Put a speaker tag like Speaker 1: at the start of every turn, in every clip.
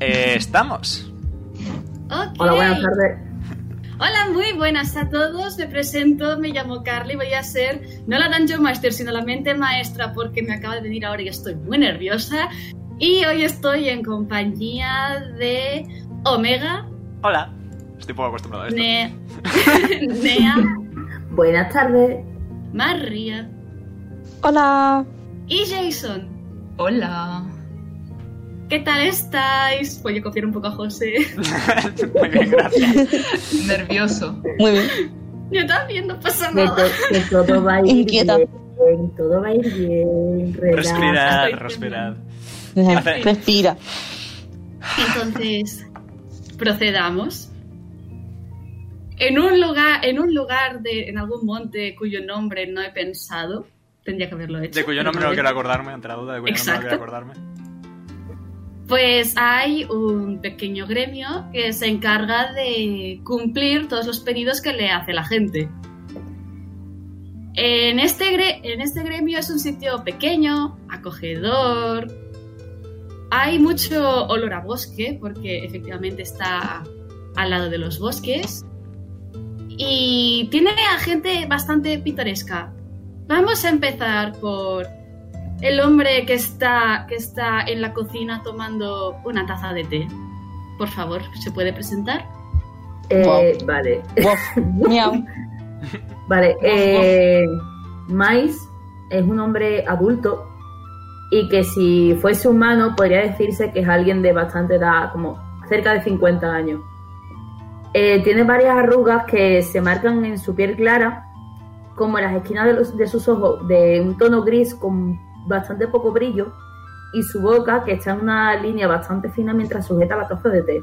Speaker 1: Eh, estamos.
Speaker 2: Ok.
Speaker 3: Hola, buenas tardes.
Speaker 2: Hola, muy buenas a todos. Me presento, me llamo Carly. Voy a ser no la Dungeon Master, sino la mente maestra, porque me acaba de venir ahora y estoy muy nerviosa. Y hoy estoy en compañía de Omega,
Speaker 1: Hola. Estoy poco acostumbrado a esto.
Speaker 2: Ne- Nea,
Speaker 3: Buenas tardes.
Speaker 2: María
Speaker 4: Hola.
Speaker 2: y Jason.
Speaker 5: Hola.
Speaker 2: ¿Qué tal estáis? Voy a copiar un poco a José.
Speaker 1: Muy bien, gracias.
Speaker 5: Nervioso.
Speaker 4: Muy bien.
Speaker 2: Yo también, no pasa
Speaker 3: Que,
Speaker 2: nada.
Speaker 3: to- que todo va a ir
Speaker 4: Inquieta.
Speaker 3: bien. Todo va a ir bien. Relaja.
Speaker 1: Respirad,
Speaker 2: estoy
Speaker 1: respirad. Hace-
Speaker 4: Respira.
Speaker 2: Entonces, procedamos. En un lugar, en un lugar de, en algún monte cuyo nombre no he pensado, tendría que haberlo hecho.
Speaker 1: De cuyo nombre no quiero acordarme, ante la duda de cuyo nombre no quiero
Speaker 2: Exacto.
Speaker 1: acordarme.
Speaker 2: Pues hay un pequeño gremio que se encarga de cumplir todos los pedidos que le hace la gente. En este, gre- en este gremio es un sitio pequeño, acogedor. Hay mucho olor a bosque, porque efectivamente está al lado de los bosques. Y tiene a gente bastante pintoresca. Vamos a empezar por el hombre que está, que está en la cocina tomando una taza de té. Por favor, ¿se puede presentar?
Speaker 3: Eh, Vale.
Speaker 4: Wof. Miau.
Speaker 3: Vale, eh, Mais es un hombre adulto y que si fuese humano podría decirse que es alguien de bastante edad, como cerca de 50 años. Eh, tiene varias arrugas que se marcan en su piel clara, como en las esquinas de, los- de sus ojos, de un tono gris con bastante poco brillo, y su boca que está en una línea bastante fina mientras sujeta la taza de té.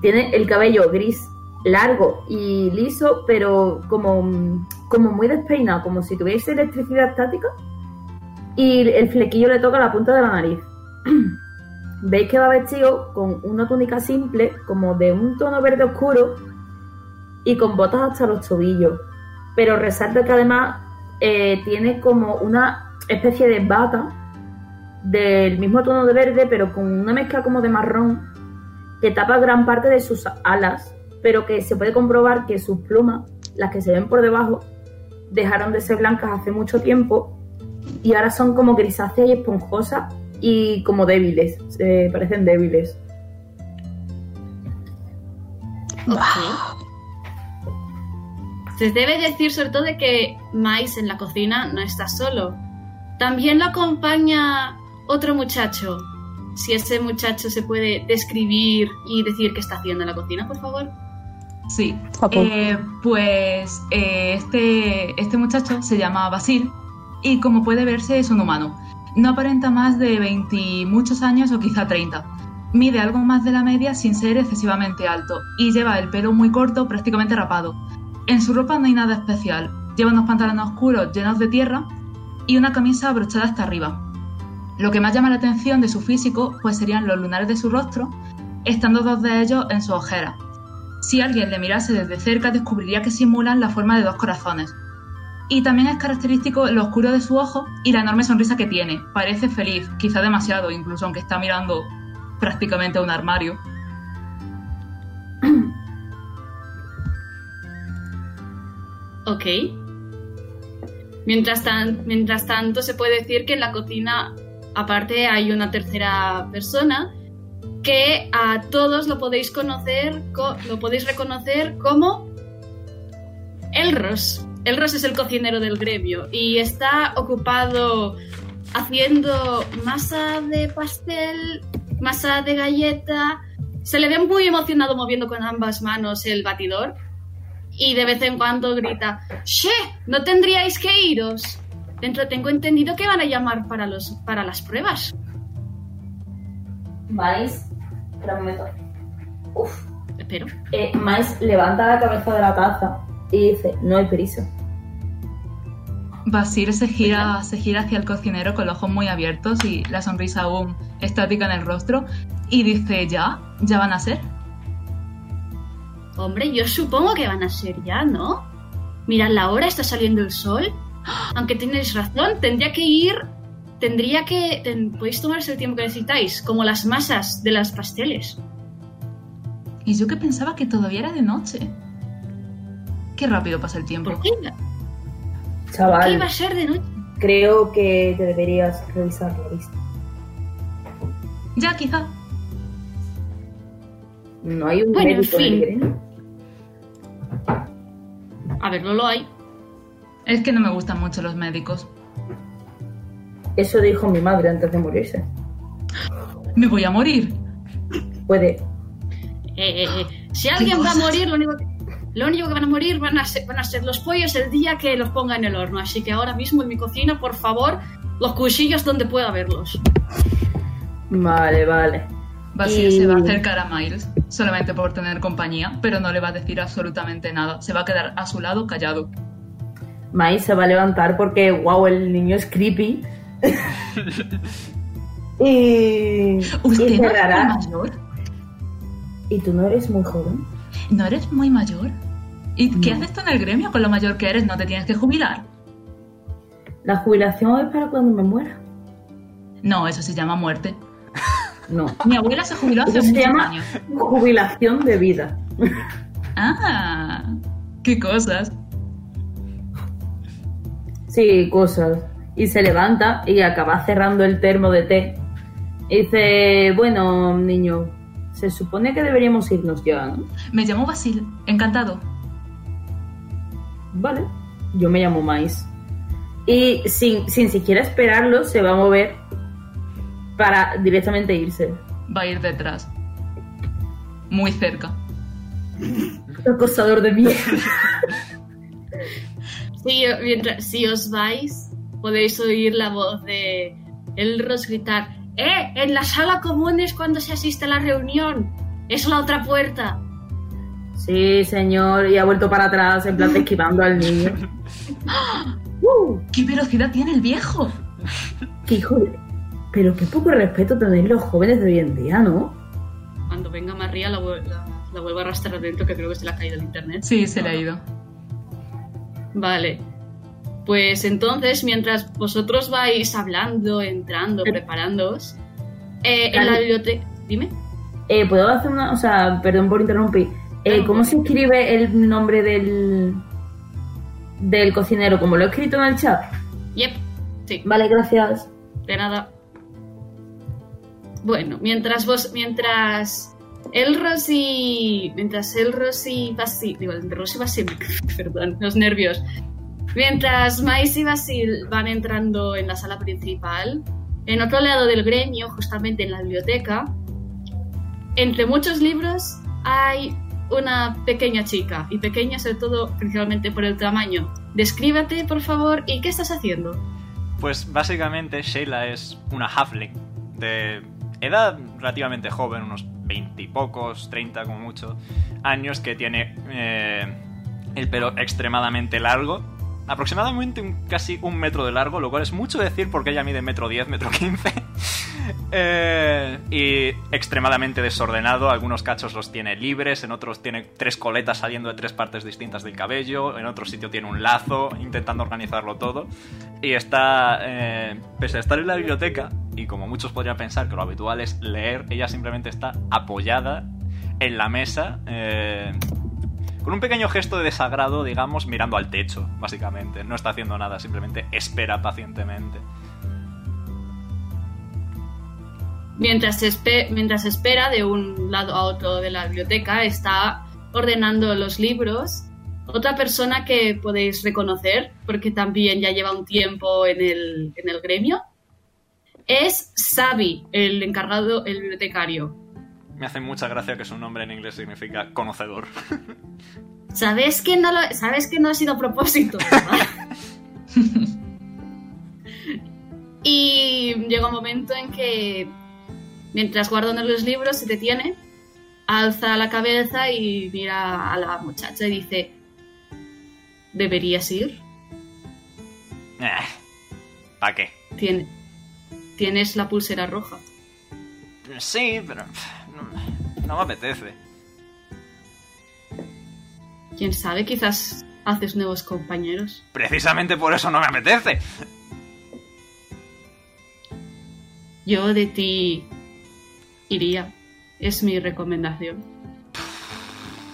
Speaker 3: Tiene el cabello gris largo y liso, pero como, como muy despeinado, como si tuviese electricidad estática. Y el flequillo le toca la punta de la nariz. Veis que va vestido con una túnica simple, como de un tono verde oscuro, y con botas hasta los tobillos. Pero resalta que además eh, tiene como una especie de bata del mismo tono de verde, pero con una mezcla como de marrón, que tapa gran parte de sus alas pero que se puede comprobar que sus plumas, las que se ven por debajo, dejaron de ser blancas hace mucho tiempo y ahora son como grisáceas y esponjosas y como débiles, se parecen débiles.
Speaker 2: Se debe decir sobre todo de que Mais en la cocina no está solo. También lo acompaña otro muchacho. Si ese muchacho se puede describir y decir qué está haciendo en la cocina, por favor.
Speaker 5: Sí.
Speaker 4: Papo.
Speaker 5: Eh, pues eh, este, este muchacho se llama Basil y como puede verse es un humano. No aparenta más de 20 y muchos años o quizá 30. Mide algo más de la media sin ser excesivamente alto y lleva el pelo muy corto, prácticamente rapado. En su ropa no hay nada especial. Lleva unos pantalones oscuros llenos de tierra y una camisa abrochada hasta arriba. Lo que más llama la atención de su físico pues serían los lunares de su rostro, estando dos de ellos en su ojera. Si alguien le mirase desde cerca, descubriría que simulan la forma de dos corazones. Y también es característico lo oscuro de su ojo y la enorme sonrisa que tiene. Parece feliz, quizá demasiado, incluso aunque está mirando prácticamente a un armario.
Speaker 2: Ok. Mientras, tan- mientras tanto, se puede decir que en la cocina, aparte, hay una tercera persona que a todos lo podéis conocer, co- lo podéis reconocer como Elros. Elros es el cocinero del gremio y está ocupado haciendo masa de pastel, masa de galleta. Se le ve muy emocionado moviendo con ambas manos el batidor y de vez en cuando grita, ¡Che! No tendríais que iros. Dentro tengo entendido que van a llamar para, los, para las pruebas.
Speaker 3: Mais, espera un momento. Uf.
Speaker 2: Espero.
Speaker 3: Eh, Mais levanta la cabeza de la taza y dice, no hay prisa.
Speaker 5: Basir se gira, se gira hacia el cocinero con los ojos muy abiertos y la sonrisa aún estática en el rostro y dice, ¿ya? ¿Ya van a ser?
Speaker 2: Hombre, yo supongo que van a ser ya, ¿no? Mirad la hora, está saliendo el sol. ¡Ah! Aunque tenéis razón, tendría que ir tendría que. ten- podéis tomarse el tiempo que necesitáis, como las masas de las pasteles.
Speaker 5: Y yo que pensaba que todavía era de noche. Qué rápido pasa el tiempo.
Speaker 2: ¿Por qué, ¿Por qué iba a
Speaker 3: Chaval,
Speaker 2: ser de noche?
Speaker 3: creo que te deberías revisar la lista.
Speaker 5: Ya, quizá.
Speaker 3: No hay un
Speaker 2: Bueno, en
Speaker 3: médico
Speaker 2: fin.
Speaker 3: Gremio.
Speaker 2: A ver, no lo hay.
Speaker 5: Es que no me gustan mucho los médicos.
Speaker 3: Eso dijo mi madre antes de morirse.
Speaker 5: Me voy a morir.
Speaker 3: Puede.
Speaker 2: Eh, eh, eh, Si alguien va a
Speaker 5: cosas.
Speaker 2: morir, lo único que, lo único que van a morir van a, ser, van a ser los pollos el día que los ponga en el horno. Así que ahora mismo en mi cocina, por favor, los cuchillos donde pueda verlos.
Speaker 3: Vale, vale.
Speaker 5: Basil
Speaker 3: Y-
Speaker 5: se va a acercar a Miles solamente por tener compañía, pero no le va a decir absolutamente nada. Se va a quedar a su lado callado.
Speaker 3: Mai se va a levantar porque, wow, el niño es creepy. y, y
Speaker 5: ¿Usted no es muy
Speaker 3: cerrará.
Speaker 5: mayor?
Speaker 3: ¿Y tú no eres muy joven?
Speaker 5: ¿No eres muy mayor? ¿Y qué
Speaker 3: No.
Speaker 5: haces tú en el gremio con lo mayor que eres? ¿No te tienes que jubilar?
Speaker 3: La jubilación es para cuando me muera.
Speaker 5: No, eso se llama muerte.
Speaker 3: No.
Speaker 5: Mi abuela se jubiló hace
Speaker 3: Eso se
Speaker 5: muchos
Speaker 3: llama
Speaker 5: años.
Speaker 3: jubilación de vida.
Speaker 5: Ah, qué cosas.
Speaker 3: Sí, cosas. Y se levanta y acaba cerrando el termo de té. Y dice, bueno, niño, se supone que deberíamos irnos ya, ¿no?
Speaker 5: Me llamo Basil, encantado.
Speaker 3: Vale, yo me llamo Mais. Y sin, sin siquiera esperarlo, se va a mover para directamente irse.
Speaker 5: Va a ir detrás. Muy cerca.
Speaker 3: Acosador de mierda.
Speaker 2: Si, mientras, si os vais, podéis oír la voz de Elros gritar: ¡Eh! En la sala común es cuando se asiste a la reunión. Es la otra puerta.
Speaker 3: Sí, señor, y ha vuelto para atrás, en plan de esquivando al niño. ¡Uh!
Speaker 5: ¿Qué velocidad tiene el viejo?
Speaker 3: ¡Qué hijo de- Pero qué poco respeto tenéis los jóvenes de hoy en día, ¿no?
Speaker 2: Cuando venga María, la, vuel- la- la vuelvo a arrastrar adentro, que creo que se la ha caído el internet.
Speaker 5: Sí, se le ha ido.
Speaker 2: Vale. Pues entonces, mientras vosotros vais hablando, entrando,
Speaker 3: Eh.
Speaker 2: preparándoos, eh, en la
Speaker 3: Cali.
Speaker 2: biblioteca. Dime.
Speaker 3: Eh, ¿Puedo hacer una...? O sea, perdón por interrumpir. Eh,
Speaker 2: No,
Speaker 3: ¿Cómo
Speaker 2: no.
Speaker 3: se escribe el nombre del... del cocinero? ¿Como lo he escrito en el chat?
Speaker 2: Yep. Sí,
Speaker 3: Vale, gracias.
Speaker 2: de nada. Bueno, mientras vos. Mientras. Elros y. Mientras Elros y Basil. Digo, Elros y Basil. Perdón, los nervios. Mientras Mais y Basil van entrando en la sala principal, en otro lado del gremio, justamente en la biblioteca, entre muchos libros hay una pequeña chica, y pequeña sobre todo principalmente por el tamaño. Descríbete, por favor, y qué estás haciendo.
Speaker 1: Pues básicamente Sheila es una halfling de edad relativamente joven, unos 20 y pocos, 30 como mucho, años que tiene eh, el pelo extremadamente largo, aproximadamente un- casi un metro de largo, lo cual es mucho decir porque ella mide metro 10, metro 15. Eh, y extremadamente desordenado, algunos cachos los tiene libres, en otros tiene tres coletas saliendo de tres partes distintas del cabello, en otro sitio tiene un lazo, intentando organizarlo todo. Y está, eh, pese a estar en la biblioteca, y como muchos podrían pensar que lo habitual es leer, ella simplemente está apoyada en la mesa, eh, con un pequeño gesto de desagrado, digamos, mirando al techo, básicamente. No está haciendo nada, simplemente espera pacientemente.
Speaker 2: Mientras, espe- mientras espera de un lado a otro de la biblioteca, está ordenando los libros. Otra persona que podéis reconocer, porque también ya lleva un tiempo en el, en el gremio, es Sabi, el encargado, el bibliotecario.
Speaker 1: Me hace mucha gracia que su nombre en inglés significa conocedor.
Speaker 2: Sabes que no lo, sabes que no ha sido a propósito. ¿verdad? y llega un momento en que mientras guardan los libros se detiene, alza la cabeza y mira a la muchacha y dice: ¿Deberías ir?
Speaker 1: ¿Para Eh, qué?
Speaker 2: Tien- tienes la pulsera roja.
Speaker 1: Sí, pero pff, no, no me apetece.
Speaker 2: Quién sabe, quizás haces nuevos compañeros.
Speaker 1: Precisamente por eso no me apetece.
Speaker 2: Yo de ti iría. Es mi recomendación.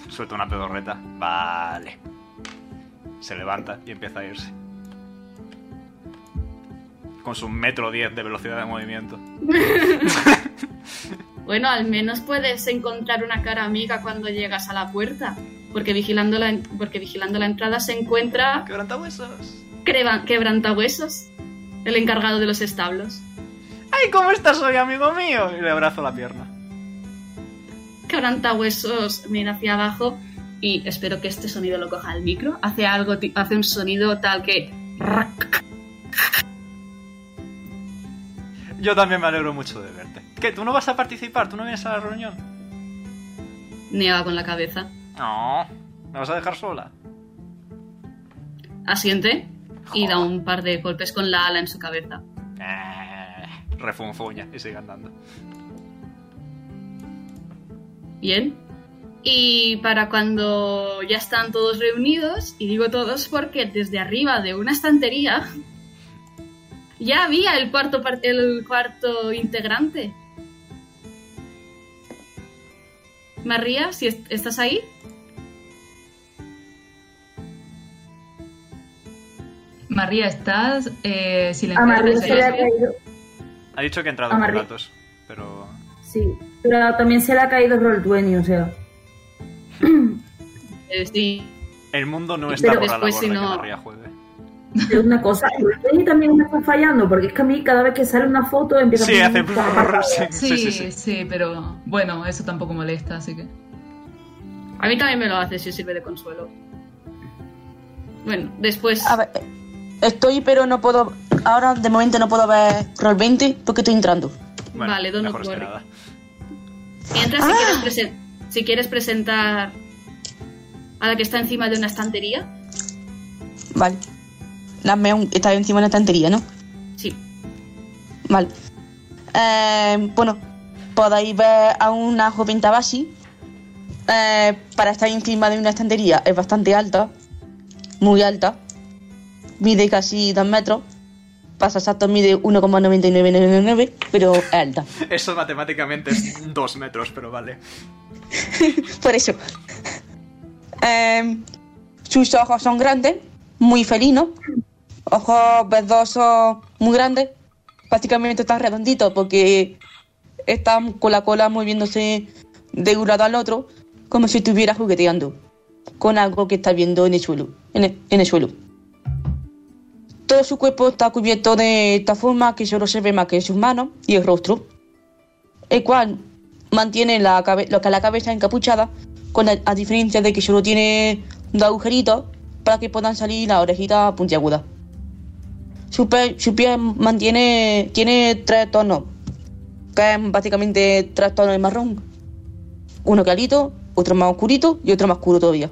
Speaker 1: Suelta una pedorreta. Vale. Se levanta y empieza a irse. Con su metro 10 de velocidad de movimiento.
Speaker 2: Bueno, al menos puedes encontrar una cara amiga cuando llegas a la puerta. Porque vigilando la, porque vigilando la entrada se encuentra
Speaker 1: ¡Quebrantahuesos!
Speaker 2: creva- Quebrantahuesos, el encargado de los establos.
Speaker 1: ¡Ay, cómo estás hoy, amigo mío! Y le abrazo la pierna.
Speaker 2: Quebrantahuesos mira hacia abajo y espero que este sonido lo coja el micro. Hace, algo, ti- hace un sonido tal que...
Speaker 1: Yo también me alegro mucho de verte. ¿Qué? ¿Tú no vas a participar? ¿Tú no vienes a la reunión?
Speaker 2: niega con la cabeza.
Speaker 1: No. ¿Me vas a dejar sola?
Speaker 2: Asiente y da un par de golpes con la ala en su cabeza.
Speaker 1: Eh, refunfuña y sigue andando.
Speaker 2: Bien. Y para cuando ya están todos reunidos, y digo todos porque desde arriba de una estantería ya había el cuarto, par- el cuarto integrante. María, si est- estás ahí.
Speaker 5: María, estás eh,
Speaker 3: A
Speaker 5: silenciada.
Speaker 3: Ah, María
Speaker 2: Pero
Speaker 5: Sí.
Speaker 3: se le ha caído.
Speaker 1: Ha dicho que ha entrado
Speaker 3: Amarré.
Speaker 1: por datos, pero...
Speaker 3: Sí, pero también se le ha caído Roll 20, o sea.
Speaker 2: Eh, sí.
Speaker 1: El mundo no está
Speaker 3: Pero
Speaker 1: por la labor
Speaker 2: después, si
Speaker 1: de
Speaker 2: no-
Speaker 1: que María juegue.
Speaker 3: Pero una cosa, Roll 20 también me está fallando, porque es que a mí cada vez que sale una foto empieza
Speaker 1: Sí,
Speaker 3: a
Speaker 1: hace...
Speaker 3: poner un-
Speaker 1: brrr, sí, sí, sí, sí.
Speaker 5: sí, pero bueno, eso tampoco molesta, así que.
Speaker 2: A mí también me lo hace si sirve de consuelo. Bueno, después...
Speaker 4: A ver, estoy, pero no puedo. Ahora de momento no puedo ver Roll 20 porque estoy entrando.
Speaker 1: Bueno,
Speaker 2: Vale, don't
Speaker 1: mejor es que
Speaker 2: worry.
Speaker 1: nada.
Speaker 2: Mientras, si,
Speaker 4: Ah.
Speaker 2: quieres presen- si quieres presentar a la que está encima de una estantería,
Speaker 4: Vale. La mea un- está encima de la estantería, ¿no?
Speaker 2: sí.
Speaker 4: Vale. Eh, bueno, podéis ver a una joven Tabashi. Eh, para estar encima de una estantería es bastante alta, muy alta. Mide casi 2 metros. Pasa exacto, mide 1,9999, pero es alta.
Speaker 1: Eso matemáticamente es dos metros, pero vale.
Speaker 4: Por eso. Em, sus ojos son grandes, muy felinos. Ojos verdosos muy grandes. Prácticamente están redonditos porque están con la cola moviéndose de un lado al otro como si estuviera jugueteando con algo que está viendo en el suelo. En el, en el suelo. Todo su cuerpo está cubierto de esta forma que solo se ve más que sus manos y el rostro el cual mantiene la, cabe- lo que la cabeza encapuchada, con la, a diferencia de que solo tiene dos agujeritos para que puedan salir las orejitas puntiagudas. Su, pe- su piel mantiene, tiene tres tonos, que es básicamente tres tonos de marrón. Uno clarito, otro más oscurito y otro más oscuro todavía.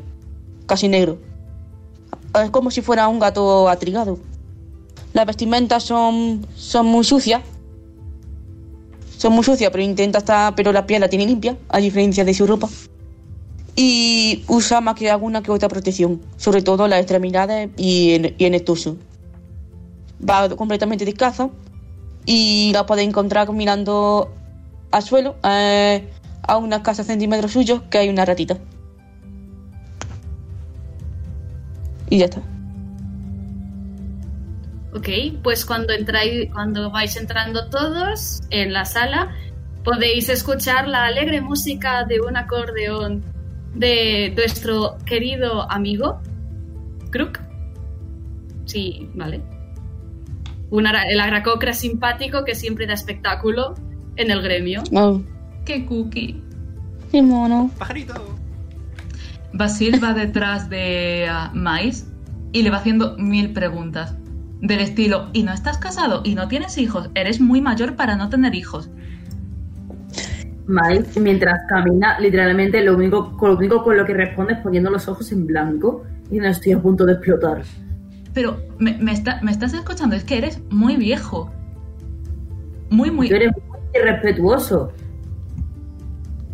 Speaker 4: Casi negro. Es como si fuera un gato atrigado. Las vestimentas son, son muy sucias, son muy sucias, pero intenta estar, pero la piel la tiene limpia, a diferencia de su ropa. Y usa más que alguna que otra protección, sobre todo en las extremidades y en, y en el torso. Va completamente descalza y la puede encontrar mirando al suelo eh, a unos escasos centímetros suyos que hay una ratita. Y ya está.
Speaker 2: Ok, pues cuando entráis, cuando vais entrando todos en la sala, podéis escuchar la alegre música de un acordeón de nuestro querido amigo Crook. Sí, vale. Un ara- el aracocra simpático que siempre da espectáculo en el gremio.
Speaker 4: Oh,
Speaker 5: ¡Qué cookie!
Speaker 4: qué mono.
Speaker 1: ¡Pajarito!
Speaker 5: Basil va detrás de uh, Mais y le va haciendo mil preguntas. Del estilo, ¿y no estás casado? ¿Y no tienes hijos? Eres muy mayor para no tener hijos.
Speaker 3: Miles, mientras camina, literalmente lo único, con lo único con lo que responde es poniendo los ojos en blanco y no estoy a punto de explotar.
Speaker 5: Pero me, me está- me estás escuchando, es que eres muy viejo. Muy, muy...
Speaker 3: Tú eres muy irrespetuoso.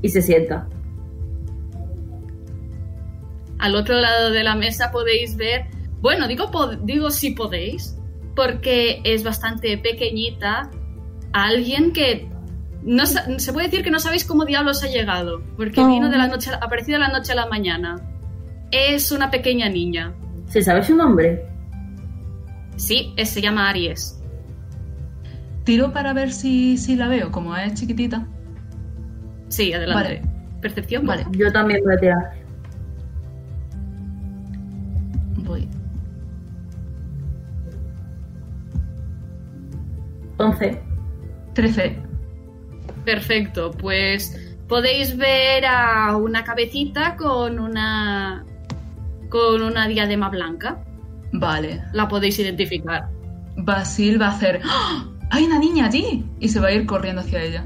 Speaker 3: Y se sienta.
Speaker 2: Al otro lado de la mesa podéis ver, bueno, digo, pod- digo si podéis, porque es bastante pequeñita a alguien que no sa- se puede decir que no sabéis cómo diablos ha llegado, porque
Speaker 4: Oh.
Speaker 2: vino de la noche, a- apareció de la noche a la mañana. Es una pequeña niña.
Speaker 3: ¿Se sabe su nombre?
Speaker 2: Sí, es- se llama Aries.
Speaker 5: Tiro para ver si, si la veo, como es chiquitita.
Speaker 2: Sí, adelante.
Speaker 5: Vale.
Speaker 2: Percepción,
Speaker 5: Vale.
Speaker 3: Yo también voy a tirar.
Speaker 5: Voy.
Speaker 3: 11.
Speaker 5: 13.
Speaker 2: Perfecto, pues podéis ver a una cabecita con una con una diadema blanca.
Speaker 5: Vale.
Speaker 2: La podéis identificar.
Speaker 5: Basil va a hacer. ¡Ah! ¡Hay una niña allí! Y se va a ir corriendo hacia ella.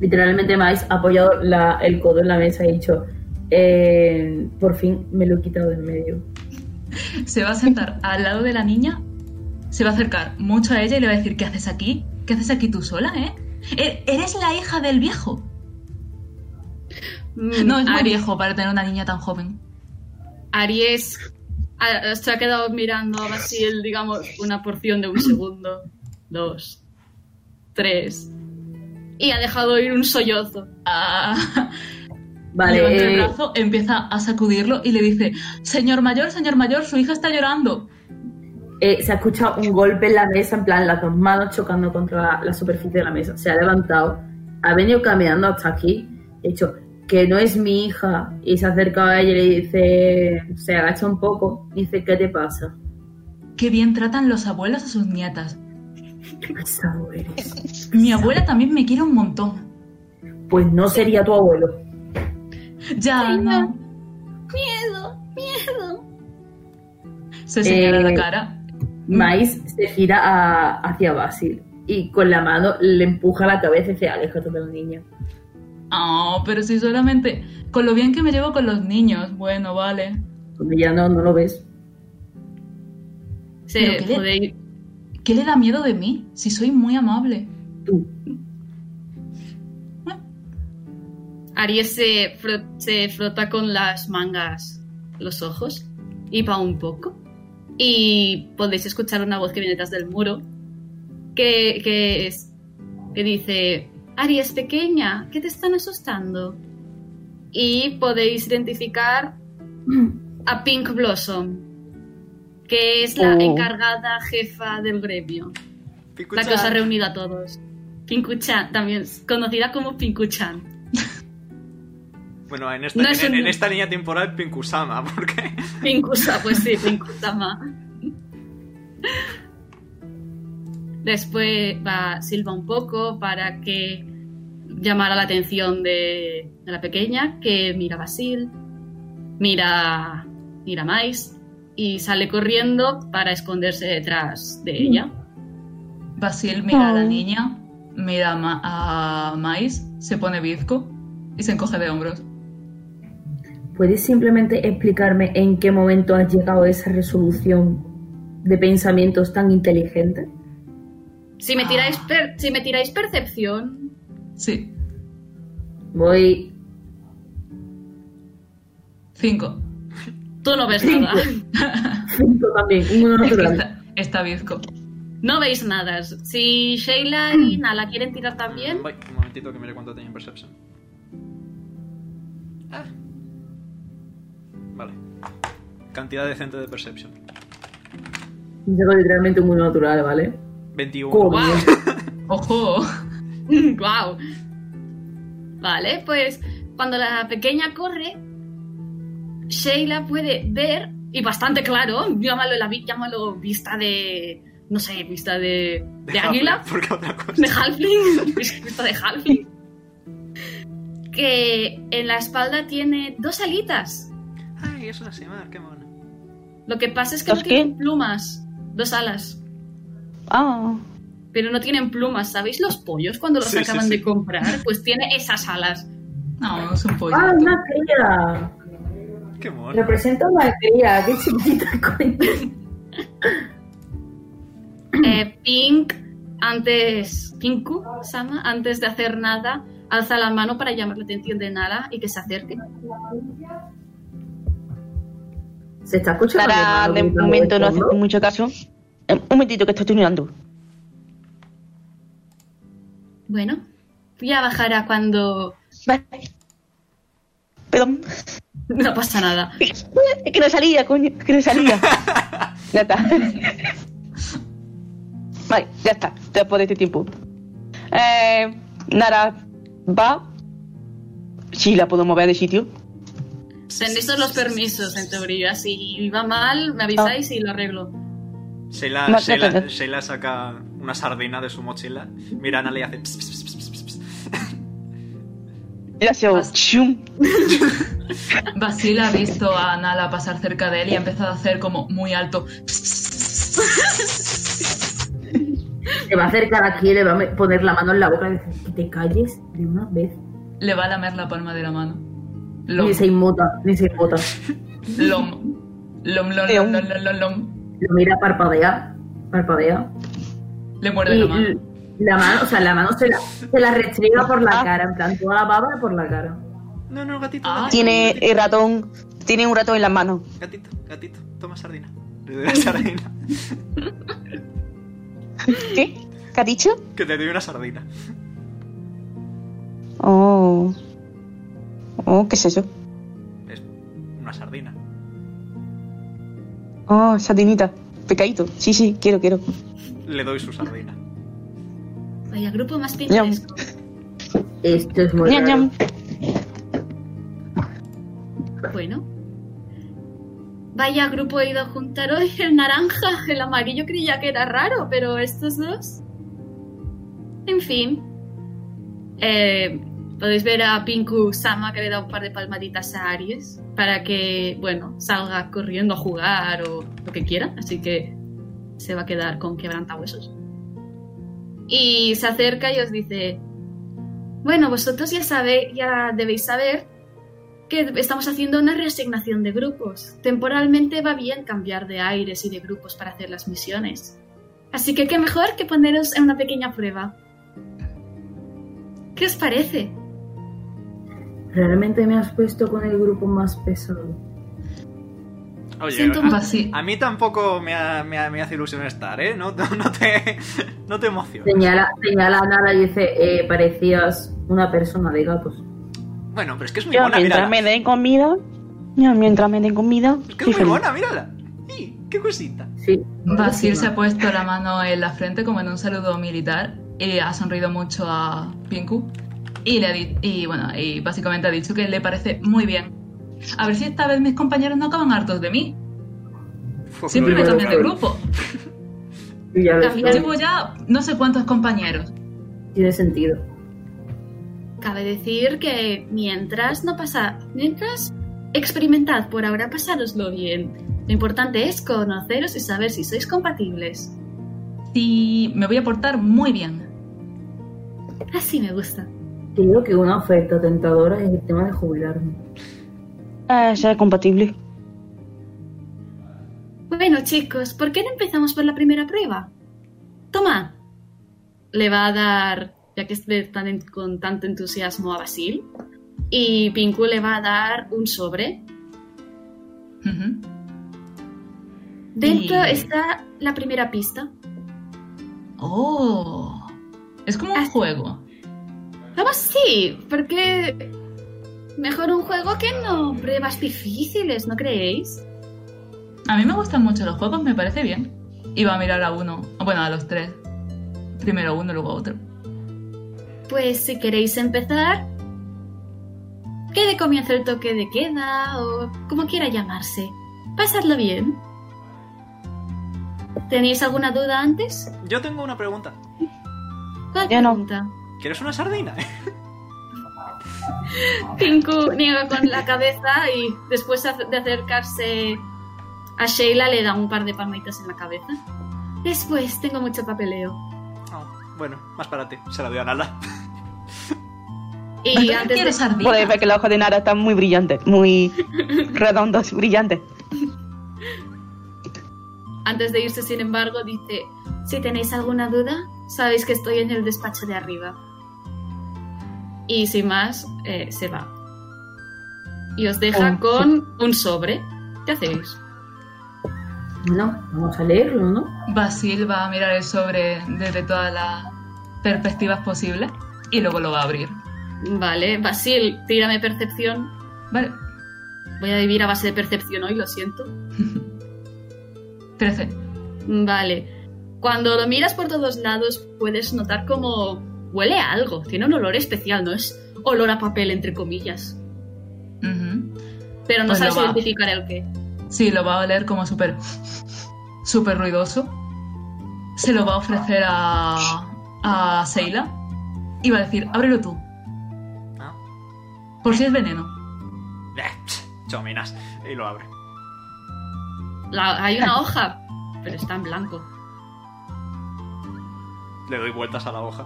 Speaker 3: Literalmente Mais ha apoyado la- el codo en la mesa y ha dicho, eh, por fin me lo he quitado de en medio.
Speaker 5: Se va a sentar al lado de la niña, se va a acercar mucho a ella y le va a decir: ¿Qué haces aquí? ¿Qué haces aquí tú sola, eh? E- ¿Eres la hija del viejo?
Speaker 2: Mm,
Speaker 5: No, es muy
Speaker 2: Aries-
Speaker 5: viejo para tener una niña tan joven.
Speaker 2: Aries ah, se ha quedado mirando a Basil, digamos, una porción de un segundo, dos, tres, y ha dejado ir un sollozo.
Speaker 5: Ah,
Speaker 3: Vale,
Speaker 5: levanta el
Speaker 3: eh,
Speaker 5: brazo, empieza a sacudirlo y le dice: Señor mayor, señor mayor, su hija está llorando.
Speaker 3: eh, se ha escuchado un golpe en la mesa, en plan las dos manos chocando contra la, la superficie de la mesa. Se ha levantado, ha venido caminando hasta aquí, ha dicho, que no es mi hija. Y se ha acercado a ella y le dice, se agacha un poco, dice, ¿qué te pasa?
Speaker 5: Qué bien tratan los abuelos a sus nietas.
Speaker 3: ¿Qué pesado eres?
Speaker 5: Mi abuela también me quiere un montón.
Speaker 3: Pues no sería tu abuelo.
Speaker 5: Ya, no.
Speaker 2: ¡Miedo! ¡Miedo!
Speaker 5: Se señala la
Speaker 3: Eh,
Speaker 5: cara.
Speaker 3: Mais se gira a- hacia Basil y con la mano le empuja la cabeza y dice, aléjate de la niña.
Speaker 5: Oh, pero si solamente. Con lo bien que me llevo con los niños. Bueno, vale.
Speaker 3: Cuando ya no, no lo ves.
Speaker 2: Se,
Speaker 5: ¿Pero qué le-
Speaker 2: podéis-
Speaker 5: ¿Qué le da miedo de mí? Si soy muy amable.
Speaker 3: Tú.
Speaker 2: Aries se, fro- se frota con las mangas los ojos y va un poco. Y podéis escuchar una voz que viene detrás del muro que, que es, que dice, Aries pequeña, ¿qué te están asustando? Y podéis identificar a Pink Blossom, que es la
Speaker 4: Oh.
Speaker 2: encargada jefa del gremio, la que os ha reunido a todos. Pinkuchan, también conocida como Pinkuchan.
Speaker 1: Bueno, en esta,
Speaker 2: No es
Speaker 1: en-
Speaker 2: un-
Speaker 1: en esta línea temporal, Pinkusama, porque
Speaker 2: Pinkusa, pues sí, Pinkusama. Después va, silba un poco para que llamara la atención de, de la pequeña, que mira a Basil, mira, mira a Mais y sale corriendo para esconderse detrás de ella.
Speaker 5: Basil mira a la
Speaker 4: Oh.
Speaker 5: niña, mira a, Ma- a Mais, se pone bizco y se encoge de hombros.
Speaker 3: ¿Puedes simplemente explicarme en qué momento has llegado a esa resolución de pensamientos tan inteligentes?
Speaker 2: Si me
Speaker 5: Ah.
Speaker 2: tiráis, per- si me tiráis percepción,
Speaker 5: Sí.
Speaker 3: Voy
Speaker 5: Cinco.
Speaker 2: tú no ves nada.
Speaker 3: cinco también, uno
Speaker 5: Es que
Speaker 3: natural.
Speaker 5: está, está bizco.
Speaker 2: No veis nada. Si Sheila y Nala quieren tirar también,
Speaker 1: Voy, un momentito que mire cuánto tenía en Perception. Ah. Vale. Cantidad decente de Perception.
Speaker 3: Tengo literalmente un uno natural, ¿vale?
Speaker 1: 21.
Speaker 3: Coño.
Speaker 2: ¡guau!
Speaker 5: Ojo.
Speaker 2: ¡Guau! Vale, pues cuando la pequeña corre, Sheila puede ver, y bastante claro, llámalo, la, vi- llámalo vista de. No sé, vista de. de
Speaker 1: Déjame,
Speaker 2: águila,
Speaker 1: Porque otra cosa.
Speaker 2: de halfling, vista de halfling. Que en la espalda tiene dos alitas.
Speaker 1: Ay, es una semana, qué mona.
Speaker 2: Lo que pasa es que no
Speaker 4: ¿Dos qué?
Speaker 2: tienen plumas, dos alas.
Speaker 4: Ah,
Speaker 2: Pero no tienen plumas, ¿sabéis? Los pollos cuando los
Speaker 1: Sí, sí,
Speaker 2: acaban
Speaker 1: sí.
Speaker 2: de comprar, pues tiene esas alas.
Speaker 5: No, es un pollo.
Speaker 3: ¡Ah, una cría!
Speaker 1: Qué mona.
Speaker 3: Representa una cría, qué chiquita, coño.
Speaker 2: Eh, Pink, antes. Pinku, Sama, antes de hacer nada, alza la mano para llamar la atención de Nala y que se acerque.
Speaker 3: Se está escuchando. mi
Speaker 4: Clara
Speaker 3: hermano
Speaker 4: de
Speaker 3: gritando de
Speaker 4: momento no hace
Speaker 3: fondo?
Speaker 4: mucho caso. Eh, Un momentito que estoy terminando.
Speaker 2: Bueno, ya bajará cuando
Speaker 4: Vale. Perdón.
Speaker 2: no pasa nada.
Speaker 4: Es que no salía, coño. es que no salía. ya está. vale, ya está. Después de este tiempo. Eh, Nara va. Sí, la puedo mover de sitio.
Speaker 2: Tenéis todos los permisos, en teoría. Si va mal, me avisáis y lo arreglo.
Speaker 1: Sheila,
Speaker 4: Vale,
Speaker 1: Sheila-
Speaker 4: vale.
Speaker 1: Sheila saca una sardina de su mochila, mira a Nala y hace... ps, ps, ps, ps, ps, ps.
Speaker 4: Ya se
Speaker 5: Vas.
Speaker 4: chum.
Speaker 5: Basil ha visto a Nala pasar cerca de él y ha empezado a hacer como muy alto.
Speaker 3: Se va a acercar aquí, le va a me- poner la mano en la boca y dice, que te calles de una vez.
Speaker 5: Le va a lamer la palma de la mano. Lom,
Speaker 3: Ni se inmuta, ni se inmuta.
Speaker 5: lom, lom, lom, lom, lom, lom, lom, lom.
Speaker 3: Lo mira, parpadea, parpadea.
Speaker 5: Le muerde
Speaker 3: Y
Speaker 5: la mano.
Speaker 3: l- la mano, o sea, la mano se la, se la restriega por
Speaker 4: Ah.
Speaker 3: la cara, en plan, toda la baba por la cara.
Speaker 1: No, no, gatito,
Speaker 5: Ah.
Speaker 1: gatito,
Speaker 4: Tiene el ratón. Tiene un ratón en las manos.
Speaker 1: gatito, gatito, toma sardina. Le doy una sardina.
Speaker 4: ¿Qué? ¿Qué ha dicho?
Speaker 1: Que te doy una sardina.
Speaker 4: Oh. Oh, ¿qué es eso?
Speaker 1: Es una sardina.
Speaker 4: Oh, sardinita. Pecadito. Sí, sí, quiero, quiero.
Speaker 1: Le doy su sardina.
Speaker 2: Vaya grupo más
Speaker 4: Ñam.
Speaker 2: pintoresco.
Speaker 3: Esto es muy
Speaker 4: Ñam,
Speaker 3: raro.
Speaker 4: ñam.
Speaker 2: Bueno. Vaya grupo he ido a juntar hoy. El naranja, el amarillo creía que era raro, pero estos dos. En fin. Eh, Podéis ver a Pinku Sama que le da un par de palmaditas a Aries para que, bueno, salga corriendo a jugar o lo que quiera. Así que se va a quedar con quebrantahuesos. Y se acerca y os dice: Bueno, vosotros ya sabéis, ya debéis saber que estamos haciendo una reasignación de grupos. Temporalmente va bien cambiar de aires y de grupos para hacer las misiones. Así que qué mejor que poneros en una pequeña prueba. ¿Qué os parece?
Speaker 3: Realmente me has puesto con el grupo más pesado.
Speaker 1: Oye,
Speaker 2: Siento
Speaker 1: a,
Speaker 5: Basil,
Speaker 1: a mí tampoco me, ha- me, ha- me hace ilusión estar, ¿eh? No, no, no te, no te emociones.
Speaker 3: Señala, señala a Nara y dice, eh, parecías una persona de gatos.
Speaker 1: Bueno, pero es que es muy
Speaker 4: Yo
Speaker 1: buena,
Speaker 4: mientras me
Speaker 1: mírala.
Speaker 4: den comida. Yo mientras me den comida.
Speaker 1: Es que
Speaker 4: soy
Speaker 1: es muy
Speaker 4: feliz.
Speaker 1: buena, mírala. ¡Y, ¡Qué cosita!
Speaker 3: Sí.
Speaker 5: Basil se ha puesto la mano en la frente como en un saludo militar y ha sonreído mucho a Pinku y le ha di- y bueno y básicamente ha dicho que le parece muy bien. A ver si esta vez mis compañeros no acaban hartos de mí.
Speaker 1: Fue
Speaker 5: Siempre me
Speaker 1: muy
Speaker 5: cambian de
Speaker 1: buena.
Speaker 5: grupo.
Speaker 3: Y ya lo
Speaker 2: Cambiar.
Speaker 3: estoy.
Speaker 5: Llevo ya no sé cuántos compañeros.
Speaker 3: Tiene sentido.
Speaker 2: Cabe decir que mientras no pasa, mientras experimentad por ahora, pasároslo bien. Lo importante es conoceros y saber si sois compatibles.
Speaker 5: Sí, me voy a portar muy bien.
Speaker 2: Así me gusta.
Speaker 3: Creo que una oferta tentadora es el tema de jubilarme.
Speaker 4: Ah, ya es compatible.
Speaker 2: Bueno, chicos, ¿por qué no empezamos por la primera prueba? Toma. Le va a dar, ya que esté tan en- con tanto entusiasmo a Basil, y Pinku le va a dar un sobre.
Speaker 5: Ujú.
Speaker 2: Dentro
Speaker 5: Y-
Speaker 2: está la primera pista.
Speaker 5: Oh, es como un
Speaker 2: Ah.
Speaker 5: juego.
Speaker 2: Vamos, sí, porque mejor un juego que no pruebas difíciles, ¿no creéis?
Speaker 5: A mí me gustan mucho los juegos, me parece bien. Iba a mirar a uno, bueno, a los tres. Primero a uno, luego a otro.
Speaker 2: Pues si queréis empezar, que de comienzo el toque de queda o como quiera llamarse. Pasadlo bien. ¿Tenéis alguna duda antes?
Speaker 1: Yo tengo una pregunta.
Speaker 2: ¿Cuál
Speaker 4: Yo no.
Speaker 2: pregunta?
Speaker 1: ¿Quieres una sardina?
Speaker 2: Pinku niega con la cabeza y después de acercarse a Sheila le da un par de palmaditas en la cabeza. Después tengo mucho papeleo.
Speaker 1: Ah, bueno, más para ti. Se la doy a Nala.
Speaker 2: Y
Speaker 5: ¿Tú
Speaker 2: antes de-
Speaker 5: quieres sardina?
Speaker 4: Podéis ver que los ojos de Nara están muy brillantes, muy redondos, brillantes.
Speaker 2: Antes de irse, sin embargo, dice, si tenéis alguna duda, sabéis que estoy en el despacho de arriba. Y sin más, eh, se va. Y os deja
Speaker 4: Oh.
Speaker 2: con un sobre. ¿Qué hacéis?
Speaker 3: Bueno, vamos a leerlo, ¿no?
Speaker 5: Basil va a mirar el sobre desde toda la perspectivas posibles y luego lo va a abrir.
Speaker 2: Vale, Basil, tírame percepción.
Speaker 5: Vale,
Speaker 2: Voy a vivir a base de percepción hoy, lo siento.
Speaker 5: 13.
Speaker 2: Vale. Cuando lo miras por todos lados, puedes notar como huele a algo. Tiene un olor especial, no es olor a papel, entre comillas.
Speaker 5: Ujú.
Speaker 2: Pero no
Speaker 5: Pues lo
Speaker 2: sabes
Speaker 5: va.
Speaker 2: identificar el qué.
Speaker 5: Sí, lo va a oler como súper súper ruidoso. Se lo va a ofrecer a, a Seila y va a decir, ábrelo tú.
Speaker 1: Ah.
Speaker 5: Por si es veneno.
Speaker 1: Eh, Chominas. Y lo abre.
Speaker 2: La- hay una hoja, pero está en blanco.
Speaker 1: Le doy vueltas a la hoja.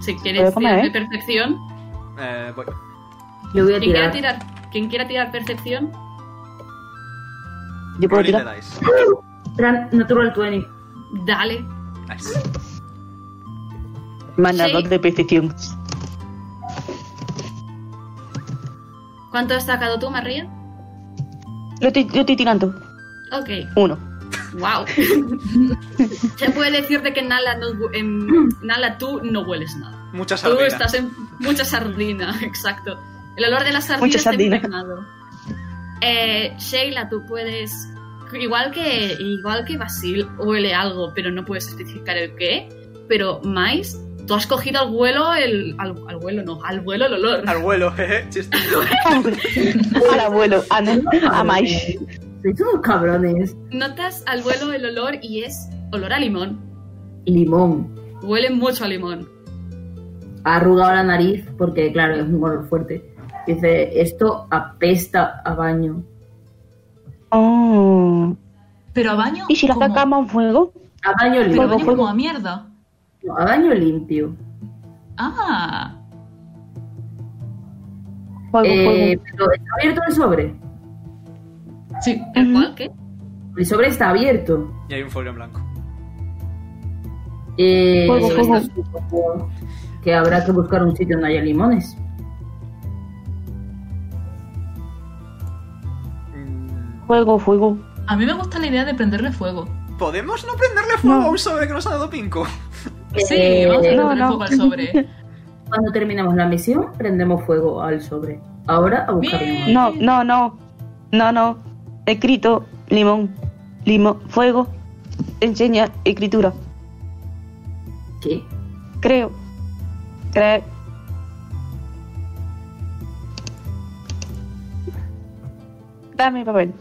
Speaker 2: Si
Speaker 4: ¿Puedo
Speaker 2: quieres
Speaker 4: comer,
Speaker 2: tirarme
Speaker 4: eh?
Speaker 2: percepción.
Speaker 1: Eh, voy.
Speaker 3: Yo voy a
Speaker 2: ¿Quién quiera
Speaker 3: tirar.
Speaker 2: tirar? ¿Quién quiera tirar percepción?
Speaker 4: Yo puedo
Speaker 1: Rolling
Speaker 4: tirar.
Speaker 1: the dice.
Speaker 3: Tran- Natural 20.
Speaker 2: Dale.
Speaker 1: Nice.
Speaker 4: Mana
Speaker 2: Sí.
Speaker 4: dos de precisión.
Speaker 2: ¿Cuánto has sacado tú, María?
Speaker 4: Yo estoy, yo estoy tirando.
Speaker 2: Ok.
Speaker 4: Uno.
Speaker 2: Wow. Se puede decirte que en Nala, no hu- en Nala tú no hueles nada.
Speaker 1: Muchas
Speaker 2: Tú
Speaker 1: sardinas.
Speaker 2: estás en mucha sardina, exacto. El olor de la sardina
Speaker 4: Mucha
Speaker 2: está
Speaker 4: sardina.
Speaker 2: impregnado. Eh, Sheila, tú puedes. Igual que, igual que Basil, huele algo, pero no puedes especificar el qué. Pero Mais, tú has cogido al vuelo el. Al, al vuelo no, al vuelo el olor.
Speaker 1: Al vuelo, jeje. Chiste.
Speaker 4: Al abuelo, a, a Mais.
Speaker 3: Sois unos cabrones.
Speaker 2: Notas al vuelo el olor y es olor a limón.
Speaker 3: Limón.
Speaker 2: Huele mucho a limón.
Speaker 3: Ha arrugado la nariz porque, claro, es un olor fuerte. Dice, esto apesta a baño.
Speaker 4: Oh.
Speaker 5: Pero a baño.
Speaker 4: ¿Y si la
Speaker 5: como-
Speaker 4: sacamos a un fuego?
Speaker 3: A baño
Speaker 5: Pero a
Speaker 3: limpio.
Speaker 5: baño como a mierda.
Speaker 3: No, a baño limpio.
Speaker 5: Ah,
Speaker 4: Fuego,
Speaker 3: Eh,
Speaker 4: fuego.
Speaker 3: pero está abierto el sobre.
Speaker 5: sí.
Speaker 2: ¿El
Speaker 4: Ujú.
Speaker 2: cual qué?
Speaker 3: El sobre está abierto.
Speaker 1: Y hay un folio en blanco.
Speaker 3: Eh,
Speaker 4: Fuego, fuego.
Speaker 3: supongo que habrá que buscar un sitio donde haya limones.
Speaker 1: Mm,
Speaker 4: Fuego, fuego.
Speaker 5: A mí me gusta la idea de prenderle fuego.
Speaker 1: ¿Podemos no prenderle fuego
Speaker 4: No.
Speaker 1: a un sobre que nos ha dado Pinco?
Speaker 5: Sí,
Speaker 3: Eh,
Speaker 5: vamos a
Speaker 4: no,
Speaker 5: prenderle
Speaker 4: no.
Speaker 5: fuego al sobre.
Speaker 3: Cuando terminemos la misión, prendemos fuego al sobre. Ahora a buscar
Speaker 5: Bien.
Speaker 3: limones.
Speaker 4: No, no, no. No, no. Escrito, limón. Limón, fuego. Enseña escritura.
Speaker 3: ¿Qué?
Speaker 4: Creo. Creo. Dame papel.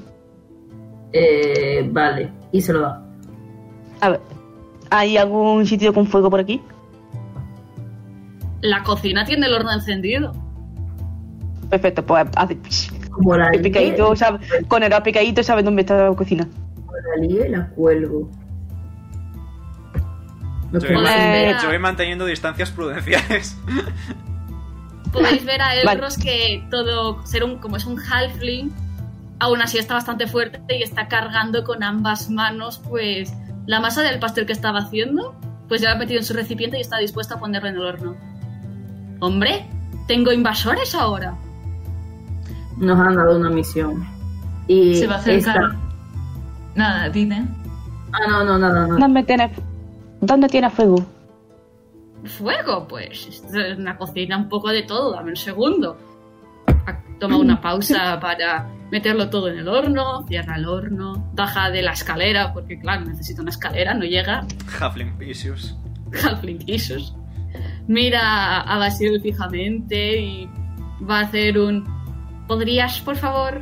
Speaker 3: Eh, vale, y se lo da.
Speaker 4: A ver. ¿Hay algún sitio con fuego por aquí?
Speaker 2: La cocina tiene el horno encendido.
Speaker 4: Perfecto, pues hace psh,
Speaker 3: Como la
Speaker 4: el
Speaker 3: ligue,
Speaker 4: picadito, sabe- con el picadito sabe dónde está la cocina.
Speaker 3: como la, ligue, la cuelgo. No
Speaker 1: Yo
Speaker 3: puedo
Speaker 1: voy,
Speaker 4: Eh,
Speaker 3: hacer-
Speaker 1: man- yo voy manteniendo distancias prudenciales.
Speaker 2: Podéis ver a
Speaker 4: Vale.
Speaker 2: Elros que todo, ser un, como es un halfling, aún así está bastante fuerte y está cargando con ambas manos pues la masa del pastel que estaba haciendo, pues ya la ha metido en su recipiente y está dispuesta a ponerlo en el horno. Hombre, tengo invasores ahora.
Speaker 3: Nos han dado una misión. Y
Speaker 5: Se va a acercar.
Speaker 3: esta-
Speaker 5: Nada, dime.
Speaker 3: Ah, no, no, no, no. no.
Speaker 4: ¿Dónde tiene, dónde tiene fuego?
Speaker 2: Fuego, pues. Esto es una cocina un poco de todo, dame un segundo. Ha- Toma una pausa para meterlo todo en el horno, cierra el horno, baja de la escalera, porque claro, necesita una escalera, no llega.
Speaker 1: Halfling issues.
Speaker 2: Halfling issues. Mira a Basil fijamente y va a hacer un... ¿Podrías, por favor?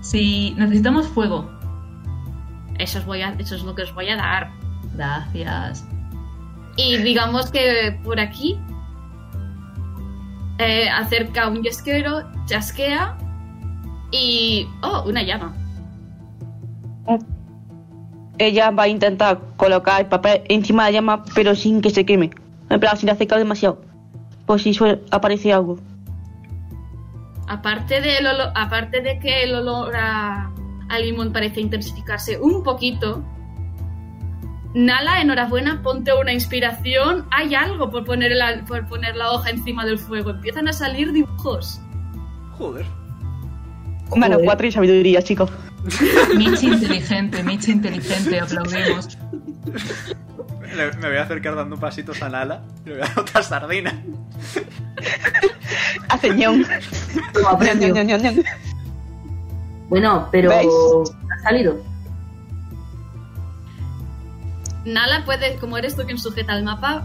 Speaker 5: Si necesitamos fuego.
Speaker 2: Eso, os voy a- eso es lo que os voy a dar.
Speaker 5: Gracias.
Speaker 2: Y digamos que por aquí eh, acerca un yesquero, chasquea y... ¡Oh! Una llama.
Speaker 4: Ella va a intentar colocar el papel encima de la llama, pero sin que se queme. En plan, sin acercar demasiado. Por si suele aparece algo.
Speaker 2: Aparte, del olo- aparte de que el olor a, a limón parece intensificarse un poquito, Nala, enhorabuena, ponte una inspiración. Hay algo por poner la, por poner la hoja encima del fuego. Empiezan a salir dibujos.
Speaker 1: Joder.
Speaker 4: Menos
Speaker 3: Joder.
Speaker 4: cuatro y sabiduría, chicos.
Speaker 5: Michi inteligente, Michi inteligente, aplaudimos.
Speaker 1: Le- me voy a acercar dando pasitos a Nala y le voy a dar otra sardina.
Speaker 4: Hace ñon.
Speaker 3: Lo aprendió.
Speaker 4: Ñon, ñon, ñon, ñon.
Speaker 3: Bueno, pero
Speaker 4: ¿Veis?
Speaker 3: ha salido.
Speaker 2: Nala puede, como eres tú quien sujeta el mapa,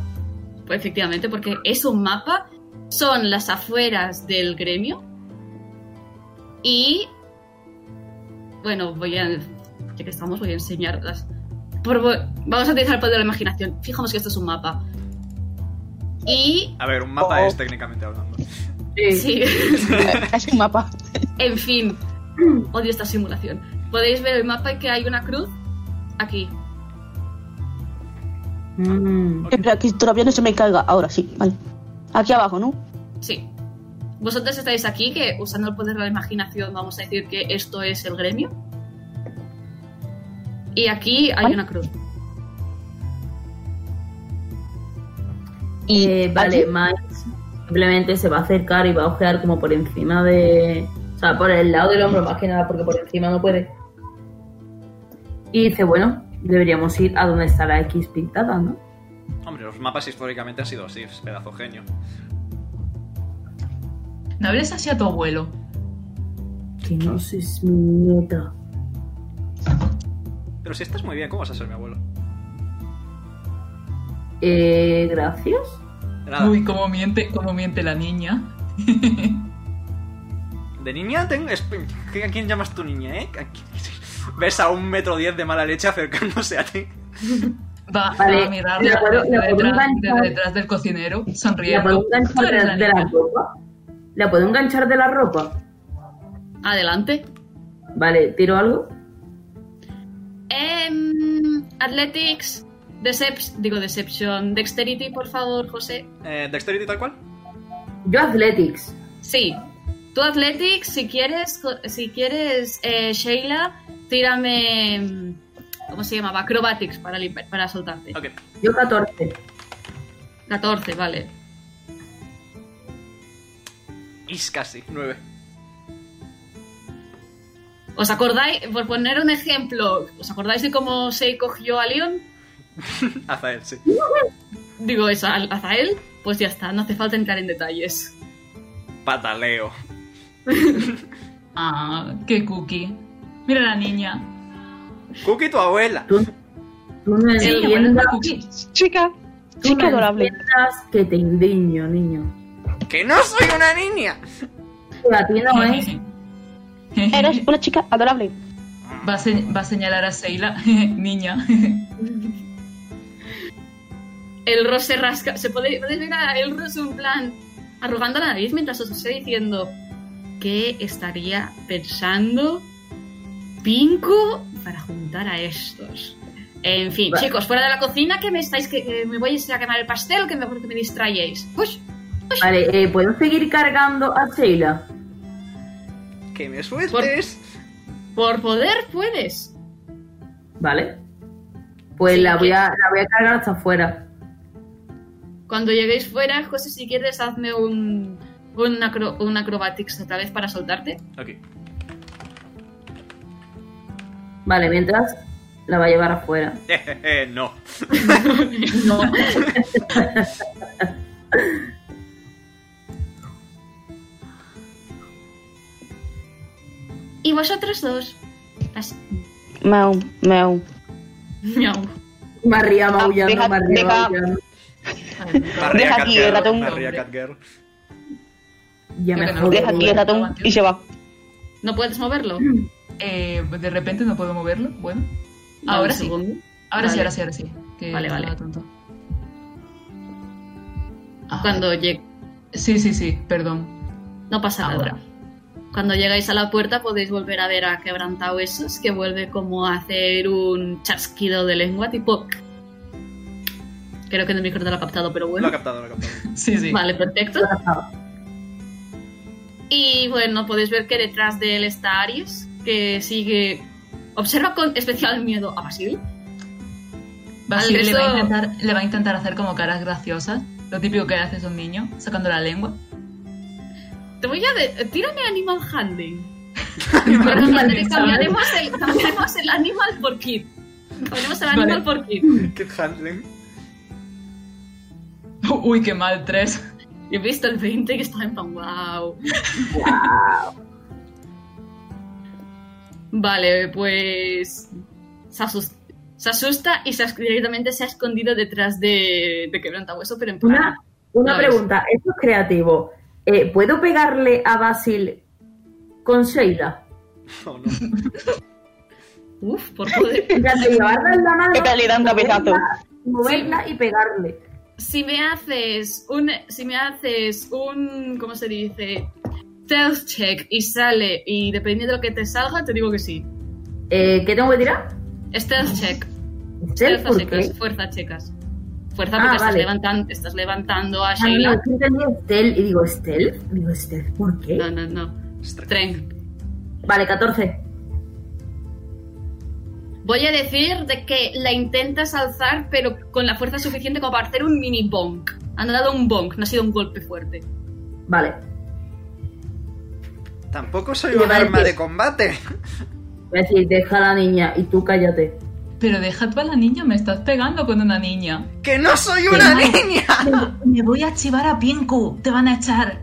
Speaker 2: pues efectivamente, porque es un mapa, son las afueras del gremio y, bueno, voy a, ya que estamos, voy a enseñar las... por- vamos a utilizar el poder de la imaginación. Fijamos que esto es un mapa. Y,
Speaker 1: A ver, un mapa
Speaker 4: Oh.
Speaker 1: es técnicamente hablando.
Speaker 2: sí,
Speaker 4: Es un mapa.
Speaker 2: en fin, odio esta simulación. Podéis ver el mapa que hay una cruz aquí.
Speaker 3: Mm.
Speaker 4: Espera, que todavía no se me carga. Ahora sí, vale. Aquí abajo, ¿no?
Speaker 2: Sí. Vosotros estáis aquí que usando el poder de la imaginación vamos a decir que esto es el gremio. Y aquí hay
Speaker 4: Vale.
Speaker 2: una cruz.
Speaker 4: Y
Speaker 3: Eh, vale,
Speaker 4: aquí-
Speaker 3: Miles simplemente se va a acercar y va a ojear como por encima de. O sea, por el lado del hombro más que nada, porque por encima no puede. Y dice, bueno, deberíamos ir a donde está la X pintada, ¿no?
Speaker 1: Hombre, los mapas históricamente han sido así, es pedazo genio.
Speaker 5: No hables así a tu abuelo.
Speaker 3: Que no sé, es mi nieta.
Speaker 1: Pero si estás muy bien, ¿cómo vas a ser mi abuelo?
Speaker 3: Eh, gracias.
Speaker 1: De nada.
Speaker 5: Uy, cómo miente, cómo miente la niña.
Speaker 1: De niña tengo... es- ¿A quién llamas tu niña, eh? ¿A quién- Ves a un metro diez de mala leche acercándose a ti.
Speaker 5: Va,
Speaker 3: Vale,
Speaker 5: va a mirar
Speaker 3: la puedo- la puedo
Speaker 5: detrás,
Speaker 3: enganchar.
Speaker 5: desde detrás del cocinero,
Speaker 3: ¿La puedo
Speaker 5: sonriendo. Tú
Speaker 3: enganchar
Speaker 5: eres
Speaker 3: de,
Speaker 5: la
Speaker 3: de la
Speaker 5: niña.
Speaker 3: ropa? ¿La puedo enganchar de la ropa?
Speaker 2: Adelante.
Speaker 3: Vale, ¿tiro algo?
Speaker 2: Em, athletics, Deceps, digo Deception, Dexterity, por favor, José.
Speaker 1: Eh, ¿Dexterity tal cual?
Speaker 3: Yo Athletics.
Speaker 2: Sí. Tú Athletics, si quieres, jo- si quieres, eh, Sheila, tírame, em, ¿cómo se llamaba? Acrobatics para, limpiar- para soltarte.
Speaker 1: Ok.
Speaker 3: Yo 14.
Speaker 2: 14, vale.
Speaker 1: Is casi. Nueve.
Speaker 2: ¿Os acordáis, por poner un ejemplo, ¿os acordáis de cómo se cogió a Leon?
Speaker 1: Azael, sí.
Speaker 2: Digo, es a Azael. Pues ya está, no hace falta entrar en detalles.
Speaker 1: Pataleo.
Speaker 5: Ah, qué cookie. Mira la niña.
Speaker 1: Cookie, tu abuela.
Speaker 3: Tú, tú no
Speaker 5: Sí,
Speaker 3: entiendas,
Speaker 5: abuela, está cookie.
Speaker 4: Chica,
Speaker 3: tú
Speaker 4: chica
Speaker 3: no
Speaker 4: adorable.
Speaker 3: entiendas que te indigno, niño.
Speaker 1: ¡Que no soy una niña!
Speaker 3: Que a ti no es.
Speaker 4: Eres una chica adorable.
Speaker 5: Va a, se- va a señalar a Seila, niña.
Speaker 2: El Ross se rasca. Se puede, podéis ver a el Ross en plan arrugando la nariz mientras os estoy diciendo qué estaría pensando Pinco para juntar a estos. En fin,
Speaker 3: Vale.
Speaker 2: chicos, fuera de la cocina que me estáis que, que me voy a quemar el pastel, que mejor que me distrayéis. Pues
Speaker 3: Vale, eh, ¿puedo seguir cargando a Sheila?
Speaker 1: ¡Que me sueltes!
Speaker 2: por poder puedes.
Speaker 3: Vale. Pues
Speaker 2: Sí,
Speaker 3: la, voy
Speaker 2: que-
Speaker 3: a, la voy a cargar hasta afuera.
Speaker 2: Cuando lleguéis fuera, José, si quieres, hazme un, un, acro- un acrobatics otra vez para soltarte.
Speaker 1: Ok. Eh,
Speaker 3: Vale, mientras la va a llevar afuera.
Speaker 1: Jejeje, eh, no.
Speaker 5: No.
Speaker 2: Y vosotros dos. Las-
Speaker 4: Mau, mau.
Speaker 2: Miau.
Speaker 3: María maullando,
Speaker 4: deja-
Speaker 3: María
Speaker 4: deja-
Speaker 3: maullando.
Speaker 1: Barrea
Speaker 4: aquí el
Speaker 1: Catgirl,
Speaker 4: ratón.
Speaker 1: barrea Catgirl.
Speaker 3: Ya
Speaker 5: Creo
Speaker 3: me
Speaker 5: que no.
Speaker 3: jodo,
Speaker 4: Deja aquí el
Speaker 3: güey.
Speaker 4: ratón y se va.
Speaker 2: ¿No puedes moverlo?
Speaker 5: Eh, de repente no puedo moverlo. Bueno,
Speaker 2: Dame
Speaker 5: ahora
Speaker 2: un
Speaker 5: sí.
Speaker 2: segundo.
Speaker 5: Ahora sí,
Speaker 2: Vale.
Speaker 5: ahora sí, ahora sí. Que
Speaker 2: Vale, vale.
Speaker 5: estaba tonto. Ah,
Speaker 2: Cuando llegue.
Speaker 5: Sí, sí, sí, perdón.
Speaker 2: No pasa nada.
Speaker 5: Ahora.
Speaker 2: Cuando llegáis a la puerta podéis volver a ver a Quebrantahuesos, que vuelve como a hacer un chasquido de lengua tipo... Creo que en el micro te lo ha captado, pero
Speaker 1: Lo
Speaker 2: bueno.
Speaker 1: ha captado, lo ha captado.
Speaker 5: Sí, sí.
Speaker 2: Vale, perfecto. Y bueno, podéis ver que detrás de él está Aries, que sigue. Observa con especial miedo a Basil.
Speaker 5: Basil
Speaker 2: Al
Speaker 5: le, va a
Speaker 2: resto-
Speaker 5: intentar, le va a intentar hacer como caras graciosas. Lo típico que haces un niño, sacando la lengua.
Speaker 2: Te voy a. De... Tírame Animal Handling. Pero
Speaker 5: Vale,
Speaker 2: cambiaremos-
Speaker 5: vale.
Speaker 2: cambiaremos, el, cambiaremos el Animal por Kid. Cambiaremos el
Speaker 5: Vale.
Speaker 2: Animal por Kid.
Speaker 1: Kid Handling.
Speaker 5: Uy, qué mal, tres.
Speaker 2: Yo he visto el 20 que estaba en pan. ¡Wow! Vale, pues. Se asusta, se asusta y se as- directamente se ha escondido detrás de, de quebrantahueso, pero en plan.
Speaker 3: Una, una
Speaker 2: No,
Speaker 3: pregunta, esto es creativo. Eh, ¿Puedo pegarle a Basil con Sheila?
Speaker 1: Oh, no.
Speaker 2: Uf, por poder.
Speaker 3: En plan de llevarla en la mano,
Speaker 4: Pegarle dando pedazo.
Speaker 3: moverla y pegarle.
Speaker 2: si me haces un si me haces un cómo se dice stealth check y sale y dependiendo de lo que te salga te digo que sí
Speaker 3: Eh, ¿Qué tengo que tirar?
Speaker 2: stealth check
Speaker 3: Ah, ¿Stealth?
Speaker 2: fuerza
Speaker 3: ¿Por qué?
Speaker 2: checas fuerza checas fuerza
Speaker 3: Ah,
Speaker 2: porque estás,
Speaker 3: vale.
Speaker 2: levantan- estás levantando a
Speaker 3: Ah, no,
Speaker 2: Sheila
Speaker 3: yo entendí Stealth y digo, ¿Stealth? Digo, ¿Stealth? ¿Por qué?
Speaker 2: no no no strength
Speaker 3: Vale, 14.
Speaker 2: voy a decir de que la intentas alzar pero con la fuerza suficiente como para hacer un mini bonk han dado un bonk no ha sido un golpe fuerte
Speaker 3: Vale.
Speaker 1: Tampoco soy
Speaker 3: Y le
Speaker 1: un
Speaker 3: va a
Speaker 1: arma
Speaker 3: decir-
Speaker 1: de combate.
Speaker 3: Voy a decir, deja a la niña y tú cállate.
Speaker 5: Pero deja tú a la niña, me estás pegando con una niña.
Speaker 1: ¡Que no soy una niña!
Speaker 5: Me voy a archivar a Pinku, te van a echar.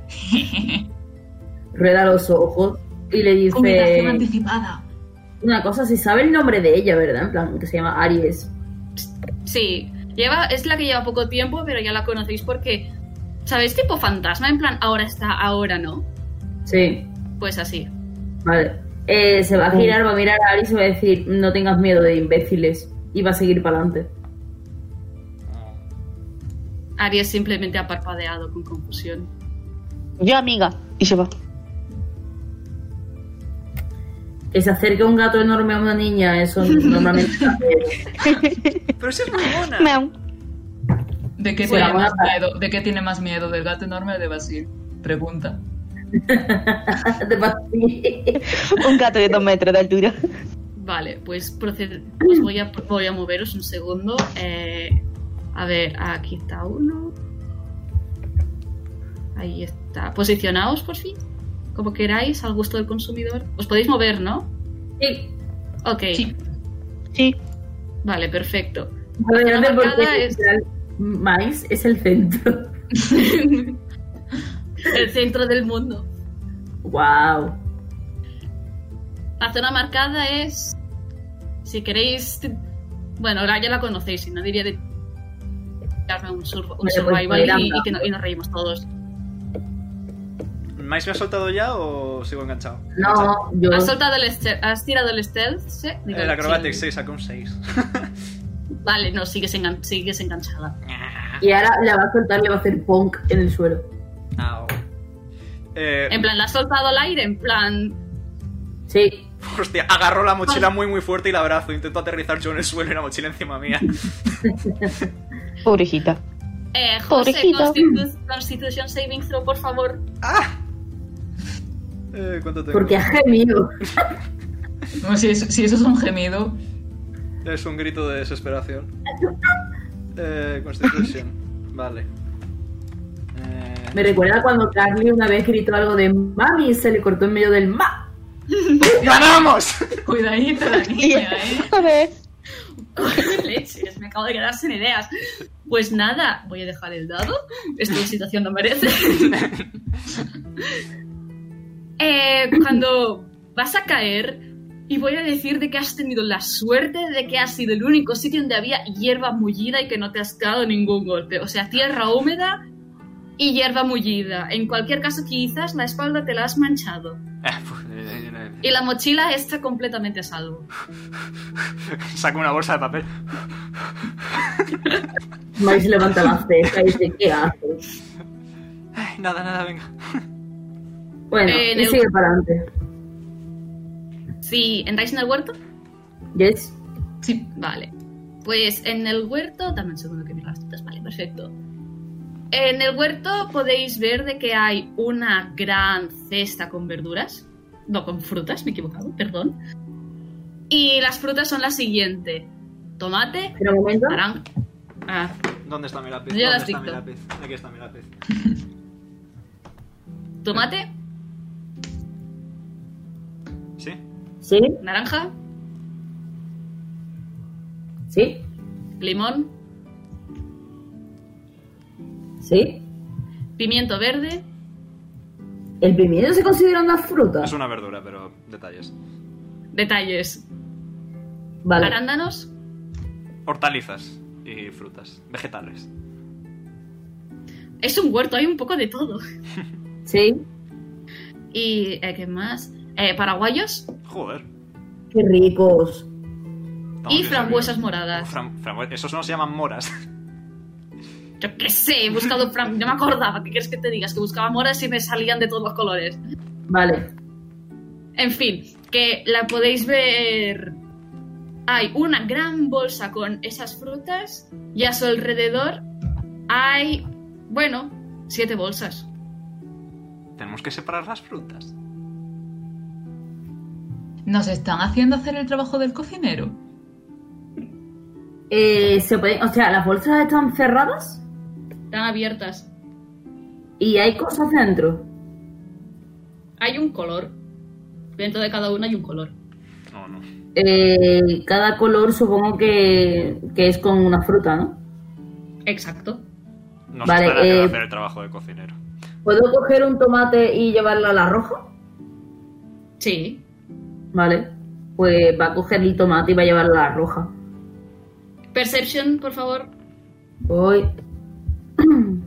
Speaker 3: Rueda los ojos y le
Speaker 5: Comunicación
Speaker 3: dice
Speaker 5: anticipada.
Speaker 3: una cosa, si sabe el nombre de ella, ¿verdad? En plan, que se llama Aries.
Speaker 2: Sí, lleva, es la que lleva poco tiempo, pero ya la conocéis porque, ¿sabéis? Tipo fantasma, en plan, ahora está, ahora no.
Speaker 3: Sí.
Speaker 2: Pues así.
Speaker 3: Vale. Eh, se va a girar, va a mirar a Aries y va a decir, no tengas miedo de imbéciles. Y va a seguir para adelante.
Speaker 2: Aries simplemente ha parpadeado con confusión.
Speaker 4: Yo, amiga. Y se va.
Speaker 3: Que se acerque un gato enorme a una niña, eso normalmente...
Speaker 1: Pero si es muy mona.
Speaker 4: Meow.
Speaker 5: ¿De qué,
Speaker 3: Sí, la
Speaker 5: tiene
Speaker 3: van a
Speaker 5: más
Speaker 3: parar.
Speaker 5: miedo? ¿De qué tiene más miedo? ¿Del gato enorme o de Basil? Pregunta.
Speaker 3: de pastillas.
Speaker 4: Un gato de dos metros de altura.
Speaker 2: Vale, pues proced- os voy a, voy a moveros un segundo. Eh, a ver, aquí está uno. Ahí está. Posicionaos por fin. Como queráis, al gusto del consumidor. Os podéis mover, ¿no?
Speaker 3: Sí.
Speaker 2: Ok.
Speaker 5: Sí.
Speaker 4: Sí.
Speaker 2: Vale, perfecto.
Speaker 3: A ver, no sé por
Speaker 2: marcada
Speaker 3: qué,
Speaker 2: es-
Speaker 3: literal, Mais es el centro.
Speaker 2: El centro del mundo.
Speaker 3: wow.
Speaker 2: La zona marcada es. Si queréis. Bueno, ahora ya la conocéis, si no diría de. darme un, sur- un
Speaker 3: pues,
Speaker 2: survival
Speaker 3: mira,
Speaker 2: y,
Speaker 3: anda.
Speaker 2: y que no- y nos reímos todos.
Speaker 1: ¿Mais me ha soltado ya o sigo enganchado?
Speaker 3: No, yo...
Speaker 2: ¿Has, soltado el stealth- ¿Has tirado el stealth? Sí, digo,
Speaker 1: El Acrobatic
Speaker 2: sí.
Speaker 1: 6 sacó un 6.
Speaker 2: Vale, no, sigues, engan- sigues enganchada.
Speaker 3: Y ahora la va a soltar, le va a hacer punk en el suelo.
Speaker 1: Au. Ah, Eh,
Speaker 2: En plan, la has soltado al aire, en plan.
Speaker 3: Sí.
Speaker 1: Hostia, agarro la mochila muy muy fuerte y la abrazo. Intento aterrizar yo en el suelo y la mochila encima mía.
Speaker 4: Pobrecita.
Speaker 2: Eh, José,
Speaker 4: Pobrecito.
Speaker 2: Constitu- Constitution Saving Throw, por favor.
Speaker 1: ¡Ah! Eh, ¿Cuánto tengo?
Speaker 3: Porque ha gemido.
Speaker 5: No, si, es- si eso es un gemido,
Speaker 1: Es un grito de desesperación. Eh, Constitution. Vale. Eh,
Speaker 3: Me recuerda cuando Carly una vez gritó algo de mami y se le cortó en medio del ma.
Speaker 1: Eh, ¡Ganamos!
Speaker 5: cuidadito la niña, ¿eh?
Speaker 4: A ver.
Speaker 2: Leches, me acabo de quedar sin ideas. Pues nada, voy a dejar el dado. Esta situación no merece. Eh, cuando vas a caer, y voy a decir de que has tenido la suerte de que has sido el único sitio donde había hierba mullida y que no te has dado ningún golpe. O sea, tierra húmeda y hierba mullida. En cualquier caso, quizás la espalda te la has manchado.
Speaker 1: Eh, pues,
Speaker 2: Y la mochila está completamente a salvo.
Speaker 1: Saco una bolsa de papel.
Speaker 3: Mais levanta la ceja y dice, ¿qué haces?
Speaker 1: Ay, nada, nada, venga.
Speaker 3: Bueno,
Speaker 2: Eh,
Speaker 3: y
Speaker 2: Neu-
Speaker 3: sigue para adelante.
Speaker 2: Si entráis en el huerto,
Speaker 3: Yes.
Speaker 5: Sí.
Speaker 2: Vale. Pues en el huerto, dame un segundo que miro las citas, vale, perfecto. En el huerto podéis ver de que hay una gran cesta con verduras, no con frutas, me he equivocado, perdón. Y las frutas son las siguientes. Tomate,
Speaker 3: Pero un momento.
Speaker 2: naranja. Ah,
Speaker 1: ¿Dónde está mi lápiz?
Speaker 2: Yo
Speaker 1: ¿Dónde
Speaker 2: las
Speaker 1: está mi
Speaker 2: dicto.
Speaker 1: lápiz? Aquí está mi lápiz.
Speaker 2: tomate,
Speaker 1: ¿Sí?
Speaker 3: Sí,
Speaker 2: naranja,
Speaker 3: sí.
Speaker 2: limón,
Speaker 3: ¿Sí?
Speaker 2: Pimiento verde,
Speaker 3: ¿El pimiento se considera una fruta?
Speaker 1: Es una verdura, pero detalles.
Speaker 2: detalles.
Speaker 3: Vale.
Speaker 2: Arándanos,
Speaker 1: Hortalizas y frutas, vegetales.
Speaker 2: es un huerto, hay un poco de todo.
Speaker 3: Sí.
Speaker 2: ¿Y eh, qué más? Eh, paraguayos
Speaker 1: Joder.
Speaker 3: Qué ricos.
Speaker 1: estamos
Speaker 2: y
Speaker 1: bien
Speaker 2: frambuesas
Speaker 1: servidos.
Speaker 2: moradas.
Speaker 1: Fram- frambu- Esos no se llaman moras.
Speaker 2: Yo qué sé, he buscado fram... No me acordaba, ¿qué quieres que te digas? Que buscaba moras y me salían de todos los colores.
Speaker 3: Vale.
Speaker 2: En fin, que la podéis ver. Hay una gran bolsa con esas frutas y a su alrededor hay, bueno, siete bolsas.
Speaker 1: Tenemos que separar las frutas.
Speaker 5: ¿Nos están haciendo hacer el trabajo del cocinero?
Speaker 3: Eh, se pueden, o sea, las bolsas están cerradas
Speaker 2: Están abiertas.
Speaker 3: y hay cosas dentro.
Speaker 2: Hay un color. Dentro de cada una hay un color.
Speaker 1: No, no.
Speaker 3: Eh, cada color supongo que, que es con una fruta, ¿no?
Speaker 2: Exacto.
Speaker 1: Nos
Speaker 3: Vale,
Speaker 1: estará que
Speaker 3: eh,
Speaker 1: hacer el trabajo de cocinero.
Speaker 3: ¿Puedo coger un tomate y llevarlo a la roja?
Speaker 2: Sí.
Speaker 3: Vale. Pues va a coger el tomate y va a llevarlo a la roja.
Speaker 2: Perception, por favor.
Speaker 3: Voy.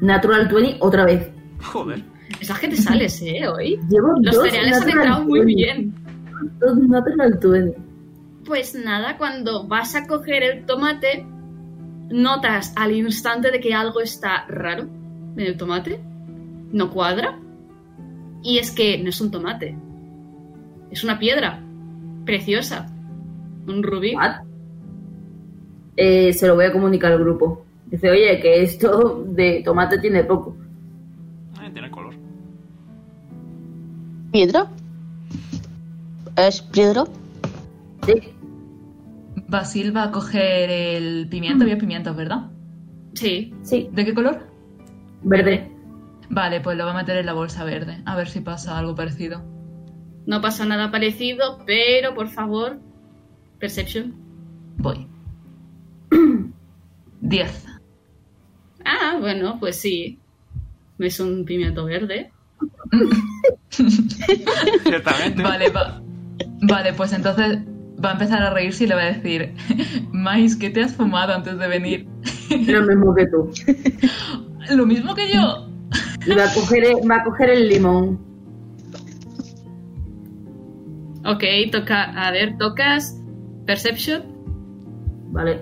Speaker 3: Natural 20 otra vez.
Speaker 1: Joder.
Speaker 2: Esa gente sale, ¿eh? Hoy.
Speaker 3: Llevo
Speaker 2: Los
Speaker 3: dos
Speaker 2: cereales han
Speaker 3: Natural
Speaker 2: entrado muy
Speaker 3: 20.
Speaker 2: bien.
Speaker 3: Dos Natural 20.
Speaker 2: Pues nada, cuando vas a coger el tomate, notas al instante de que algo está raro en el tomate, no cuadra, y es que no es un tomate, es una piedra preciosa, un rubí.
Speaker 3: What? Eh, se lo voy a comunicar al grupo. Dice, oye, que esto de tomate tiene poco.
Speaker 1: Eh, tiene color.
Speaker 4: ¿Piedra? ¿Es piedra?
Speaker 3: Sí,
Speaker 5: Basil va a coger el
Speaker 2: Mm.
Speaker 5: pimiento, había pimientos, ¿verdad?
Speaker 2: Sí,
Speaker 3: sí,
Speaker 5: ¿De qué color?
Speaker 3: verde.
Speaker 5: Vale, pues lo va a meter en la bolsa verde, a ver si pasa algo parecido.
Speaker 2: no pasa nada parecido, pero por favor, Perception.
Speaker 5: Voy. 10.
Speaker 2: Ah, bueno, pues sí, es un pimiento verde.
Speaker 1: Ciertamente.
Speaker 5: Vale, va- vale, pues entonces va a empezar a reírse y le va a decir, Mais, ¿qué te has fumado antes de venir?
Speaker 3: Lo mismo que tú.
Speaker 5: Lo mismo que yo.
Speaker 3: Y va a coger, el- va a coger el limón.
Speaker 2: Ok, toca, a ver, tocas Perception.
Speaker 3: Vale.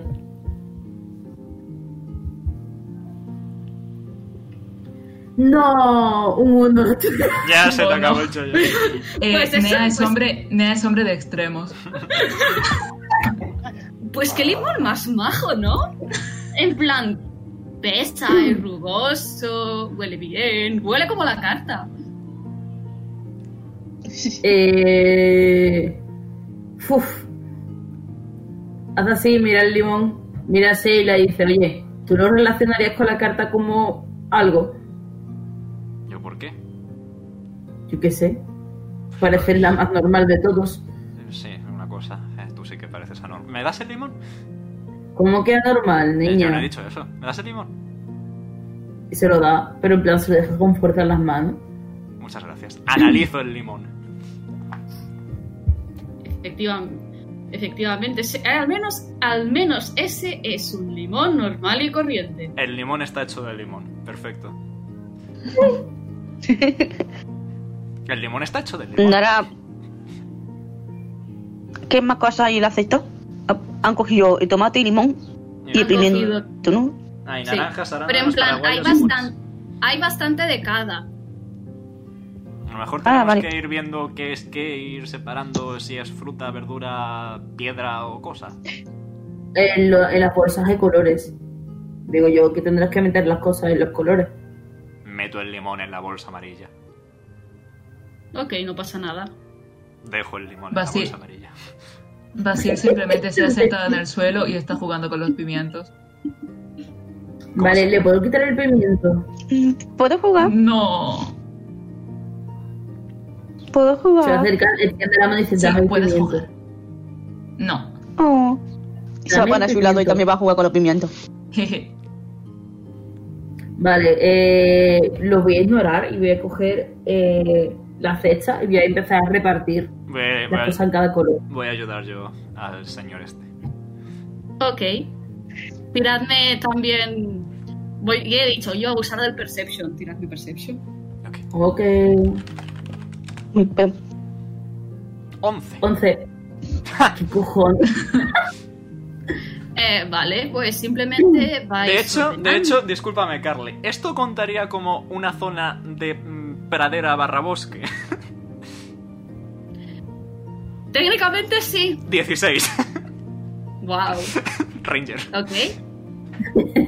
Speaker 3: No, un uno.
Speaker 1: Ya se te
Speaker 5: Bueno.
Speaker 1: acabó el chollo.
Speaker 5: Eh,
Speaker 2: Pues eso,
Speaker 5: Nea, es
Speaker 2: pues-
Speaker 5: hombre, Nea es hombre de extremos.
Speaker 2: Pues qué limón más majo, ¿no? En plan, pesa, es rugoso, huele bien, huele como la carta.
Speaker 3: Eh, uf. Haz así, mira el limón, mira a Sheila y dice, oye, ¿tú lo relacionarías con la carta como algo?
Speaker 1: ¿Yo por qué?
Speaker 3: Yo qué sé. Parece la más normal de todos.
Speaker 1: Sí, una cosa. Eh, tú sí que pareces anormal. ¿Me das el limón?
Speaker 3: ¿Cómo que anormal,
Speaker 1: Eh, yo no he
Speaker 3: niña?
Speaker 1: dicho eso. ¿Me das el limón?
Speaker 3: Y se lo da, pero en plan se le deja con fuerza en las manos.
Speaker 1: Muchas gracias. Analizo el limón.
Speaker 2: Efectivamente, efectivamente se- eh, al, menos, al menos ese es un limón normal y corriente.
Speaker 1: El limón está hecho de limón. Perfecto. El limón está hecho de limón.
Speaker 4: Nara. ¿Qué más cosas hay en la cesta? Ha- Han cogido el tomate y limón y
Speaker 1: Y-
Speaker 2: Han cogido-
Speaker 4: pimiento, ¿no?
Speaker 1: Hay
Speaker 2: Sí.
Speaker 1: naranjas,
Speaker 2: Pero en
Speaker 1: arándanos,
Speaker 2: plan, hay,
Speaker 1: paraguayos, moras.
Speaker 2: bastan- hay bastante de cada.
Speaker 1: A lo mejor
Speaker 4: Ah,
Speaker 1: tenemos
Speaker 4: vale.
Speaker 1: que ir viendo qué es qué, ir separando si es fruta, verdura, piedra o cosa.
Speaker 3: En, lo- en las bolsas de colores. Digo yo que tendrás que meter las cosas en los colores.
Speaker 1: Meto el limón en la bolsa amarilla.
Speaker 2: Ok, no pasa nada.
Speaker 1: Dejo el limón
Speaker 5: Basil.
Speaker 1: en la bolsa amarilla.
Speaker 5: Basil simplemente se ha sentado en el suelo y está jugando con los pimientos.
Speaker 3: Vale, ¿le puedo quitar el pimiento?
Speaker 4: Mm, ¿Puedo jugar?
Speaker 5: No.
Speaker 4: ¿Puedo
Speaker 3: Se va a
Speaker 4: jugar?
Speaker 3: acercar, extiende la mano y dice,
Speaker 5: Ah. Sí,
Speaker 3: "Dame el
Speaker 5: puedes
Speaker 3: pimiento".
Speaker 5: jugar. No.
Speaker 4: Oh. Y se va para
Speaker 3: Realmente
Speaker 4: su lado y
Speaker 3: siento.
Speaker 4: también va a jugar con los pimientos.
Speaker 5: Jeje.
Speaker 3: Vale, eh, los voy a ignorar y voy a coger eh, la cesta y voy a empezar a repartir
Speaker 1: Voy, a- voy
Speaker 3: las
Speaker 1: a-
Speaker 3: cosas en cada color.
Speaker 1: voy a ayudar yo al señor este.
Speaker 2: Ok. Tiradme también. Voy, ya he dicho, yo a usar del Perception. Tiradme Perception.
Speaker 1: Ok.
Speaker 3: Ok,
Speaker 4: Uy, pero-
Speaker 1: 11.
Speaker 3: 11. ¿Qué cojones?
Speaker 2: Eh, vale, pues simplemente vais.
Speaker 1: De hecho,
Speaker 2: ordenando.
Speaker 1: de hecho, discúlpame, Carly. Esto contaría como una zona de mm, pradera barra bosque.
Speaker 2: Técnicamente sí.
Speaker 1: 16.
Speaker 2: Wow.
Speaker 1: Ranger.
Speaker 2: Ok.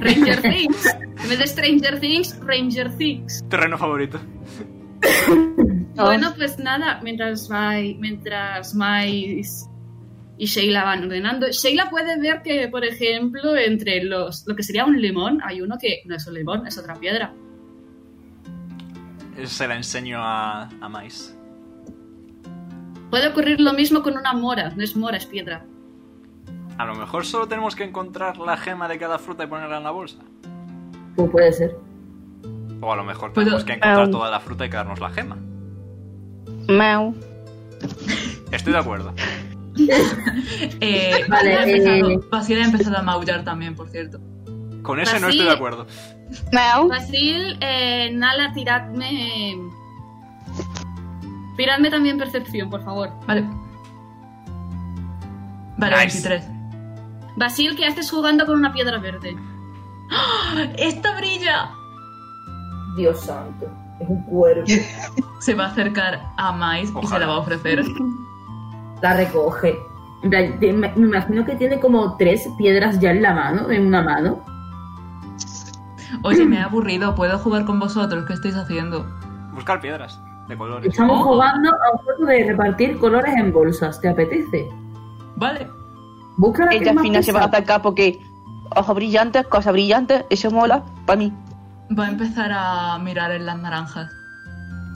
Speaker 2: Ranger Things. En vez de Stranger Things, Ranger Things.
Speaker 1: Terreno favorito.
Speaker 4: No.
Speaker 2: Bueno, pues nada, mientras Mai, mientras Mais y Sheila van ordenando, Sheila puede ver que, por ejemplo, entre los lo que sería un limón, hay uno que no es un limón, es otra piedra.
Speaker 1: Se la enseño a, a Mais.
Speaker 2: Puede ocurrir lo mismo con una mora, no es mora, es piedra.
Speaker 1: A lo mejor solo tenemos que encontrar la gema de cada fruta y ponerla en la bolsa.
Speaker 3: Pues puede ser.
Speaker 1: O a lo mejor
Speaker 5: Puedo-
Speaker 1: tenemos que encontrar
Speaker 4: um.
Speaker 1: toda la fruta y quedarnos la gema.
Speaker 4: Mau.
Speaker 1: Estoy de acuerdo.
Speaker 5: Eh,
Speaker 3: Vale,
Speaker 5: Basil ha empezado-
Speaker 3: eh.
Speaker 5: Basil ha empezado a maullar también, por cierto.
Speaker 1: Con ese no
Speaker 2: Así-
Speaker 1: estoy de acuerdo.
Speaker 4: Mau.
Speaker 2: Basil, eh, Nala, tiradme. eh, Tiradme también percepción, por favor.
Speaker 5: Vale. Vale,
Speaker 1: Nice.
Speaker 5: 23.
Speaker 2: Basil, ¿qué haces jugando con una piedra verde?
Speaker 5: ¡Esta brilla!
Speaker 3: Dios santo, es un cuervo.
Speaker 5: Se va a acercar a Mais y se
Speaker 1: Ojalá.
Speaker 5: la va a ofrecer.
Speaker 3: La recoge. En plan, te- Me me imagino que tiene como tres piedras ya en la mano, en una mano.
Speaker 5: Oye, me he aburrido, ¿puedo jugar con vosotros? ¿Qué estáis haciendo?
Speaker 1: Buscar piedras de colores.
Speaker 3: Estamos
Speaker 5: Oh.
Speaker 3: jugando a un juego de repartir colores en bolsas. ¿Te apetece?
Speaker 5: Vale.
Speaker 3: Busca la que
Speaker 4: Ella al
Speaker 3: más
Speaker 4: final
Speaker 3: te
Speaker 4: se va a
Speaker 3: salga.
Speaker 4: atacar porque ojos brillantes, cosas brillantes, eso mola para mí.
Speaker 5: Va a empezar a mirar en las naranjas.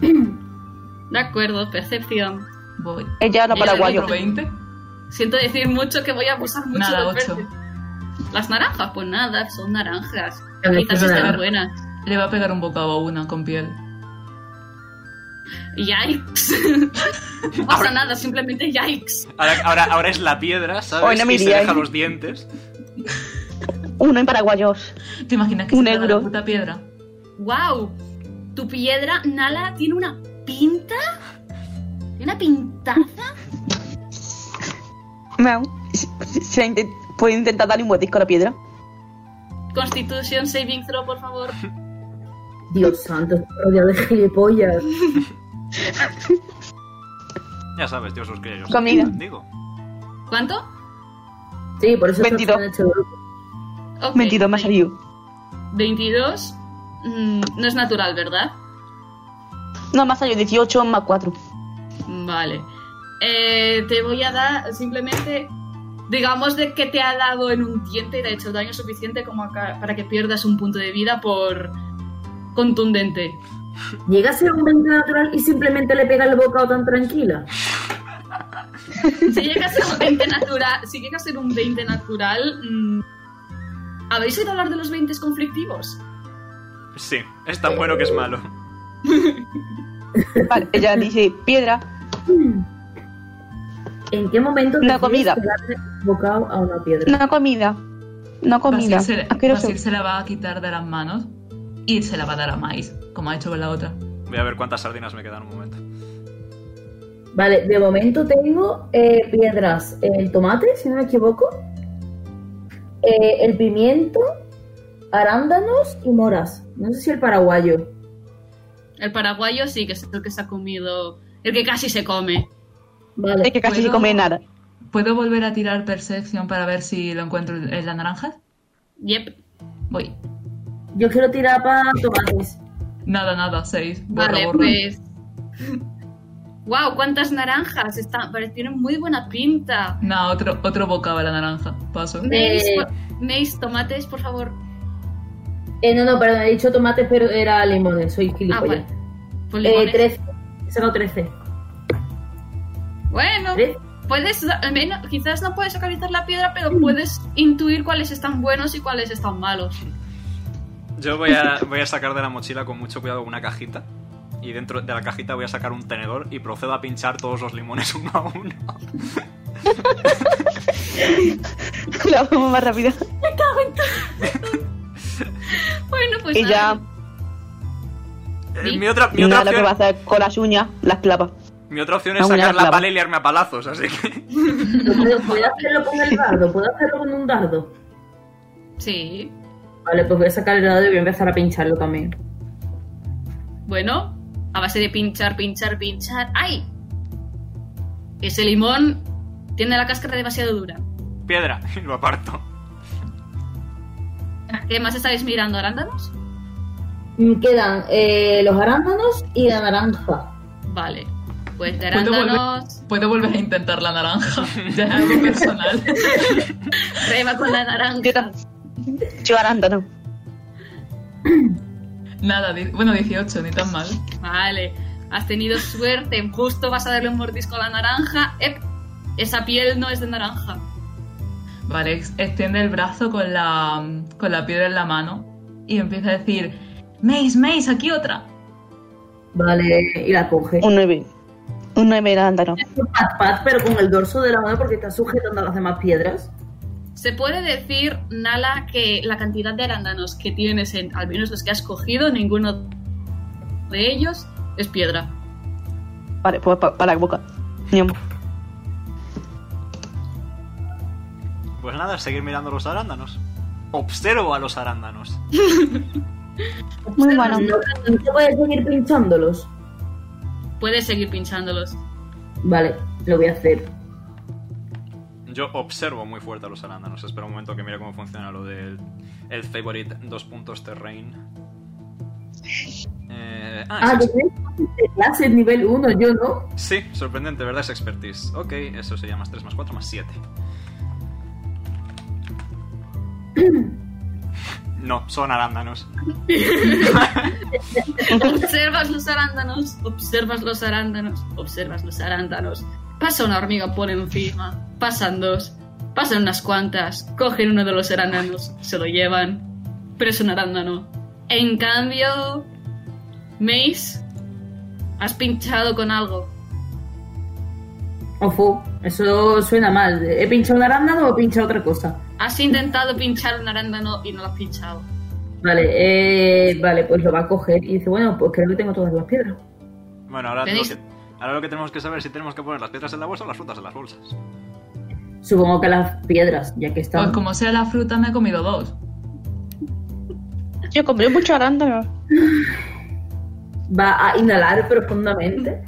Speaker 2: De acuerdo, percepción.
Speaker 5: Voy.
Speaker 4: Ella no
Speaker 5: ¿Y era
Speaker 4: paraguayo.
Speaker 5: otro 20?
Speaker 2: Siento decir mucho que voy a abusar mucho
Speaker 5: Nada,
Speaker 2: de
Speaker 5: ocho.
Speaker 2: verde. Las naranjas, pues nada, son naranjas.
Speaker 3: Ya me
Speaker 2: Quizás
Speaker 3: puse
Speaker 2: estén
Speaker 3: naranja.
Speaker 2: buenas.
Speaker 5: Le va a pegar un bocado a una con piel.
Speaker 2: Yikes. no pasa nada, simplemente yikes.
Speaker 1: Ahora, ahora, ahora es la piedra, ¿sabes?
Speaker 4: Hoy no me
Speaker 1: y se
Speaker 4: iría,
Speaker 1: deja
Speaker 4: ¿eh?
Speaker 1: los dientes.
Speaker 4: Uno en paraguayos.
Speaker 5: ¿Te imaginas que
Speaker 4: Un
Speaker 5: se pega
Speaker 4: euro.
Speaker 5: la puta piedra?
Speaker 2: Wow. Tu piedra, Nala, tiene una pinta. ¿Tiene una pintaza?
Speaker 4: Mau. se- se inte- Puede intentar darle un buen disco a la piedra.
Speaker 2: Constitution Saving Throw, por favor.
Speaker 3: Dios santo, estoy rodeado de gilipollas.
Speaker 1: Ya sabes, Dios los que yo
Speaker 4: Comida.
Speaker 1: Digo.
Speaker 2: ¿Cuánto?
Speaker 3: Sí, por eso
Speaker 4: 22.
Speaker 3: estoy en este grupo.
Speaker 2: Ok,
Speaker 4: Mentido, me ha salido.
Speaker 2: 22. Mm, no es natural, ¿verdad?
Speaker 4: No, me ha salido 18 más 4.
Speaker 2: Vale. Eh, te voy a dar simplemente, digamos de que te ha dado en un diente y te ha hecho daño suficiente como a ca- para que pierdas un punto de vida por contundente.
Speaker 3: Llega a ser un 20 natural y simplemente le pega el bocado tan tranquila.
Speaker 2: Si llega a ser un 20 natural, si llega a ser un 20 natural, mm, ¿habéis oído hablar de los 20 conflictivos?
Speaker 1: Sí, es tan bueno que es malo.
Speaker 4: Vale, ella dice piedra.
Speaker 3: ¿En qué momento
Speaker 4: Una
Speaker 3: decides
Speaker 4: comida.
Speaker 3: pegarle el bocado a una piedra?
Speaker 4: No comida. No comida.
Speaker 5: Basil se,
Speaker 4: Pues Asqueroso.
Speaker 5: Basil se la va a quitar de las manos y se la va a dar a Mais, como ha hecho con la otra.
Speaker 1: Voy a ver cuántas sardinas me quedan un momento.
Speaker 3: Vale, de momento tengo eh, piedras, el tomate, si no me equivoco, eh, el pimiento, arándanos y moras. No sé si el paraguayo.
Speaker 2: El paraguayo sí que es el que se ha comido, el que casi se come.
Speaker 4: Es
Speaker 3: Vale,
Speaker 4: que casi
Speaker 5: ¿Puedo?
Speaker 4: no come nada.
Speaker 5: ¿Puedo volver a tirar Percepción para ver si lo encuentro en las naranjas?
Speaker 2: Yep.
Speaker 5: Voy.
Speaker 3: yo quiero tirar para tomates.
Speaker 5: Nada, nada, seis. Borra,
Speaker 2: Vale,
Speaker 5: borra.
Speaker 2: pues. ¡Wow! ¡Cuántas naranjas! Están, pare- tienen muy buena pinta.
Speaker 5: No, otro, otro bocado a la naranja. Paso.
Speaker 2: Mace,
Speaker 3: Eh,
Speaker 2: por- Mace, tomates, por favor.
Speaker 3: Eh, no, no, perdón, he dicho tomates, pero era limones, soy
Speaker 2: Ah, vale.
Speaker 3: gilipollas.
Speaker 2: Pues
Speaker 3: eh,
Speaker 2: limones.
Speaker 3: 13, he sacado 13. Ah.
Speaker 2: Bueno,
Speaker 3: 13.
Speaker 2: puedes, al menos- quizás no puedes localizar la piedra, pero puedes intuir cuáles están buenos y cuáles están malos.
Speaker 1: Yo voy a, voy a sacar de la mochila con mucho cuidado una cajita. Y dentro de la cajita voy a sacar un tenedor y procedo a pinchar todos los limones uno a uno.
Speaker 4: La vamos más rápido.
Speaker 2: Bueno, pues
Speaker 6: Y ya,
Speaker 2: nada,
Speaker 1: Eh,
Speaker 2: ¿Sí?
Speaker 1: mi, otra, mi, otra
Speaker 6: nada, lo que va a
Speaker 1: opción,
Speaker 6: hacer con las uñas, las clavas.
Speaker 1: mi otra opción es
Speaker 6: Aún la
Speaker 1: sacar la
Speaker 6: clava.
Speaker 1: pala y liarme a palazos, así que...
Speaker 3: ¿Puedo, Pues, puedo hacerlo con el dardo? ¿Puedo hacerlo con un dardo?
Speaker 2: Sí.
Speaker 3: Vale, pues voy a sacar el dardo y voy a empezar a pincharlo también.
Speaker 2: Bueno, a base de pinchar, pinchar, pinchar. ¡Ay! Ese limón tiene la cáscara demasiado dura.
Speaker 1: Piedra, y lo aparto.
Speaker 2: ¿Qué más estáis mirando, arándanos?
Speaker 3: Mm, Quedan eh, los arándanos y la naranja.
Speaker 2: Vale. Pues de
Speaker 5: ¿Puedo volver?
Speaker 2: arándanos,
Speaker 5: Puedo volver a intentar la naranja. Ya es algo personal.
Speaker 2: reba con la
Speaker 6: Yo,
Speaker 2: naranja.
Speaker 6: ta- yo arándano.
Speaker 5: Nada, di- bueno, 18, ni tan mal.
Speaker 2: Vale. Has tenido suerte. Justo vas a darle un mordisco a la naranja. ¡Ep! Esa piel no es de naranja.
Speaker 5: Vale, ex- extiende el brazo con la, con la piedra en la mano y empieza a decir: Mace, Mace, aquí otra.
Speaker 3: Vale, y la coge.
Speaker 6: Un 9. Un 9 arándano.
Speaker 3: pat pat, pero con el dorso de la mano porque está sujetando a las demás piedras.
Speaker 2: Se puede decir, Nala, que la cantidad de arándanos que tienes, en, al menos los que has cogido, ninguno de ellos es piedra.
Speaker 6: Vale, pues para la boca. Ñam.
Speaker 1: Pues nada, seguir mirando los arándanos. Observo a los arándanos.
Speaker 6: Muy bueno.
Speaker 3: No, no se puede seguir pinchándolos.
Speaker 2: Puedes seguir pinchándolos.
Speaker 3: Vale, lo voy a hacer.
Speaker 1: Yo observo muy fuerte a los arándanos. Espera un momento que mire cómo funciona lo del el favorite dos puntos terrain. Eh, ah,
Speaker 3: Ah,
Speaker 1: es
Speaker 3: yo tengo de clase nivel 1, yo no.
Speaker 1: Sí, sorprendente, ¿verdad? Es expertise. Ok, eso sería más 3, más 4, más 7. No, son arándanos.
Speaker 2: observas los arándanos, observas los arándanos, observas los arándanos. Pasa una hormiga por encima, pasan dos, pasan unas cuantas, cogen uno de los arándanos, se lo llevan, pero es un arándano. En cambio, Mace, has pinchado con algo.
Speaker 3: Ojo, eso suena mal. ¿He pinchado un arándano o he pinchado otra cosa?
Speaker 2: Has intentado pinchar un arándano y no lo has pinchado.
Speaker 3: Vale, eh, vale, pues lo va a coger y dice, bueno, pues creo que tengo todas las piedras.
Speaker 1: Bueno, ahora lo,
Speaker 2: ¿Tenéis?
Speaker 1: que, ahora lo que tenemos que saber es si tenemos que poner las piedras en la bolsa o las frutas en las bolsas.
Speaker 3: Supongo que las piedras, ya que
Speaker 5: Pues
Speaker 3: están...
Speaker 5: como sea la fruta, me he comido dos.
Speaker 6: Yo compré mucho arándano.
Speaker 3: Va a inhalar profundamente.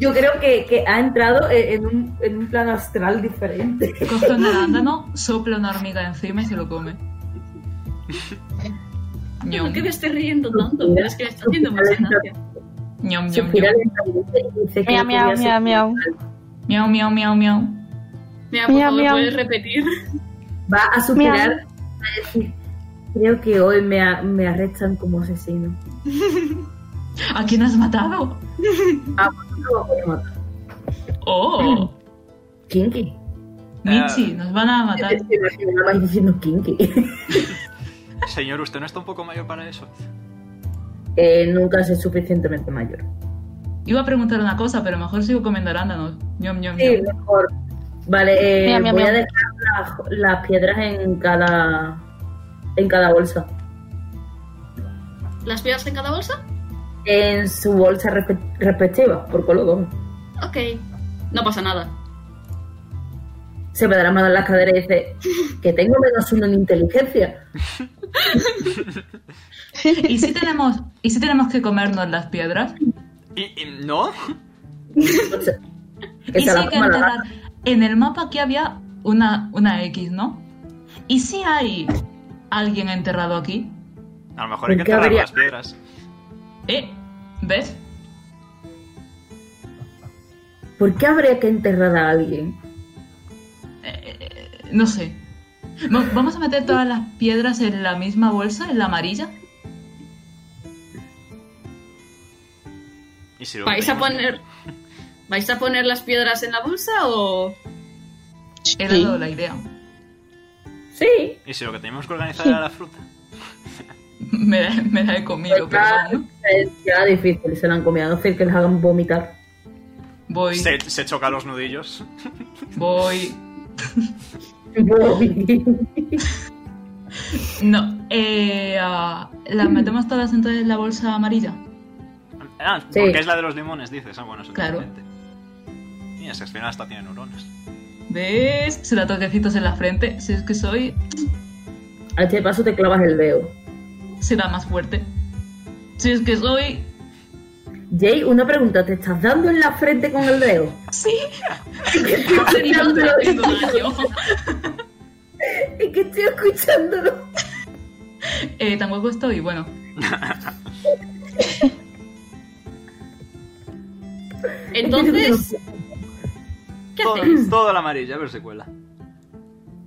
Speaker 3: Yo creo que, que ha entrado en en un, en un plano astral diferente.
Speaker 5: Coge un arándano, sopla una hormiga encima y se lo come.
Speaker 2: ¿Por
Speaker 5: Ñom,
Speaker 2: qué me estoy riendo tanto? Pero es que me está haciendo mucha gracia.
Speaker 5: ñom, ñom,
Speaker 3: Suspira
Speaker 5: ñom.
Speaker 3: lentamente y dice que... quería
Speaker 6: Miau, miau,
Speaker 3: ser-
Speaker 6: miau, miau.
Speaker 5: Miau, miau, miau, miau.
Speaker 2: Mira, por
Speaker 6: Miau,
Speaker 2: favor,
Speaker 6: miau.
Speaker 2: ¿puedes repetir?
Speaker 3: Va a suspirar
Speaker 6: Miau.
Speaker 3: va a decir, creo que hoy me, a- me arrestan como asesino.
Speaker 5: ¿A quién has matado?
Speaker 3: Ah, No lo voy a matar.
Speaker 5: ¡Oh!
Speaker 3: Kinky. Mm. Ah.
Speaker 5: Michi, nos van a matar.
Speaker 3: Es que me imaginaba diciendo kinky.
Speaker 1: Señor, ¿usted no está un poco mayor para eso?
Speaker 3: Eh, nunca es suficientemente mayor.
Speaker 5: Iba a preguntar una cosa, pero mejor sigo comiendo arándanos. Ñom, ñom,
Speaker 3: Sí,
Speaker 5: ñom.
Speaker 3: mejor. Vale, eh,
Speaker 6: Mira, mira,
Speaker 3: voy a
Speaker 6: mira.
Speaker 3: dejar la- las piedras en cada en cada bolsa.
Speaker 2: ¿Las piedras en cada bolsa?
Speaker 3: En su bolsa respe- respectiva, por color.
Speaker 2: Ok. No pasa nada.
Speaker 3: Se me da la mano en las caderas y dice que tengo menos uno en inteligencia.
Speaker 5: ¿Y si tenemos, ¿y si tenemos que comernos las piedras?
Speaker 1: ¿Y, y no?
Speaker 3: Entonces, que
Speaker 5: y
Speaker 3: se
Speaker 5: sí
Speaker 3: la
Speaker 5: que
Speaker 3: coma la gata.
Speaker 5: enterrar- en el mapa aquí había una, una X, ¿no? ¿Y si hay alguien enterrado aquí?
Speaker 1: A lo mejor hay que
Speaker 3: ¿Qué
Speaker 1: enterrar
Speaker 3: habría?
Speaker 1: las piedras.
Speaker 5: ¿Eh? ¿Ves?
Speaker 3: ¿Por qué habría que enterrar a alguien?
Speaker 5: Eh, no sé. Va- ¿Vamos a meter todas las piedras en la misma bolsa, en la amarilla?
Speaker 1: ¿Y si lo
Speaker 2: ¿Vais a
Speaker 1: metemos?
Speaker 2: poner vais a poner las piedras en la bolsa o
Speaker 5: He
Speaker 6: Sí.
Speaker 5: dado la idea.
Speaker 3: Sí.
Speaker 1: Y si lo que tenemos que organizar era la fruta.
Speaker 5: Me la, me la he comido,
Speaker 3: Pues ya-
Speaker 5: perdón.
Speaker 3: Es ya difícil, se la han comido. No sé que les hagan vomitar.
Speaker 5: Voy,
Speaker 1: Se, se choca los nudillos.
Speaker 5: voy.
Speaker 3: Vomitar.
Speaker 5: No, eh, ah, las metemos todas entonces en la bolsa amarilla.
Speaker 1: Ah,
Speaker 3: Sí.
Speaker 1: porque es la de los limones, dices. Ah, bueno, eso
Speaker 5: Claro.
Speaker 1: totalmente. Mira, si al final hasta tiene neuronas.
Speaker 5: ¿Ves? Se da toquecitos en la frente. Si es que soy,
Speaker 3: A este paso te clavas el dedo.
Speaker 5: será más fuerte. Si es que soy,
Speaker 3: Jay, una pregunta, ¿te estás dando en la frente con el dedo?
Speaker 5: sí.
Speaker 3: estoy
Speaker 5: Sería un
Speaker 3: escuchándolo.
Speaker 5: tremendo daño.
Speaker 3: Es que estoy escuchándolo.
Speaker 5: Eh, tan hueco estoy, bueno.
Speaker 2: Entonces, ¿qué
Speaker 1: Todo,
Speaker 2: hacéis?
Speaker 1: todo la amarilla, a ver si cuela.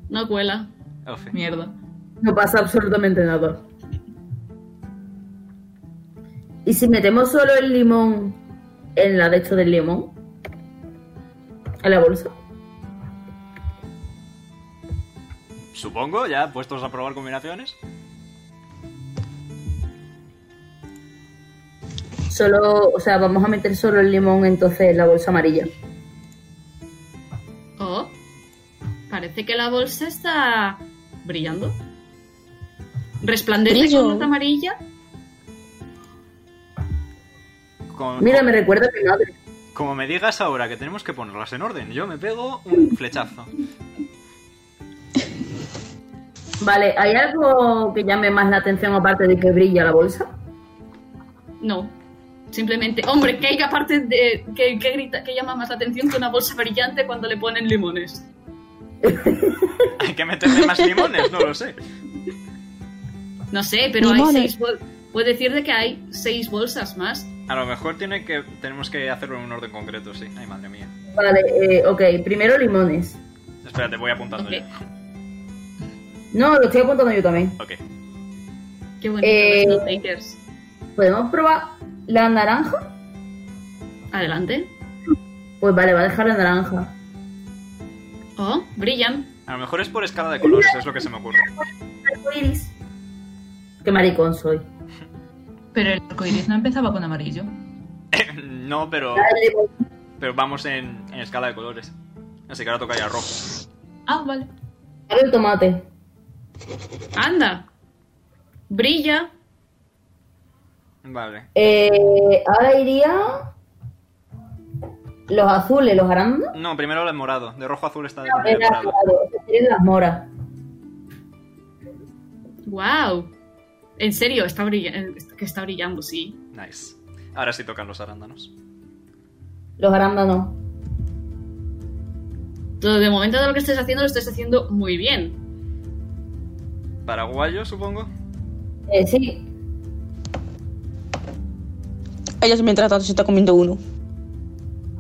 Speaker 2: No cuela.
Speaker 1: Ofe.
Speaker 5: Mierda.
Speaker 3: No pasa absolutamente nada. ¿Y si metemos solo el limón en la de esto del limón? ¿En la bolsa?
Speaker 1: Supongo, ya puestos a probar combinaciones.
Speaker 3: Solo, o sea, vamos a meter solo el limón entonces en la bolsa amarilla.
Speaker 2: Oh, parece que la bolsa está brillando. ¿Resplandece
Speaker 6: Brillo.
Speaker 2: con luz amarilla?
Speaker 1: Con-
Speaker 3: Mira,
Speaker 1: con-
Speaker 3: me recuerda a mi madre.
Speaker 1: Como me digas ahora que tenemos que ponerlas en orden, yo me pego un flechazo.
Speaker 3: Vale, ¿hay algo que llame más la atención aparte de que brilla la bolsa?
Speaker 2: No. Simplemente, hombre, que hay aparte de que, que grita, que llama más la atención que una bolsa brillante cuando le ponen limones.
Speaker 1: Hay que meterle más limones, no lo sé.
Speaker 2: No sé, pero hay
Speaker 6: Limones.
Speaker 2: seis bol- Puedo decir de que hay seis bolsas más.
Speaker 1: A lo mejor tiene que, tenemos que hacerlo en un orden concreto, sí. Ay, madre mía.
Speaker 3: Vale, eh, ok, primero limones.
Speaker 1: Espérate, voy apuntando
Speaker 2: Ok.
Speaker 1: ya.
Speaker 3: No, lo estoy apuntando yo también.
Speaker 1: Ok.
Speaker 2: Qué bonito,
Speaker 3: Eh.
Speaker 2: los Takers.
Speaker 3: ¿Podemos probar la naranja?
Speaker 2: Adelante.
Speaker 3: Pues vale, va a dejar la naranja.
Speaker 2: Oh, brillan.
Speaker 1: A lo mejor es por escala de colores, es lo que se me ocurre.
Speaker 3: arcoíris. Qué maricón soy.
Speaker 5: Pero el arcoiris no empezaba con amarillo.
Speaker 1: No, pero,
Speaker 3: Dale,
Speaker 1: pero vamos en, en escala de colores. Así que ahora toca ya rojo.
Speaker 5: Ah, vale.
Speaker 3: dale el tomate.
Speaker 2: Anda. Brilla.
Speaker 1: Vale.
Speaker 3: Eh, ahora iría los azules, los arándanos. Eh,
Speaker 1: No, primero el morado. De rojo a azul está de
Speaker 3: Era
Speaker 1: primero el morado.
Speaker 3: morado, esas tienen las moras.
Speaker 2: Wow. En serio, está brillando, que está brillando, sí.
Speaker 1: Nice. Ahora sí tocan los arándanos.
Speaker 3: Los arándanos.
Speaker 2: Todo de momento de lo que estés haciendo lo estés haciendo muy bien.
Speaker 1: Paraguayo, supongo.
Speaker 3: Eh, sí,
Speaker 6: Ellos mientras tanto se está comiendo uno.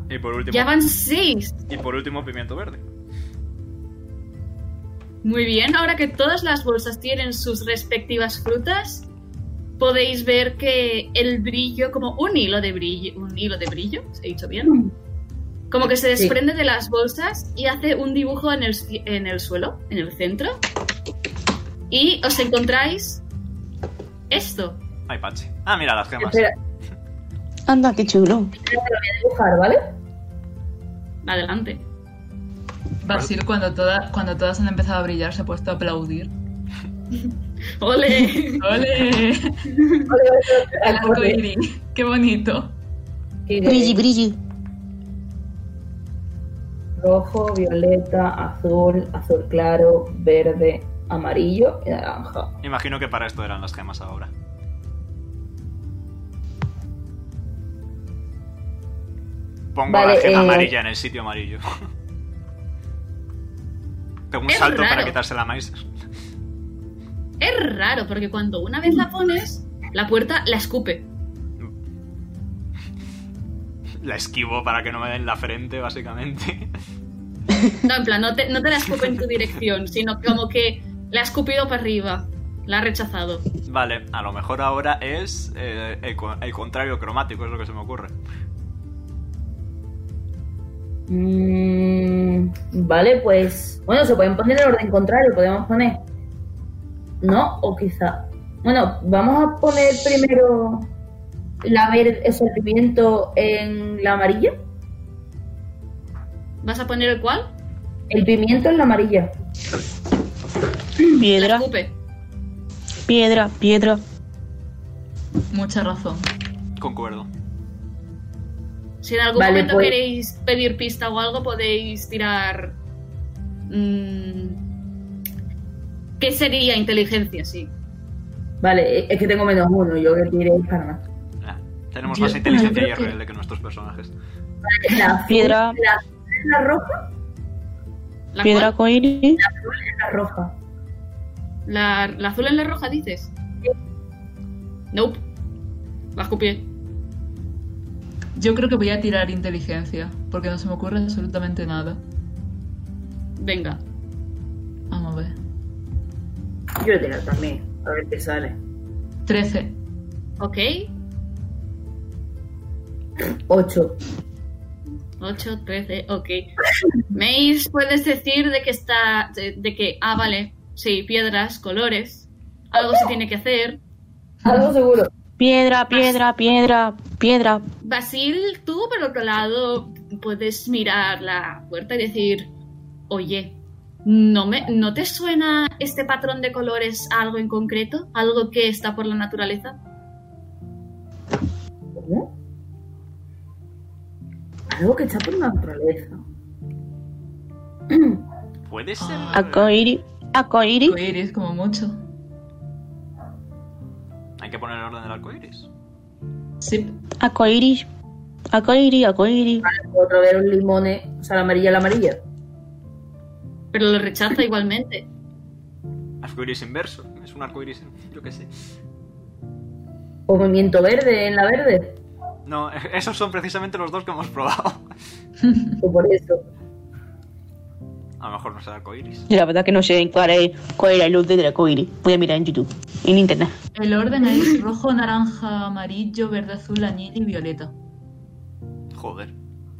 Speaker 1: Y por último,
Speaker 2: Ya van seis.
Speaker 1: y por último pimiento verde.
Speaker 2: Muy bien, ahora que todas las bolsas tienen sus respectivas frutas, podéis ver que el brillo, como un hilo de brillo, un hilo de brillo, ¿se he dicho bien? Como que se
Speaker 3: Sí.
Speaker 2: desprende de las bolsas y hace un dibujo en el, ci- en el suelo, en el centro. Y os encontráis esto.
Speaker 1: Ay, Pache. Ah, mira, las gemas.
Speaker 3: espera,
Speaker 6: Anda, qué chulo.
Speaker 3: voy a dibujar, ¿vale?
Speaker 2: Adelante.
Speaker 5: Basil, cuando, toda, cuando todas han empezado a brillar, se ha puesto a aplaudir.
Speaker 2: ¡Ole!
Speaker 5: ¡Ole! El arcoiris. ¡Qué bonito!
Speaker 3: Sí, de
Speaker 6: Brilli, brilli.
Speaker 3: Rojo, violeta, azul, azul claro, verde, amarillo y naranja.
Speaker 1: Imagino que para esto eran las gemas ahora. Pongo
Speaker 3: Vale,
Speaker 1: la gema
Speaker 3: eh,
Speaker 1: amarilla en el sitio amarillo. Tengo un
Speaker 2: Es
Speaker 1: salto para
Speaker 2: raro.
Speaker 1: quitarse la maíz.
Speaker 2: Es raro, porque cuando una vez la pones, la puerta la escupe.
Speaker 1: La esquivo para que no me den la frente, básicamente.
Speaker 2: No, en plan, no te, no te la escupe en tu dirección, sino como que la ha escupido para arriba. La ha rechazado.
Speaker 1: Vale, a lo mejor ahora es eh, el, co- el contrario cromático, es lo que se me ocurre.
Speaker 3: Mm, Mm, vale, pues. Bueno, se pueden poner en orden contrario, podemos poner. No, o quizá. Bueno, vamos a poner primero la verde, el pimiento en la amarilla.
Speaker 2: ¿Vas a poner el cual?
Speaker 3: El pimiento en la amarilla.
Speaker 6: Piedra,
Speaker 2: Escupe.
Speaker 6: piedra, piedra.
Speaker 5: Mucha razón.
Speaker 1: Concuerdo.
Speaker 2: Si en algún
Speaker 3: Vale,
Speaker 2: momento
Speaker 3: pues.
Speaker 2: queréis pedir pista o algo, podéis tirar. mm, ¿Qué sería inteligencia? Sí.
Speaker 3: Vale, eh, es que tengo menos uno, yo que tiré para nada.
Speaker 1: Ah, tenemos
Speaker 5: Yo-
Speaker 1: más inteligencia
Speaker 5: yo
Speaker 1: y
Speaker 5: creo que-
Speaker 1: RL que nuestros personajes.
Speaker 3: La
Speaker 6: Piedra.
Speaker 3: La, la roja,
Speaker 2: ¿La,
Speaker 6: Piedra
Speaker 2: cual?
Speaker 6: coiri,
Speaker 3: la roja.
Speaker 2: ¿La, la azul en la roja, dices? Nope. La escupí.
Speaker 5: Yo creo que voy a tirar inteligencia, porque no se me ocurre absolutamente nada.
Speaker 2: Venga.
Speaker 5: Vamos a ver.
Speaker 3: Yo tiré también, a ver qué sale.
Speaker 5: 13.
Speaker 2: Ok.
Speaker 3: 8.
Speaker 2: 8, 13, ok. Mace, puedes decir de que está. De, de que. Ah, vale. Sí, piedras, colores. Algo se tiene que hacer.
Speaker 3: Algo seguro.
Speaker 6: piedra, piedra, piedra, piedra.
Speaker 2: Basil, tú por otro lado puedes mirar la puerta y decir, oye, ¿no, me, ¿no te suena este patrón de colores a algo en concreto? ¿Algo que está por la naturaleza?
Speaker 3: ¿Cómo? Algo que está por naturaleza.
Speaker 1: ¿Puede ser?
Speaker 5: Ah.
Speaker 6: Acoiri, acoiri.
Speaker 5: Iris, como mucho.
Speaker 1: Hay que poner el orden del arcoiris.
Speaker 5: Sí.
Speaker 6: Acoiris. Acoiri, acoiri.
Speaker 3: Otro ver un limones, o sea, la amarilla, la amarilla.
Speaker 2: Pero lo rechaza igualmente.
Speaker 1: Arcoiris inverso. Es un arcoiris, yo qué sé.
Speaker 3: O pimiento verde en la verde.
Speaker 1: No, esos son precisamente los dos que hemos probado.
Speaker 3: O por eso.
Speaker 1: A lo mejor no es el arcoiris.
Speaker 6: Yo la verdad que no sé cuál es, cuál es el orden del acoiri. Voy a mirar en YouTube, en internet.
Speaker 5: El orden ahí es rojo, naranja, amarillo, verde, azul, añil y violeta.
Speaker 1: Joder,